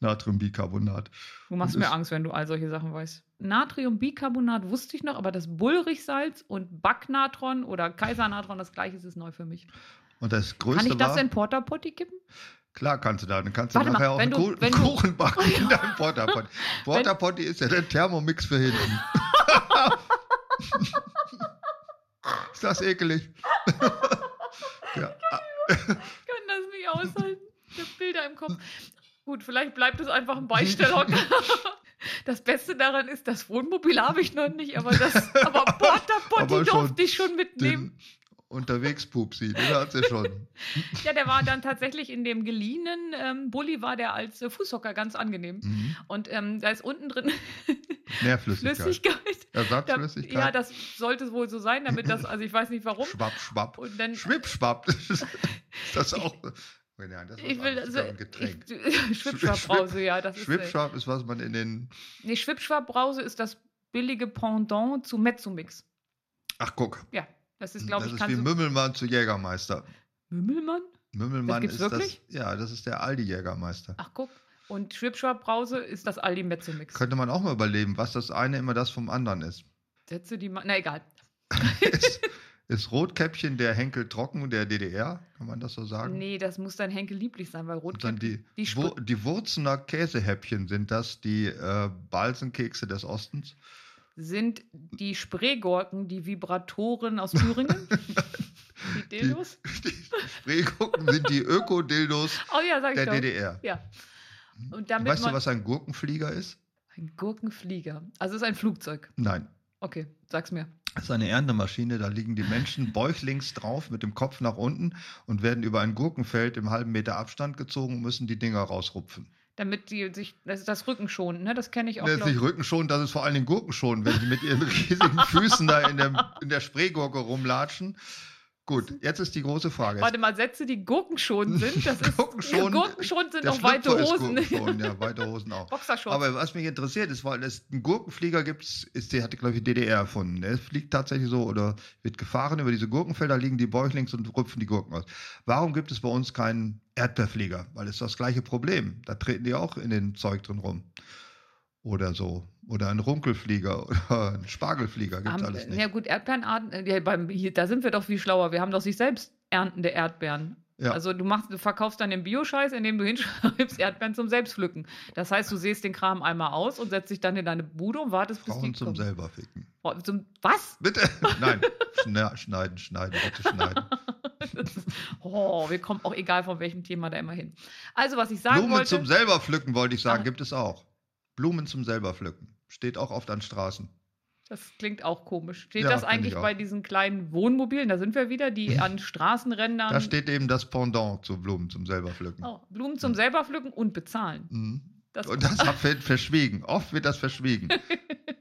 Speaker 2: Natriumbicarbonat.
Speaker 3: Du machst
Speaker 2: Und
Speaker 3: mir
Speaker 2: ist-
Speaker 3: Angst, wenn du all solche Sachen weißt. Natriumbicarbonat wusste ich noch, aber das Bullrichsalz und Backnatron oder Kaisernatron, das gleiche ist, ist neu für mich.
Speaker 2: Und das
Speaker 3: Kann
Speaker 2: Größte
Speaker 3: ich das
Speaker 2: war,
Speaker 3: in Portapotti kippen?
Speaker 2: klar kannst du da, dann kannst du
Speaker 3: Warte mal,
Speaker 2: nachher auch
Speaker 3: wenn
Speaker 2: einen,
Speaker 3: du-
Speaker 2: Kuh,
Speaker 3: wenn
Speaker 2: einen
Speaker 3: du-
Speaker 2: Kuchen backen in deinem Portapotti. Portapotti ist ja der Thermomix für hinten. ist das ekelig? ja,
Speaker 3: Ich kann das nicht aushalten. Ich habe Bilder im Kopf. Gut, vielleicht bleibt es einfach ein Beistellhocker. Das Beste daran ist, das Wohnmobil habe ich noch nicht, aber, das, aber Portapotti
Speaker 2: Aber schon
Speaker 3: durfte ich schon mitnehmen.
Speaker 2: den unterwegs Pupsi, den hat sie schon.
Speaker 3: Ja, der war dann tatsächlich in dem geliehenen ähm, Bulli, war der als äh, Fußhocker ganz angenehm.
Speaker 2: Mhm.
Speaker 3: Und ähm, da ist unten drin
Speaker 2: Nährflüssigkeit.
Speaker 3: Flüssigkeit. Da,
Speaker 2: Ersatzflüssigkeit.
Speaker 3: ja, das sollte wohl so sein, damit das, also ich weiß nicht warum.
Speaker 2: schwapp, schwapp.
Speaker 3: Und dann,
Speaker 2: Schwipp, schwapp. Ist das auch. Oh nein, das ist
Speaker 3: ich will, also,
Speaker 2: ein Getränk.
Speaker 3: ich- Schwipschwap-Brause, ja, das ist, äh,
Speaker 2: Schwippschwapp ist, was man in den.
Speaker 3: nee, Schwipschwap-Brause ist das billige Pendant zu Mezzomix.
Speaker 2: Ach, guck.
Speaker 3: Ja, das ist, glaube
Speaker 2: Das
Speaker 3: ich,
Speaker 2: ist wie
Speaker 3: kannst du,
Speaker 2: Mümmelmann zu Jägermeister.
Speaker 3: Mümmelmann?
Speaker 2: Mümmelmann
Speaker 3: Das
Speaker 2: ist
Speaker 3: gibt's wirklich?
Speaker 2: das. Ja, das ist der Aldi-Jägermeister.
Speaker 3: Ach, guck. Und Schwipschwap-Brause ist das Aldi Mezzomix.
Speaker 2: Könnte man auch mal überleben, was das eine immer das vom anderen ist.
Speaker 3: Sätze, die man, na egal.
Speaker 2: ist, ist Rotkäppchen der Henkel Trocken der DDR? Kann man das so sagen?
Speaker 3: Nee, das muss dann Henke lieblich sein, weil
Speaker 2: Und dann
Speaker 3: Rotkäppchen,
Speaker 2: die,
Speaker 3: die
Speaker 2: die, Wur die Wurzener Käsehäppchen sind das, die äh, Balsenkekse des Ostens.
Speaker 3: sind die Spreegurken, die Vibratoren aus Thüringen. die Dildos.
Speaker 2: Die Spreegucken sind die Öko-Dildos
Speaker 3: Oh ja, sag ich
Speaker 2: der
Speaker 3: doch.
Speaker 2: DDR.
Speaker 3: Ja. Und damit
Speaker 2: weißt du,
Speaker 3: man
Speaker 2: was ein Gurkenflieger ist?
Speaker 3: ein Gurkenflieger. Also es ist ein Flugzeug.
Speaker 2: Nein.
Speaker 3: Okay, sag's mir.
Speaker 2: Das ist eine Erntemaschine, da liegen die Menschen bäuchlings drauf mit dem Kopf nach unten und werden über ein Gurkenfeld im halben Meter Abstand gezogen und müssen die Dinger rausrupfen.
Speaker 3: Damit die sich das, ist das Rücken schonen, ne? Das kenne ich auch.
Speaker 2: Das ist
Speaker 3: glaub-
Speaker 2: nicht rückenschonend, das ist vor allen Dingen gurkenschonend, wenn sie mit ihren riesigen Füßen da in, dem, in der Spreegurke rumlatschen. Gut, jetzt ist die große Frage.
Speaker 3: Warte mal, Sätze, die gurkenschonend sind. Das ist
Speaker 2: Gurkenschonend-
Speaker 3: gurkenschonend sind
Speaker 2: Der
Speaker 3: auch weite
Speaker 2: Schlüpfer ist
Speaker 3: Hosen.
Speaker 2: Gurkenschonend, ja, weite Hosen auch.
Speaker 3: Boxershorts.
Speaker 2: Aber was mich interessiert ist, weil es einen Gurkenflieger gibt, ist, der hatte, glaube ich, die DDR erfunden. Der fliegt tatsächlich so oder wird gefahren über diese Gurkenfelder, liegen die Bäuchlings und rupfen die Gurken aus. Warum gibt es bei uns keinen Erdbeerflieger? Weil es ist das gleiche Problem. Da treten die auch in den Zeug drin rum. Oder so. Oder ein Runkelflieger oder ein Spargelflieger gibt es
Speaker 3: Haben-
Speaker 2: alles
Speaker 3: äh, Ja
Speaker 2: nicht.
Speaker 3: gut, Erdbeerenarten, äh, ja, beim, hier, da sind wir doch viel schlauer. Wir haben doch sich selbst erntende Erdbeeren.
Speaker 2: Ja.
Speaker 3: Also du machst, du verkaufst dann den Bio-Scheiß, indem du hinschreibst Erdbeeren zum Selbstpflücken. Das heißt, du säst den Kram einmal aus und setzt dich dann in deine Bude und wartest bis
Speaker 2: Frauen
Speaker 3: die
Speaker 2: zum
Speaker 3: kommen.
Speaker 2: selber ficken.
Speaker 3: Frau- zum Was?
Speaker 2: Bitte. Nein. Schna- Schneiden, schneiden, bitte schneiden.
Speaker 3: Das ist, oh, wir kommen auch egal von welchem Thema da immer hin. Also, was ich sagen
Speaker 2: Blumen
Speaker 3: wollte.
Speaker 2: zum selber pflücken, wollte ich sagen,
Speaker 3: Ah.
Speaker 2: gibt es auch. Blumen zum selber pflücken. Steht auch oft an Straßen.
Speaker 3: Das klingt auch komisch. Steht
Speaker 2: Ja,
Speaker 3: das
Speaker 2: finde
Speaker 3: eigentlich
Speaker 2: ich auch.
Speaker 3: bei diesen kleinen Wohnmobilen? Da sind wir wieder, die an Straßenrändern
Speaker 2: Da steht eben das Pendant zu Blumen zum selber pflücken.
Speaker 3: Ähm. oh, Blumen zum selber pflücken und bezahlen.
Speaker 2: Mhm.
Speaker 3: Das,
Speaker 2: Und das wird verschwiegen. Oft wird das verschwiegen.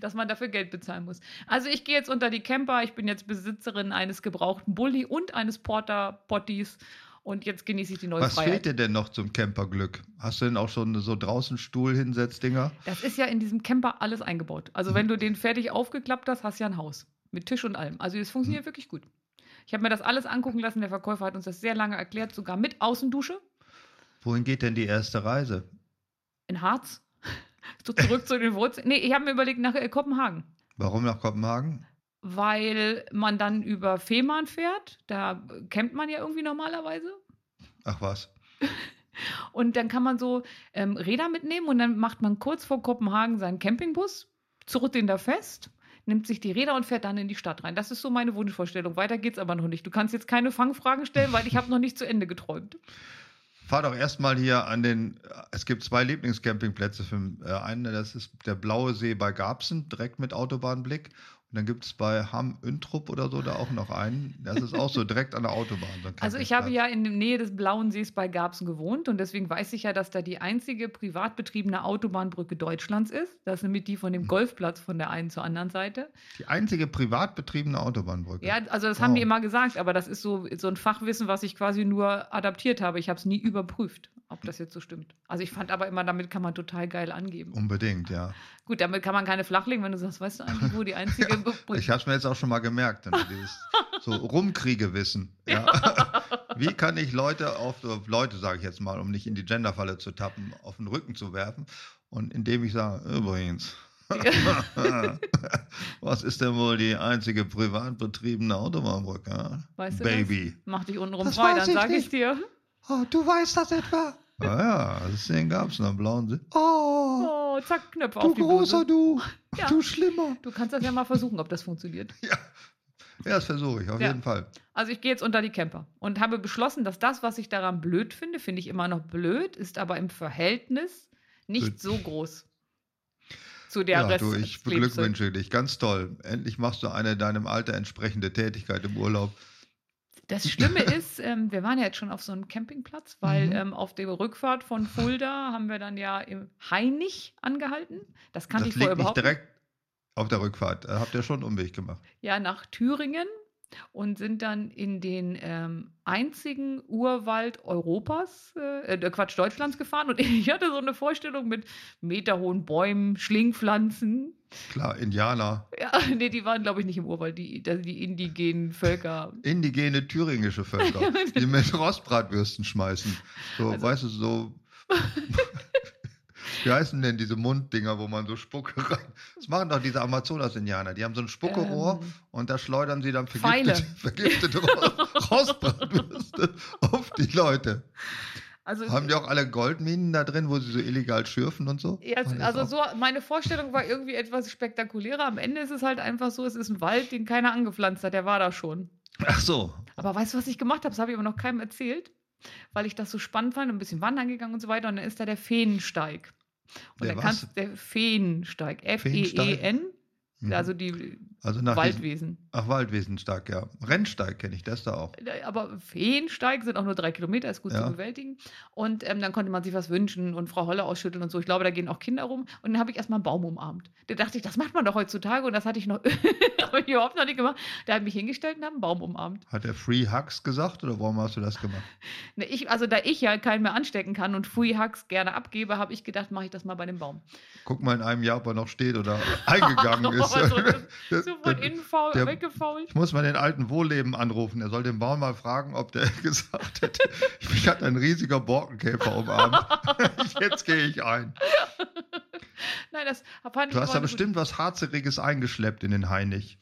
Speaker 3: dass man dafür Geld bezahlen muss. Also ich gehe jetzt unter die Camper. Ich bin jetzt Besitzerin eines gebrauchten Bulli und eines Porter Potties. Und jetzt genieße ich die neue
Speaker 2: Was fehlt
Speaker 3: Freiheit.
Speaker 2: dir denn noch zum Camperglück? Hast du denn auch schon so draußen Stuhl hinsetzt Dinger?
Speaker 3: Das ist ja in diesem Camper alles eingebaut. Also wenn du den fertig aufgeklappt hast, hast du ja ein Haus. Mit Tisch und allem. Also es funktioniert wirklich gut. Ich habe mir das alles angucken lassen. Der Verkäufer hat uns das sehr lange erklärt, sogar mit Außendusche.
Speaker 2: Wohin geht denn die erste Reise?
Speaker 3: in Harz. So zurück zu den Wurzeln. Nee, ich habe mir überlegt, nach äh, Kopenhagen.
Speaker 2: Warum nach Kopenhagen?
Speaker 3: Weil man dann über Fehmarn fährt. Da campt man ja irgendwie normalerweise.
Speaker 2: Ach was.
Speaker 3: Und dann kann man so ähm, Räder mitnehmen und dann macht man kurz vor Kopenhagen seinen Campingbus, zurrt den da fest, nimmt sich die Räder und fährt dann in die Stadt rein. Das ist so meine Wunschvorstellung. Weiter geht's aber noch nicht. Du kannst jetzt keine Fangfragen stellen, weil ich habe noch nicht zu Ende geträumt.
Speaker 2: Fahr doch erstmal hier an den. Es gibt zwei Lieblingscampingplätze für äh, einen. Das ist der Blaue See bei Garbsen, direkt mit Autobahnblick. Und dann gibt es bei Hamm-Üntrup oder so da auch noch einen. Das ist auch so direkt an der Autobahn. so ein
Speaker 3: Also ich habe
Speaker 2: Campingplatz.
Speaker 3: ja in der Nähe des Blauen Sees bei Garbsen gewohnt und deswegen weiß ich ja, dass da die einzige privat betriebene Autobahnbrücke Deutschlands ist. Das ist nämlich die von dem Golfplatz von der einen zur anderen Seite.
Speaker 2: Die einzige privat betriebene Autobahnbrücke.
Speaker 3: Ja, also das haben
Speaker 2: Wow.
Speaker 3: die immer gesagt, aber das ist so, so ein Fachwissen, was ich quasi nur adaptiert habe. Ich habe es nie überprüft, ob das jetzt so stimmt. Also ich fand aber immer, damit kann man total geil angeben.
Speaker 2: Unbedingt, ja.
Speaker 3: Gut, damit kann man keine flachlegen, wenn du sagst, weißt du eigentlich, wo die einzige Brücke
Speaker 2: Ich habe es mir jetzt auch schon mal gemerkt, dann dieses so Rumkriegewissen. Ja. Wie kann ich Leute auf, auf Leute, sage ich jetzt mal, um nicht in die Genderfalle zu tappen, auf den Rücken zu werfen und indem ich sage, übrigens, was ist denn wohl die einzige privat betriebene Autobahnbrücke? ja?
Speaker 3: Weißt du
Speaker 2: Baby.
Speaker 3: Mach dich untenrum
Speaker 2: Das
Speaker 3: frei,
Speaker 2: weiß
Speaker 3: dann
Speaker 2: ich
Speaker 3: sage ich
Speaker 2: nicht.
Speaker 3: dir.
Speaker 2: Oh, du weißt das etwa? Ah ja, den gab es am blauen See. Oh,
Speaker 3: Oh, zack,
Speaker 2: du
Speaker 3: Knöpfe auf die Bluse.
Speaker 2: großer, du,
Speaker 3: Ja.
Speaker 2: du schlimmer.
Speaker 3: Du kannst das ja mal versuchen, ob das funktioniert.
Speaker 2: Ja, das versuche ich, auf
Speaker 3: Ja.
Speaker 2: jeden Fall.
Speaker 3: Also ich gehe jetzt unter die Camper und habe beschlossen, dass das, was ich daran blöd finde, finde ich immer noch blöd, ist aber im Verhältnis nicht
Speaker 2: Blöd.
Speaker 3: so groß zu der
Speaker 2: ja,
Speaker 3: Rest.
Speaker 2: du, ich
Speaker 3: des Lebens.
Speaker 2: beglückwünsche dich. Ganz toll. Endlich machst du eine deinem Alter entsprechende Tätigkeit im Urlaub.
Speaker 3: Das Schlimme ist, ähm, wir waren ja jetzt schon auf so einem Campingplatz, weil
Speaker 2: Mhm.
Speaker 3: ähm, auf der Rückfahrt von Fulda haben wir dann ja im Hainig angehalten. Das kannte
Speaker 2: das
Speaker 3: ich vorher
Speaker 2: liegt nicht
Speaker 3: überhaupt
Speaker 2: direkt auf der Rückfahrt. Da habt ihr schon einen Umweg gemacht.
Speaker 3: ja, nach Thüringen und sind dann in den ähm, einzigen Urwald Europas, äh, äh, Quatsch, Deutschlands gefahren. Und ich hatte so eine Vorstellung mit meterhohen Bäumen, Schlingpflanzen.
Speaker 2: Klar, Indianer.
Speaker 3: Ja, nee, die waren, glaube ich, nicht im Urwald, die, die- die indigenen Völker.
Speaker 2: Indigene thüringische Völker, die mit Rostbratwürsten schmeißen. So,
Speaker 3: Also-
Speaker 2: weißt du, so. Wie heißen denn diese Munddinger, wo man so Spucke rein. Das machen doch diese Amazonas-Indianer. Die haben so ein Spuckerohr
Speaker 3: Ähm.
Speaker 2: und da schleudern sie dann
Speaker 3: Pfeile.
Speaker 2: vergiftete, vergiftete Ros- Rostbratwürste auf die Leute.
Speaker 3: Also,
Speaker 2: Haben die auch alle Goldminen da drin, wo sie so illegal schürfen und so?
Speaker 3: ja,
Speaker 2: Und das
Speaker 3: also
Speaker 2: auch-
Speaker 3: so, meine Vorstellung war irgendwie etwas spektakulärer. Am Ende ist es halt einfach so, es ist ein Wald, den keiner angepflanzt hat, der war da schon.
Speaker 2: Ach so.
Speaker 3: Aber weißt du, was ich gemacht habe? Das habe ich aber noch keinem erzählt, weil ich das so spannend fand, ein bisschen wandern gegangen und so weiter. Und dann ist da der Feensteig. Und
Speaker 2: Der
Speaker 3: dann
Speaker 2: was?
Speaker 3: kannst du, der Feensteig, F-E-E-N,
Speaker 2: Feensteig? Mhm.
Speaker 3: also die
Speaker 2: also nach diesem-
Speaker 3: Waldwesen.
Speaker 2: Ach, Waldwesensteig, ja. Rennsteig kenne ich, das ist da auch.
Speaker 3: Aber Feensteig sind auch nur drei Kilometer, ist gut
Speaker 2: Ja.
Speaker 3: zu bewältigen. Und ähm, dann konnte man sich was wünschen und Frau Holle ausschütteln und so. Ich glaube, da gehen auch Kinder rum. Und dann habe ich erstmal einen Baum umarmt. Da dachte ich, das macht man doch heutzutage. Und das hatte ich noch habe ich überhaupt noch nicht gemacht. Da habe ich mich hingestellt und habe einen Baum umarmt.
Speaker 2: Hat er Free Hugs gesagt oder warum hast du das gemacht?
Speaker 3: Ne, Ich, also da ich ja keinen mehr anstecken kann und Fui Hacks gerne abgebe, habe ich gedacht, mache ich das mal bei dem Baum.
Speaker 2: Guck mal in einem Jahr, ob er noch steht oder eingegangen ist.
Speaker 3: Also, So von
Speaker 2: Der-
Speaker 3: innen faul,
Speaker 2: der-
Speaker 3: weggefault.
Speaker 2: ich muss mal den alten Wohlleben anrufen. Er soll den Baum mal fragen, ob der gesagt hätte, mich hat ein riesiger Borkenkäfer umarmt. Jetzt gehe ich ein.
Speaker 3: Nein, das fand ich
Speaker 2: Du hast da
Speaker 3: immer gut.
Speaker 2: bestimmt was Harzeriges eingeschleppt in den Heinig.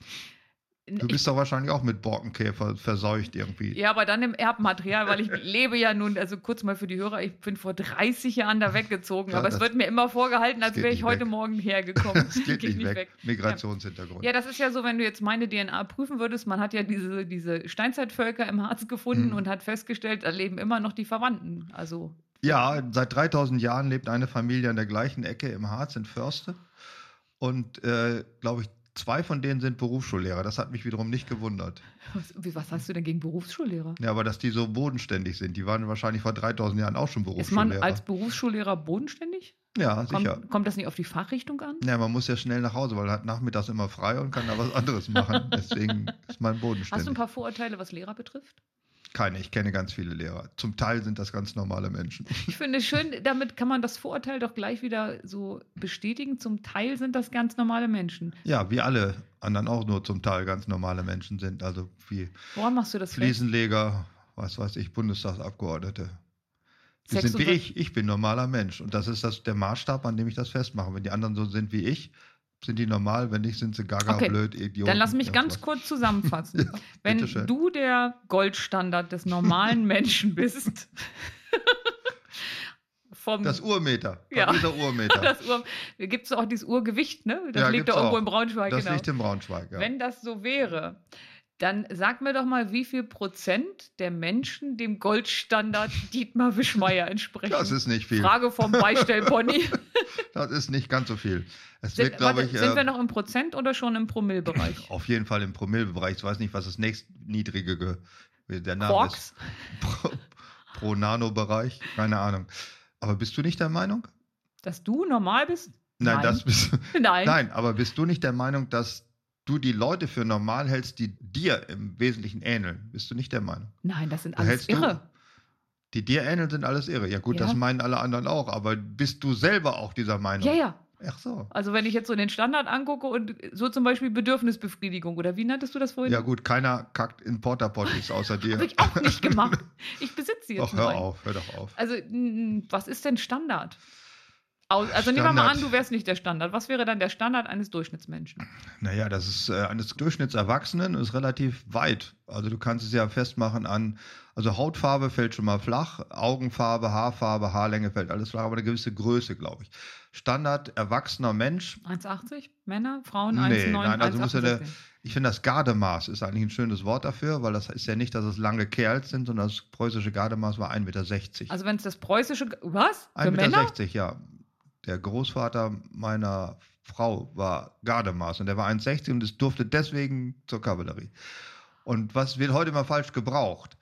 Speaker 2: Du bist doch wahrscheinlich auch mit Borkenkäfer verseucht irgendwie.
Speaker 3: Ne, Ja, aber dann im Erbmaterial, weil ich lebe ja nun, also kurz mal für die Hörer, ich bin vor 30 Jahren da weggezogen,
Speaker 2: Ja,
Speaker 3: aber es
Speaker 2: das-
Speaker 3: wird mir immer vorgehalten, als
Speaker 2: geht
Speaker 3: wäre
Speaker 2: nicht
Speaker 3: ich heute
Speaker 2: weg.
Speaker 3: Morgen hergekommen.
Speaker 2: Das geht nicht weg. Migrationshintergrund.
Speaker 3: Ja, das ist ja so, wenn du jetzt meine DNA prüfen würdest, man hat ja diese, diese Steinzeitvölker im Harz gefunden
Speaker 2: Mhm.
Speaker 3: und hat festgestellt, da leben immer noch die Verwandten. Also
Speaker 2: Ja, seit 3000 Jahren lebt eine Familie an der gleichen Ecke im Harz in Förste. Und äh, glaube ich, zwei von denen sind Berufsschullehrer. Das hat mich wiederum nicht gewundert.
Speaker 3: was, wie- was hast du denn gegen Berufsschullehrer?
Speaker 2: Ja, aber dass die so bodenständig sind, die waren wahrscheinlich vor 3000 Jahren auch schon
Speaker 3: Ist man
Speaker 2: Berufsschullehrer.
Speaker 3: als Berufsschullehrer bodenständig?
Speaker 2: ja, sicher.
Speaker 3: Kommt, kommt das nicht auf die Fachrichtung an?
Speaker 2: Ja, man muss ja schnell nach Hause, weil er hat nachmittags immer frei und kann da was anderes machen. Deswegen ist man
Speaker 3: Hast du ein
Speaker 2: bodenständig.
Speaker 3: paar Vorurteile, was Lehrer betrifft?
Speaker 2: Keine, ich kenne ganz viele Lehrer. Zum Teil sind das ganz normale Menschen.
Speaker 3: Ich finde es schön, damit kann man das Vorurteil doch gleich wieder so bestätigen. Zum Teil sind das ganz normale Menschen.
Speaker 2: Ja, wie alle anderen auch nur zum Teil ganz normale Menschen sind. Also wie
Speaker 3: Woran machst du das fest?
Speaker 2: Fliesenleger, was weiß ich, Bundestagsabgeordnete. Die
Speaker 3: Sex
Speaker 2: sind
Speaker 3: und
Speaker 2: wie
Speaker 3: so-
Speaker 2: ich. Ich bin normaler Mensch. Und das ist das, der Maßstab, an dem ich das festmache. Wenn die anderen so sind wie ich, sind die normal. Wenn nicht, sind sie gaga,
Speaker 3: Okay,
Speaker 2: blöd, Idioten.
Speaker 3: Dann lass mich ganz
Speaker 2: irgendwas.
Speaker 3: kurz zusammenfassen.
Speaker 2: Ja,
Speaker 3: Wenn
Speaker 2: bitteschön.
Speaker 3: du der Goldstandard des normalen Menschen bist, vom
Speaker 2: Das Urmeter.
Speaker 3: Ja.
Speaker 2: Ja. Dieser Urmeter. das
Speaker 3: das Ur, gibt es auch dieses Urgewicht, ne? Das
Speaker 2: Ja,
Speaker 3: liegt
Speaker 2: gibt's
Speaker 3: doch irgendwo
Speaker 2: auch.
Speaker 3: im Braunschweig, genau.
Speaker 2: liegt im Braunschweig. Ja.
Speaker 3: Wenn das so wäre, dann sag mir doch mal, wie viel Prozent der Menschen dem Goldstandard Dietmar Wischmeier entsprechen.
Speaker 2: das ist nicht viel.
Speaker 3: Frage vom Beistellpony.
Speaker 2: Das ist nicht ganz so viel. Es
Speaker 3: Sind,
Speaker 2: wird, glaube
Speaker 3: warte,
Speaker 2: ich, Oh,
Speaker 3: sind
Speaker 2: äh,
Speaker 3: wir noch im Prozent oder schon im Promillbereich?
Speaker 2: auf jeden Fall im Promillebereich. Ich weiß nicht, was das nächstniedrige der Name ist.
Speaker 3: Quarks?
Speaker 2: Pro, pro Nano-Bereich. Keine Ahnung. Aber bist du nicht der Meinung?
Speaker 3: Dass du normal bist?
Speaker 2: Nein,
Speaker 3: Nein.
Speaker 2: das bist
Speaker 3: Nein.
Speaker 2: Nein, aber bist du nicht der Meinung, dass du die Leute für normal hältst, die dir im Wesentlichen ähneln? Bist du nicht der Meinung?
Speaker 3: Nein, das sind
Speaker 2: Da
Speaker 3: alles
Speaker 2: hältst du-
Speaker 3: irre.
Speaker 2: Die dir ähneln, sind alles irre. Ja gut,
Speaker 3: Ja.
Speaker 2: das meinen alle anderen auch, aber bist du selber auch dieser Meinung?
Speaker 3: Ja, ja.
Speaker 2: Ach so.
Speaker 3: Also wenn ich jetzt so den Standard angucke und so zum Beispiel Bedürfnisbefriedigung oder wie nanntest du das vorhin?
Speaker 2: Ja gut, keiner kackt in Porta-Potties außer dir.
Speaker 3: Habe ich auch nicht gemacht. Ich besitze sie jetzt
Speaker 2: Doch,
Speaker 3: nur
Speaker 2: hör
Speaker 3: einen.
Speaker 2: auf, hör doch auf.
Speaker 3: Also mh, was ist denn Standard? Au- Also nehmen wir mal
Speaker 2: Standard.
Speaker 3: an, du wärst nicht der Standard. Was wäre dann der Standard eines Durchschnittsmenschen?
Speaker 2: Naja, das ist äh, eines Durchschnittserwachsenen ist relativ weit. Also du kannst es ja festmachen an, also Hautfarbe fällt schon mal flach, Augenfarbe, Haarfarbe, Haarlänge fällt alles flach, aber eine gewisse Größe, glaube ich. Standard erwachsener Mensch
Speaker 3: 1,80? Männer? Frauen?
Speaker 2: Nee,
Speaker 3: 1,9?
Speaker 2: nein, also muss ja der-
Speaker 3: 1,68.
Speaker 2: Ich finde, das Gardemaß ist eigentlich ein schönes Wort dafür, weil das ist ja nicht, dass es lange Kerls sind, sondern das preußische Gardemaß war 1,60 Meter.
Speaker 3: Also wenn es das preußische... Was? Für
Speaker 2: 1,60
Speaker 3: Männer?
Speaker 2: Meter, ja. Der Großvater meiner Frau war Gardemaß und der war 1,60 und es durfte deswegen zur Kavallerie. Und was wird heute mal falsch gebraucht?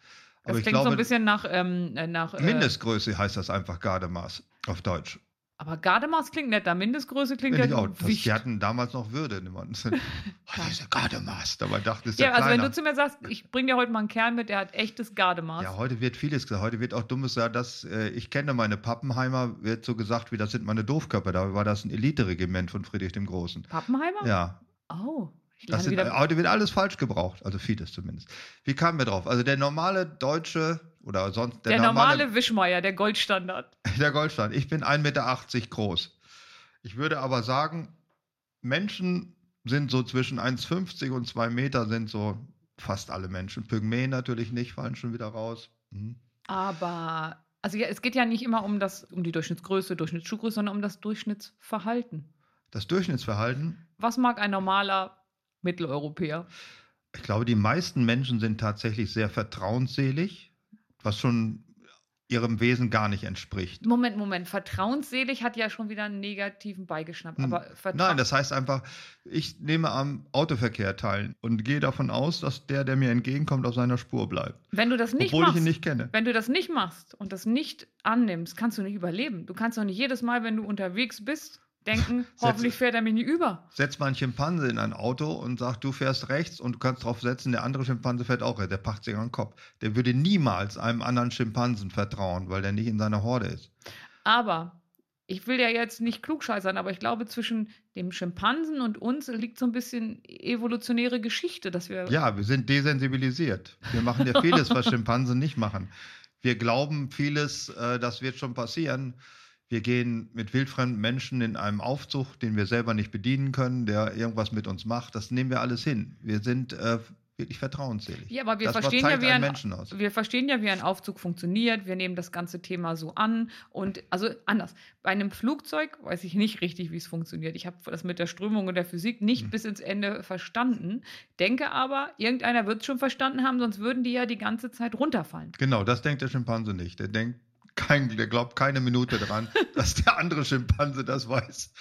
Speaker 3: Das klingt so ein bisschen nach... Ähm, äh, nach äh,
Speaker 2: Mindestgröße heißt das einfach Gardemaß auf Deutsch.
Speaker 3: Aber Gardemaß klingt netter. Mindestgröße klingt
Speaker 2: Finde ich
Speaker 3: ja
Speaker 2: auch. Das, die
Speaker 3: Wicht.
Speaker 2: hatten damals noch Würde. Ne? Man- Oh, diese Gardemaß. Dabei dachte es
Speaker 3: Ja,
Speaker 2: der
Speaker 3: also wenn
Speaker 2: Kleiner.
Speaker 3: du zu mir sagst, ich bringe dir heute mal einen Kern mit, der hat echtes Gardemaß.
Speaker 2: Ja, heute wird vieles gesagt. Heute wird auch Dummes gesagt, dass äh, ich kenne meine Pappenheimer, wird so gesagt, wie das sind meine Doofköpfe. Dabei war das ein Eliteregiment von Friedrich dem Großen.
Speaker 3: Pappenheimer?
Speaker 2: Ja,
Speaker 3: Oh, ich
Speaker 2: das
Speaker 3: lerne
Speaker 2: sind,
Speaker 3: wieder.
Speaker 2: heute wird alles falsch gebraucht. Also vieles zumindest. Wie kamen wir drauf? Also der normale Deutsche oder sonst
Speaker 3: der,
Speaker 2: der,
Speaker 3: normale, Wischmeier, der Goldstandard.
Speaker 2: der Goldstein. Ich bin 1,80 Meter groß. Ich würde aber sagen, Menschen sind so zwischen 1,50 und 2 Meter sind so fast alle Menschen. Pygmäen natürlich nicht, fallen schon wieder raus. Hm.
Speaker 3: Aber also ja, es geht ja nicht immer um das, um die Durchschnittsgröße, Durchschnittsschuhgröße, sondern um das Durchschnittsverhalten.
Speaker 2: Das Durchschnittsverhalten
Speaker 3: Was mag ein normaler Mitteleuropäer?
Speaker 2: Ich glaube, die meisten Menschen sind tatsächlich sehr vertrauensselig, was schon ihrem Wesen gar nicht entspricht.
Speaker 3: Moment, Moment. Vertrauensselig hat ja schon wieder einen negativen Beigeschmack.
Speaker 2: Hm.
Speaker 3: Aber vertra-
Speaker 2: Nein, das heißt einfach, ich nehme am Autoverkehr teil und gehe davon aus, dass der, der mir entgegenkommt, auf seiner Spur bleibt.
Speaker 3: wenn du das nicht
Speaker 2: obwohl
Speaker 3: machst,
Speaker 2: ich ihn nicht kenne.
Speaker 3: Wenn du das nicht machst und das nicht annimmst, kannst du nicht überleben. Du kannst doch nicht jedes Mal, wenn du unterwegs bist, denken, hoffentlich fährt er mich nicht über.
Speaker 2: Setzt mal einen Schimpanse in ein Auto und sagt, du fährst rechts und du kannst drauf setzen, der andere Schimpanse fährt auch rechts, der pacht sich an den Kopf. Der würde niemals einem anderen Schimpansen vertrauen, weil der nicht in seiner Horde ist.
Speaker 3: Aber ich will ja jetzt nicht klugscheißern, aber ich glaube, zwischen dem Schimpansen und uns liegt so ein bisschen evolutionäre Geschichte, dass wir.
Speaker 2: Ja, wir sind desensibilisiert. Wir machen ja vieles, was Schimpansen nicht machen. Wir glauben vieles, äh, das wird schon passieren. Wir gehen mit wildfremden Menschen in einem Aufzug, den wir selber nicht bedienen können, der irgendwas mit uns macht. Das nehmen wir alles hin. Wir sind äh, wirklich vertrauensselig.
Speaker 3: Ja, aber wir
Speaker 2: das macht
Speaker 3: verstehen ja,
Speaker 2: Zeit
Speaker 3: wie
Speaker 2: einen
Speaker 3: ein,
Speaker 2: Menschen aus.
Speaker 3: wir verstehen ja, wie ein Aufzug funktioniert. Wir nehmen das ganze Thema so an und also anders. Bei einem Flugzeug weiß ich nicht richtig, wie es funktioniert. Ich habe das mit der Strömung und der Physik nicht
Speaker 2: Hm.
Speaker 3: bis ins Ende verstanden. Denke aber, irgendeiner wird es schon verstanden haben, sonst würden die ja die ganze Zeit runterfallen.
Speaker 2: Genau, das denkt der Schimpanse nicht. Der denkt, kein, der glaubt keine Minute dran, dass der andere Schimpanse das weiß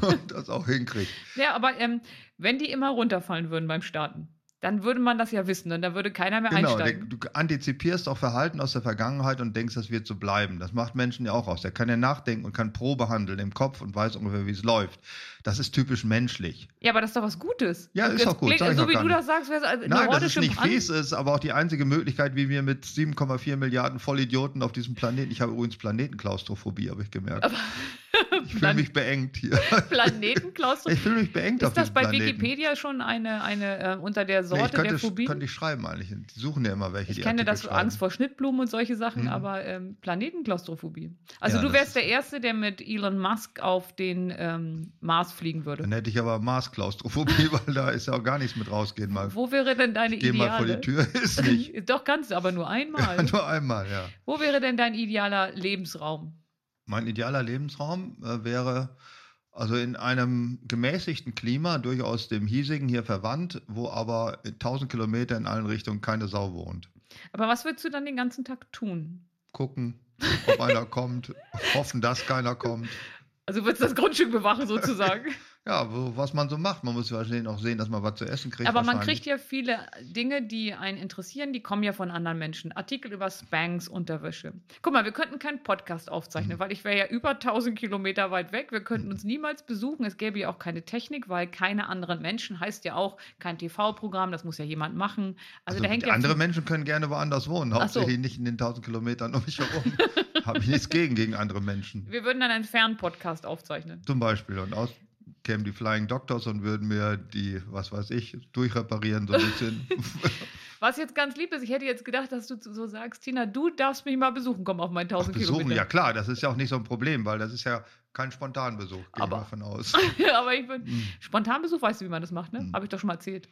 Speaker 2: und das auch hinkriegt.
Speaker 3: Ja, aber ähm, wenn die immer runterfallen würden beim Starten, dann würde man das ja wissen und dann würde keiner mehr
Speaker 2: Genau, der,
Speaker 3: einsteigen.
Speaker 2: du antizipierst auch Verhalten aus der Vergangenheit und denkst, das wird so bleiben. Das macht Menschen ja auch aus. Der kann ja nachdenken und kann Probe handeln im Kopf und weiß ungefähr, wie es läuft. Das ist typisch menschlich.
Speaker 3: Ja, aber das ist doch was Gutes.
Speaker 2: Ja,
Speaker 3: Und
Speaker 2: ist
Speaker 3: jetzt
Speaker 2: doch gut,
Speaker 3: klingt-
Speaker 2: sag ich
Speaker 3: So
Speaker 2: doch
Speaker 3: wie
Speaker 2: gar
Speaker 3: du
Speaker 2: nicht.
Speaker 3: das sagst, wäre es also eine
Speaker 2: Nein,
Speaker 3: Horde
Speaker 2: das ist nicht
Speaker 3: Schimpansen-
Speaker 2: fies, es ist aber auch die einzige Möglichkeit, wie wir mit 7,4 Milliarden Vollidioten auf diesem Planeten, ich habe übrigens Planetenklaustrophobie, habe ich gemerkt. ich fühle
Speaker 3: Plan-
Speaker 2: mich beengt hier.
Speaker 3: Planetenklaustrophobie.
Speaker 2: Ich fühle mich beengt auf
Speaker 3: Ist das
Speaker 2: diesem
Speaker 3: bei
Speaker 2: Planeten.
Speaker 3: Wikipedia schon eine, eine äh, unter der
Speaker 2: Nee,
Speaker 3: Sorte
Speaker 2: ich könnte,
Speaker 3: der Phobie?
Speaker 2: könnte ich schreiben eigentlich. Die suchen ja immer welche,
Speaker 3: ich
Speaker 2: die
Speaker 3: kenne
Speaker 2: Artikel
Speaker 3: das
Speaker 2: schreiben.
Speaker 3: Angst vor Schnittblumen und solche Sachen,
Speaker 2: Mhm.
Speaker 3: aber ähm, Planetenklaustrophobie. Also
Speaker 2: Ja,
Speaker 3: du
Speaker 2: das
Speaker 3: wärst
Speaker 2: ist-
Speaker 3: der Erste, der mit Elon Musk auf den ähm, Mars fliegen würde.
Speaker 2: Dann hätte ich aber Marsklaustrophobie, weil da ist ja auch gar nichts mit rausgehen mal.
Speaker 3: Wo wäre denn deine
Speaker 2: Genau. Geh mal vor die
Speaker 3: ideale?
Speaker 2: Tür, ist nicht.
Speaker 3: Doch kannst du, aber nur einmal.
Speaker 2: Nur einmal, ja.
Speaker 3: Wo wäre denn dein idealer Lebensraum?
Speaker 2: Mein idealer Lebensraum äh, wäre also in einem gemäßigten Klima, durchaus dem hiesigen hier verwandt, wo aber 1000 Kilometer in allen Richtungen keine Sau wohnt.
Speaker 3: Aber was würdest du dann den ganzen Tag tun?
Speaker 2: Gucken, ob einer kommt, hoffen, dass keiner kommt.
Speaker 3: Also würdest du das Grundstück bewachen sozusagen?
Speaker 2: Ja, wo, was man so macht. Man muss wahrscheinlich auch sehen, dass man was zu essen kriegt.
Speaker 3: Aber man
Speaker 2: wahrscheinlich.
Speaker 3: kriegt ja viele Dinge, die einen interessieren, die kommen ja von anderen Menschen. Artikel über Spanks, Unterwäsche. Guck mal, wir könnten keinen Podcast aufzeichnen,
Speaker 2: Mhm.
Speaker 3: weil ich wäre ja über 1000 Kilometer weit weg. Wir könnten
Speaker 2: Mhm.
Speaker 3: uns niemals besuchen. Es gäbe ja auch keine Technik, weil keine anderen Menschen heißt ja auch kein TV-Programm. Das muss ja jemand machen. Also, da hängt ja
Speaker 2: andere
Speaker 3: viel-
Speaker 2: Menschen können gerne woanders wohnen,
Speaker 3: Ach so.
Speaker 2: hauptsächlich nicht in den 1000 Kilometern um mich herum. Habe ich nichts gegen, gegen andere Menschen.
Speaker 3: Wir würden dann einen Fernpodcast aufzeichnen.
Speaker 2: Zum Beispiel. Und aus kämen die Flying Doctors und würden mir die, was weiß ich, durchreparieren so ein bisschen.
Speaker 3: Was jetzt ganz lieb ist, ich hätte jetzt gedacht, dass du so sagst, Tina, du darfst mich mal besuchen kommen auf meinen
Speaker 2: Ach,
Speaker 3: 1000
Speaker 2: besuchen, ja
Speaker 3: Kilometer.
Speaker 2: klar, das ist ja auch nicht so ein Problem, weil das ist ja kein Spontanbesuch, gehe ich
Speaker 3: Aber-
Speaker 2: mal von aus.
Speaker 3: Ja, Aber ich bin
Speaker 2: Hm.
Speaker 3: Spontanbesuch, weißt du, wie man das macht, ne?
Speaker 2: Mhm.
Speaker 3: Habe ich doch schon mal erzählt.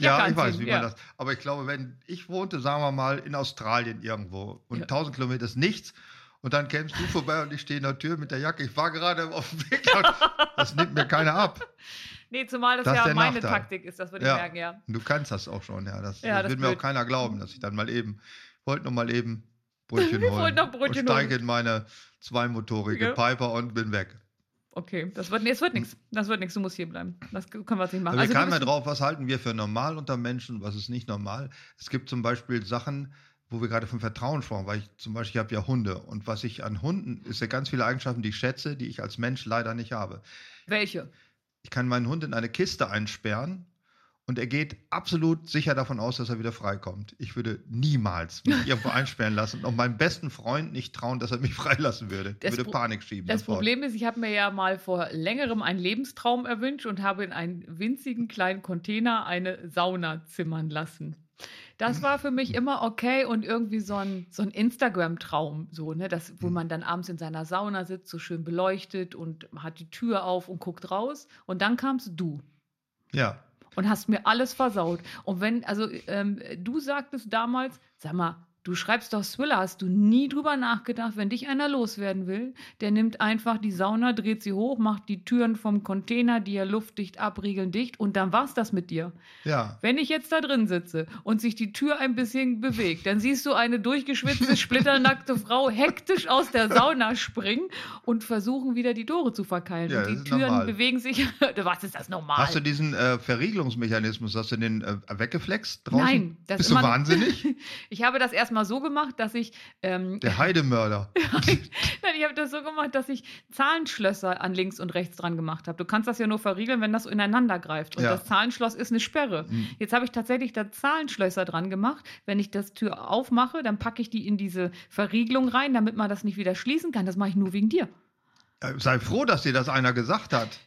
Speaker 2: Ja,
Speaker 3: Jacke
Speaker 2: ich weiß,
Speaker 3: anziehen,
Speaker 2: wie
Speaker 3: ja.
Speaker 2: man das. Aber ich glaube, wenn ich wohnte, sagen wir mal, in Australien irgendwo und
Speaker 3: Ja.
Speaker 2: 1000 Kilometer ist nichts und dann kämst du vorbei und ich stehe in der Tür mit der Jacke. Ich war gerade auf dem Weg. Das nimmt mir keiner ab.
Speaker 3: Nee, zumal das,
Speaker 2: Das ist
Speaker 3: ja
Speaker 2: der
Speaker 3: meine
Speaker 2: Nachteil.
Speaker 3: Taktik ist, das würde
Speaker 2: Ja.
Speaker 3: ich merken, ja.
Speaker 2: Und Du kannst das auch schon, ja. Das,
Speaker 3: Ja,
Speaker 2: das
Speaker 3: das
Speaker 2: will
Speaker 3: ist
Speaker 2: mir auch
Speaker 3: blöd.
Speaker 2: keiner glauben, dass ich dann mal eben, wollte nur mal eben Brötchen holen.
Speaker 3: wollten noch Brötchen
Speaker 2: und steige in meine zweimotorige
Speaker 3: Ja.
Speaker 2: Piper und bin weg.
Speaker 3: Okay, das wird, nee, das wird nichts. Das wird nichts, du musst hier bleiben. Das können wir jetzt nicht machen.
Speaker 2: Aber Hm. Also wir
Speaker 3: also du
Speaker 2: kamen ja
Speaker 3: bist-
Speaker 2: drauf, was halten wir für normal unter Menschen, was ist nicht normal. Es gibt zum Beispiel Sachen, wo wir gerade von Vertrauen sprachen, weil ich zum Beispiel, ich habe ja Hunde und was ich an Hunden, ist ja ganz viele Eigenschaften, die ich schätze, die ich als Mensch leider nicht habe.
Speaker 3: Welche?
Speaker 2: Ich kann meinen Hund in eine Kiste einsperren und er geht absolut sicher davon aus, dass er wieder freikommt. Ich würde niemals mich irgendwo einsperren lassen und auch meinem besten Freund nicht trauen, dass er mich freilassen würde. Ich
Speaker 3: Das
Speaker 2: würde
Speaker 3: Pro-
Speaker 2: Panik schieben.
Speaker 3: Das
Speaker 2: sofort.
Speaker 3: Problem ist, ich habe mir ja mal vor längerem einen Lebenstraum erwünscht und habe in einen winzigen kleinen Container eine Sauna zimmern lassen. Das war für mich immer okay und irgendwie so ein, so ein Instagram-Traum, so, ne, das, wo
Speaker 2: Mhm.
Speaker 3: man dann abends in seiner Sauna sitzt, so schön beleuchtet und hat die Tür auf und guckt raus. Und dann kamst du.
Speaker 2: Ja.
Speaker 3: und hast mir alles versaut. Und wenn, also ähm, du sagtest damals, sag mal, du schreibst doch Thriller, hast du nie drüber nachgedacht, wenn dich einer loswerden will, der nimmt einfach die Sauna, dreht sie hoch, macht die Türen vom Container, die ja luftdicht abriegeln, dicht und dann war's das mit dir.
Speaker 2: Ja.
Speaker 3: Wenn ich jetzt da drin sitze und sich die Tür ein bisschen bewegt, dann siehst du eine durchgeschwitzte, splitternackte Frau hektisch aus der Sauna springen und versuchen wieder die Tore zu verkeilen.
Speaker 2: Ja,
Speaker 3: und
Speaker 2: das
Speaker 3: die
Speaker 2: ist
Speaker 3: Türen
Speaker 2: normal.
Speaker 3: bewegen sich. Was ist das normal?
Speaker 2: Hast du diesen äh, Verriegelungsmechanismus, hast du den äh, weggeflext draußen?
Speaker 3: Nein, das
Speaker 2: Bist
Speaker 3: ist
Speaker 2: du
Speaker 3: immer-
Speaker 2: wahnsinnig?
Speaker 3: Ich habe das erstmal so gemacht, dass ich, ähm,
Speaker 2: Der Heidemörder.
Speaker 3: nein, ich habe das so gemacht, dass ich Zahlenschlösser an links und rechts dran gemacht habe. Du kannst das ja nur verriegeln, wenn das so ineinander greift. Und
Speaker 2: Ja.
Speaker 3: das Zahlenschloss ist eine Sperre.
Speaker 2: Hm.
Speaker 3: Jetzt habe ich tatsächlich da Zahlenschlösser dran gemacht. Wenn ich das Tür aufmache, dann packe ich die in diese Verriegelung rein, damit man das nicht wieder schließen kann. Das mache ich nur wegen dir.
Speaker 2: Äh, Sei froh, dass dir das einer gesagt hat.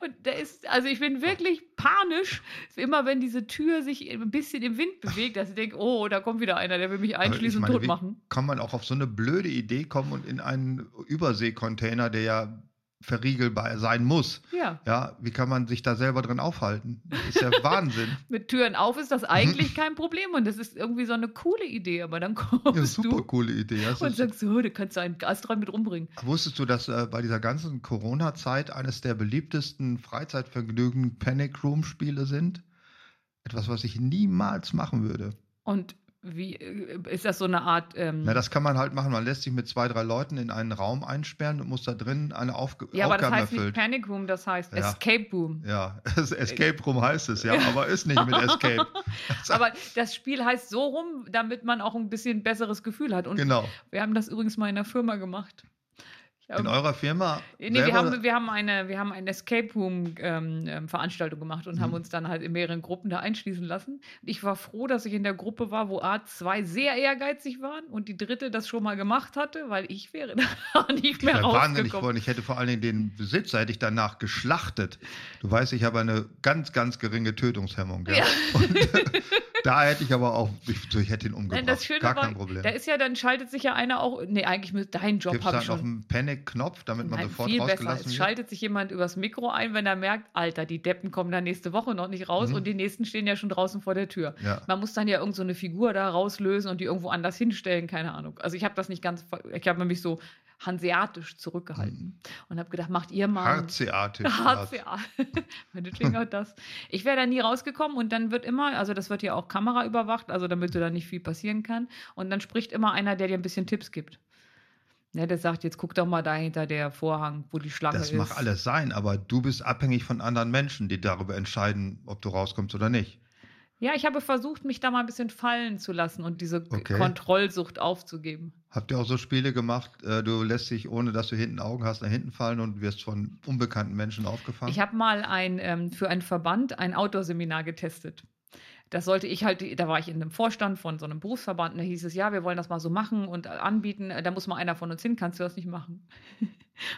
Speaker 3: Und da ist, also ich bin wirklich panisch, immer wenn diese Tür sich ein bisschen im Wind bewegt, dass ich denke, oh, da kommt wieder einer, der will mich einschließen
Speaker 2: meine,
Speaker 3: und tot
Speaker 2: wie-
Speaker 3: machen.
Speaker 2: Kann man auch auf so eine blöde Idee kommen und in einen Überseekontainer, der ja verriegelbar sein muss.
Speaker 3: Ja,
Speaker 2: Ja, wie kann man sich da selber drin aufhalten? Das ist ja Wahnsinn.
Speaker 3: mit Türen auf ist das eigentlich kein Problem und das ist irgendwie so eine coole Idee, aber dann kommst
Speaker 2: Mhm. Ja, super
Speaker 3: du
Speaker 2: coole Idee. Das
Speaker 3: und
Speaker 2: ist,
Speaker 3: sagst, oh, da kannst du einen Gastrein mit umbringen.
Speaker 2: wusstest du, dass äh, bei dieser ganzen Corona-Zeit eines der beliebtesten Freizeitvergnügen Panic Room-Spiele sind? Etwas, was ich niemals machen würde.
Speaker 3: Und wie äh, ist das so eine Art? Ähm,
Speaker 2: Na, das kann man halt machen. Man lässt sich mit zwei, drei Leuten in einen Raum einsperren und muss da drin eine Aufge
Speaker 3: ja, aber das
Speaker 2: Aufgabe
Speaker 3: heißt nicht
Speaker 2: erfüllen.
Speaker 3: Panic Room, das heißt
Speaker 2: Ja.
Speaker 3: Escape Room.
Speaker 2: Ja, das Escape Room heißt es, ja, aber ist nicht mit Escape.
Speaker 3: Aber das Spiel heißt so rum, damit man auch ein bisschen besseres Gefühl hat. Und
Speaker 2: Genau.
Speaker 3: wir haben das übrigens mal in der Firma gemacht. Ich
Speaker 2: In
Speaker 3: hab-
Speaker 2: eurer Firma.
Speaker 3: Ähm, Nee, wir
Speaker 2: selber-
Speaker 3: haben, wir haben eine, wir haben eine Escape Room ähm, ähm, Veranstaltung gemacht und haben
Speaker 2: Mhm.
Speaker 3: uns dann halt in mehreren Gruppen da einschließen lassen. Und ich war froh, dass ich in der Gruppe war, wo A zwei sehr ehrgeizig waren und die dritte das schon mal gemacht hatte, weil ich wäre da nicht mehr
Speaker 2: Ja, wahnsinnig
Speaker 3: rausgekommen.
Speaker 2: geworden. Ich hätte vor allen Dingen den Besitzer hätte ich danach geschlachtet. Du weißt, ich habe eine ganz, ganz geringe Tötungshemmung. Ja.
Speaker 3: Ja.
Speaker 2: Und äh, da hätte ich aber auch, ich, ich hätte ihn umgebracht.
Speaker 3: Nein, das Schöne
Speaker 2: Gar
Speaker 3: war,
Speaker 2: kein Problem.
Speaker 3: da ist ja, dann schaltet sich ja einer auch, nee, eigentlich mit deinem Job
Speaker 2: Gibt es
Speaker 3: habe
Speaker 2: da
Speaker 3: ich
Speaker 2: noch
Speaker 3: schon.
Speaker 2: einen Panic-Knopf, damit man
Speaker 3: Nein,
Speaker 2: sofort
Speaker 3: viel besser.
Speaker 2: rausgelassen
Speaker 3: Es
Speaker 2: wird?
Speaker 3: schaltet sich jemand übers Mikro ein, wenn er merkt, Alter, die Deppen kommen da nächste Woche noch nicht raus
Speaker 2: Mhm.
Speaker 3: und die nächsten stehen ja schon draußen vor der Tür.
Speaker 2: Ja.
Speaker 3: Man muss dann ja irgend so eine Figur da rauslösen und die irgendwo anders hinstellen, keine Ahnung. Also ich habe das nicht ganz, ver- ich habe mich so hanseatisch
Speaker 2: Hm.
Speaker 3: zurückgehalten
Speaker 2: Mhm.
Speaker 3: und habe gedacht, macht ihr mal. einen-
Speaker 2: Hartzeartig.
Speaker 3: HCA. Meinetwegen auch das. Ich wäre da nie rausgekommen und dann wird immer, also das wird ja auch Kamera überwacht, also damit du da nicht viel passieren kann. Und dann spricht immer einer, der dir ein bisschen Tipps gibt. Ne, der sagt, jetzt guck doch mal da hinter der Vorhang, wo die Schlange
Speaker 2: Das
Speaker 3: ist.
Speaker 2: mag alles sein, aber du bist abhängig von anderen Menschen, die darüber entscheiden, ob du rauskommst oder nicht.
Speaker 3: Ja, ich habe versucht, mich da mal ein bisschen fallen zu lassen und diese K-
Speaker 2: Okay.
Speaker 3: Kontrollsucht aufzugeben.
Speaker 2: Habt ihr auch so Spiele gemacht, äh, du lässt dich, ohne dass du hinten Augen hast, nach hinten fallen und wirst von unbekannten Menschen aufgefangen?
Speaker 3: Ich habe mal ein, ähm, für einen Verband ein Outdoor-Seminar getestet. Das sollte ich halt, da war ich in einem Vorstand von so einem Berufsverband, da hieß es, ja, wir wollen das mal so machen und äh, anbieten, da muss mal einer von uns hin, kannst du das nicht machen?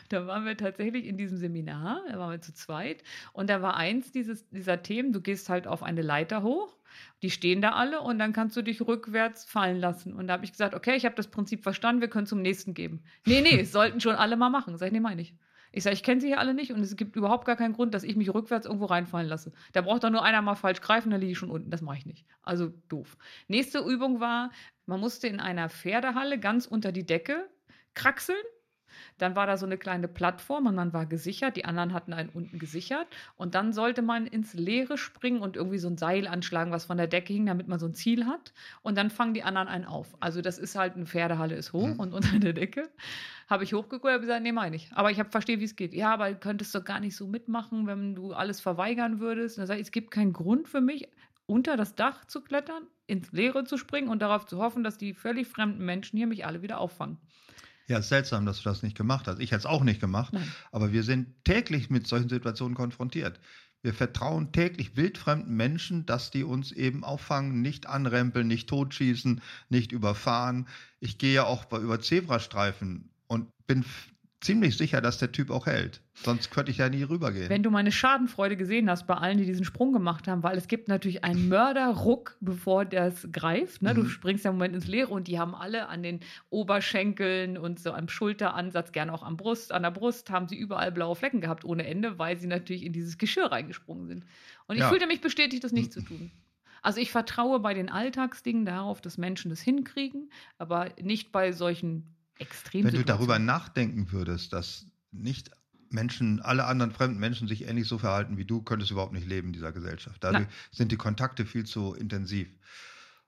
Speaker 3: da waren wir tatsächlich in diesem Seminar, da waren wir zu zweit und da war eins dieses, dieser Themen, du gehst halt auf eine Leiter hoch, die stehen da alle und dann kannst du dich rückwärts fallen lassen. Und da habe ich gesagt, okay, ich habe das Prinzip verstanden, wir können zum nächsten geben. Nee, nee, es sollten schon alle mal machen. Sag ich, nee, meine ich. Ich sage, ich kenne sie hier alle nicht und es gibt überhaupt gar keinen Grund, dass ich mich rückwärts irgendwo reinfallen lasse. Da braucht doch nur einer mal falsch greifen, dann liege ich schon unten. Das mache ich nicht. Also doof. Nächste Übung war, man musste in einer Pferdehalle ganz unter die Decke kraxeln. Dann war da so eine kleine Plattform und man war gesichert. Die anderen hatten einen unten gesichert. Und dann sollte man ins Leere springen und irgendwie so ein Seil anschlagen, was von der Decke hing, damit man so ein Ziel hat. Und dann fangen die anderen einen auf. Also das ist halt eine Pferdehalle ist hoch
Speaker 2: Mhm.
Speaker 3: und unter der Decke habe ich hochgeguckt und habe gesagt, nee, meine ich. Aber ich habe verstehe, wie es geht. Ja, aber könntest du gar nicht so mitmachen, wenn du alles verweigern würdest. Und dann sage ich, es gibt keinen Grund für mich, unter das Dach zu klettern, ins Leere zu springen und darauf zu hoffen, dass die völlig fremden Menschen hier mich alle wieder auffangen.
Speaker 2: Ja, ist seltsam, dass du das nicht gemacht hast. Ich hätte es auch nicht gemacht,
Speaker 3: Nein.
Speaker 2: aber wir sind täglich mit solchen Situationen konfrontiert. Wir vertrauen täglich wildfremden Menschen, dass die uns eben auffangen, nicht anrempeln, nicht totschießen, nicht überfahren. Ich gehe ja auch bei, über Zebrastreifen und bin f- ziemlich sicher, dass der Typ auch hält. Sonst könnte ich ja nie rübergehen.
Speaker 3: Wenn du meine Schadenfreude gesehen hast bei allen, die diesen Sprung gemacht haben, weil es gibt natürlich einen Mörderruck, bevor das greift. Ne? Du
Speaker 2: Mhm.
Speaker 3: springst ja im Moment ins Leere und die haben alle an den Oberschenkeln und so am Schulteransatz, gerne auch am Brust, an der Brust, haben sie überall blaue Flecken gehabt ohne Ende, weil sie natürlich in dieses Geschirr reingesprungen sind. Und ich
Speaker 2: Ja. Mhm.
Speaker 3: fühlte mich bestätigt, das nicht zu tun. Also ich vertraue bei den Alltagsdingen darauf, dass Menschen das hinkriegen, aber nicht bei solchen extremen
Speaker 2: Wenn du darüber nachdenken würdest, dass nicht Menschen, alle anderen fremden Menschen sich ähnlich so verhalten wie du, könntest du überhaupt nicht leben in dieser Gesellschaft. Dadurch sind die Kontakte viel zu intensiv.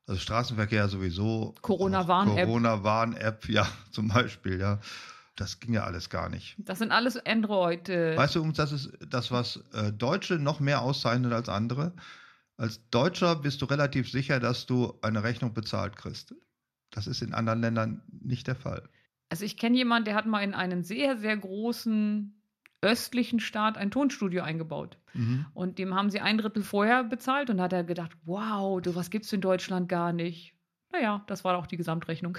Speaker 2: Also Straßenverkehr sowieso. äh,
Speaker 3: Corona-Warn-App.
Speaker 2: Corona-Warn-App, ja, zum Beispiel, ja. Das ging ja alles gar nicht.
Speaker 3: Das sind alles Android. Äh,
Speaker 2: Weißt du übrigens, das ist das, was äh, Deutsche noch mehr auszeichnet als andere. Als Deutscher bist du relativ sicher, dass du eine Rechnung bezahlt kriegst. Das ist in anderen Ländern nicht der Fall.
Speaker 3: Also ich kenne jemanden, der hat mal in einem sehr, sehr großen östlichen Staat ein Tonstudio eingebaut.
Speaker 2: Mhm.
Speaker 3: Und dem haben sie ein Drittel vorher bezahlt und hat er gedacht, wow, du, was gibt's in Deutschland gar nicht. Naja, das war auch die Gesamtrechnung.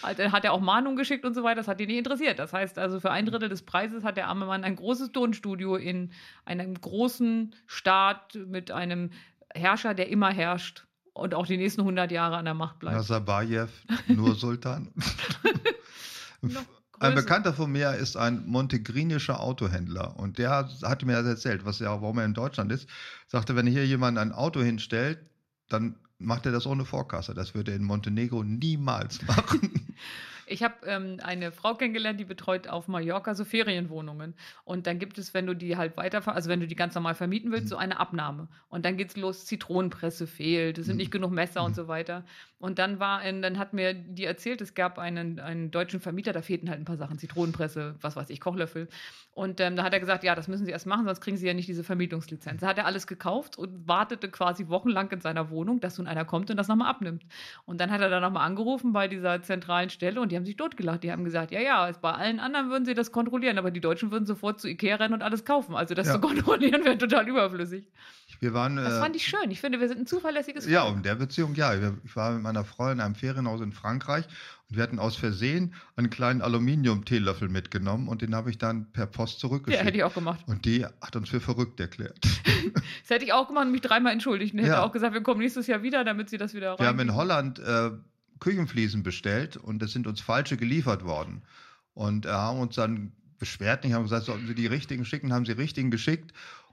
Speaker 3: Also er hat er auch Mahnungen geschickt und so weiter, das hat ihn nicht interessiert. Das heißt also, für ein Drittel des Preises hat der arme Mann ein großes Tonstudio in einem großen Staat mit einem Herrscher, der immer herrscht und auch die nächsten 100 Jahre an der Macht bleibt.
Speaker 2: Nazarbayev, nur Sultan.
Speaker 3: Noch
Speaker 2: Ein
Speaker 3: größer.
Speaker 2: Bekannter von mir ist ein montegrinischer Autohändler und der hatte mir das erzählt, was ja, warum er in Deutschland ist. Sagte, wenn hier jemand ein Auto hinstellt, dann macht er das ohne Vorkasse. Das würde er in Montenegro niemals machen.
Speaker 3: Ich habe ähm, eine Frau kennengelernt, die betreut auf Mallorca so Ferienwohnungen. Und dann gibt es, wenn du die halt weiter, also wenn du die ganz normal vermieten willst,
Speaker 2: Mhm.
Speaker 3: so eine Abnahme. Und dann geht's los, Zitronenpresse fehlt, es sind
Speaker 2: Mhm.
Speaker 3: nicht genug Messer
Speaker 2: Mhm.
Speaker 3: und so weiter. Und dann war ein, dann hat mir die erzählt, es gab einen, einen deutschen Vermieter, da fehlten halt ein paar Sachen, Zitronenpresse, was weiß ich, Kochlöffel. Und ähm, da hat er gesagt, ja, das müssen sie erst machen, sonst kriegen sie ja nicht diese Vermietungslizenz. Da hat er alles gekauft und wartete quasi wochenlang in seiner Wohnung, dass nun einer kommt und das nochmal abnimmt. Und dann hat er da nochmal angerufen bei dieser zentralen Stelle und die haben sich totgelacht. Die haben gesagt, ja, ja, es- bei allen anderen würden sie das kontrollieren, aber die Deutschen würden sofort zu Ikea rennen und alles kaufen. Also das
Speaker 2: Ja.
Speaker 3: zu kontrollieren wäre total überflüssig.
Speaker 2: Wir waren
Speaker 3: Das
Speaker 2: äh,
Speaker 3: fand ich schön. Ich finde, wir sind ein zuverlässiges
Speaker 2: Ja,
Speaker 3: Volk.
Speaker 2: in der Beziehung, ja. Wir- Ich war mit meiner Frau in einem Ferienhaus in Frankreich und wir hatten aus Versehen einen kleinen Aluminium-Teelöffel mitgenommen und den habe ich dann per Post
Speaker 3: Ja, hätte
Speaker 2: zurückgeschickt.
Speaker 3: ich auch gemacht.
Speaker 2: und die hat uns für verrückt erklärt.
Speaker 3: Das hätte ich auch gemacht und mich dreimal entschuldigt. Und hätte
Speaker 2: Ja.
Speaker 3: auch gesagt, wir kommen nächstes Jahr wieder, damit sie das wieder rein.
Speaker 2: Wir haben in Holland äh, Küchenfliesen bestellt und es sind uns falsche geliefert worden. Und äh, haben uns dann beschwert und haben gesagt, sollten sie die richtigen schicken, haben sie die richtigen geschickt.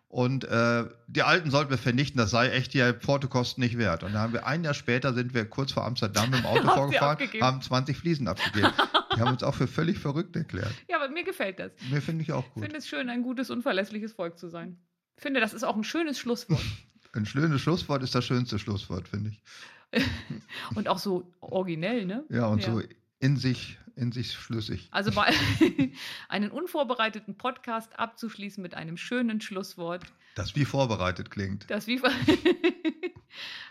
Speaker 2: Und äh, die alten sollten wir vernichten, das sei echt die Portokosten nicht wert. Und dann haben wir ein Jahr später sind wir kurz vor Amsterdam im Auto
Speaker 3: Haben sie
Speaker 2: vorgefahren,
Speaker 3: abgegeben.
Speaker 2: haben 20 Fliesen abgegeben. Die haben uns auch für völlig verrückt erklärt.
Speaker 3: Ja, aber mir gefällt das.
Speaker 2: Mir finde ich auch
Speaker 3: Ich
Speaker 2: gut.
Speaker 3: finde es schön, ein gutes und verlässliches Volk zu sein. Ich finde, das ist auch ein schönes Schlusswort.
Speaker 2: Ein schönes Schlusswort ist das schönste Schlusswort, finde ich.
Speaker 3: und auch so originell, ne?
Speaker 2: Ja, und
Speaker 3: Ja.
Speaker 2: so in sich, in sich schlüssig.
Speaker 3: Also bei einen unvorbereiteten Podcast abzuschließen mit einem schönen Schlusswort,
Speaker 2: Das wie vorbereitet klingt.
Speaker 3: das wie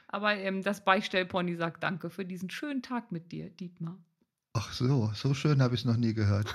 Speaker 3: Aber ähm, das Beistellpony sagt Danke für diesen schönen Tag mit dir, Dietmar.
Speaker 2: Ach so, so schön habe ich es noch nie gehört.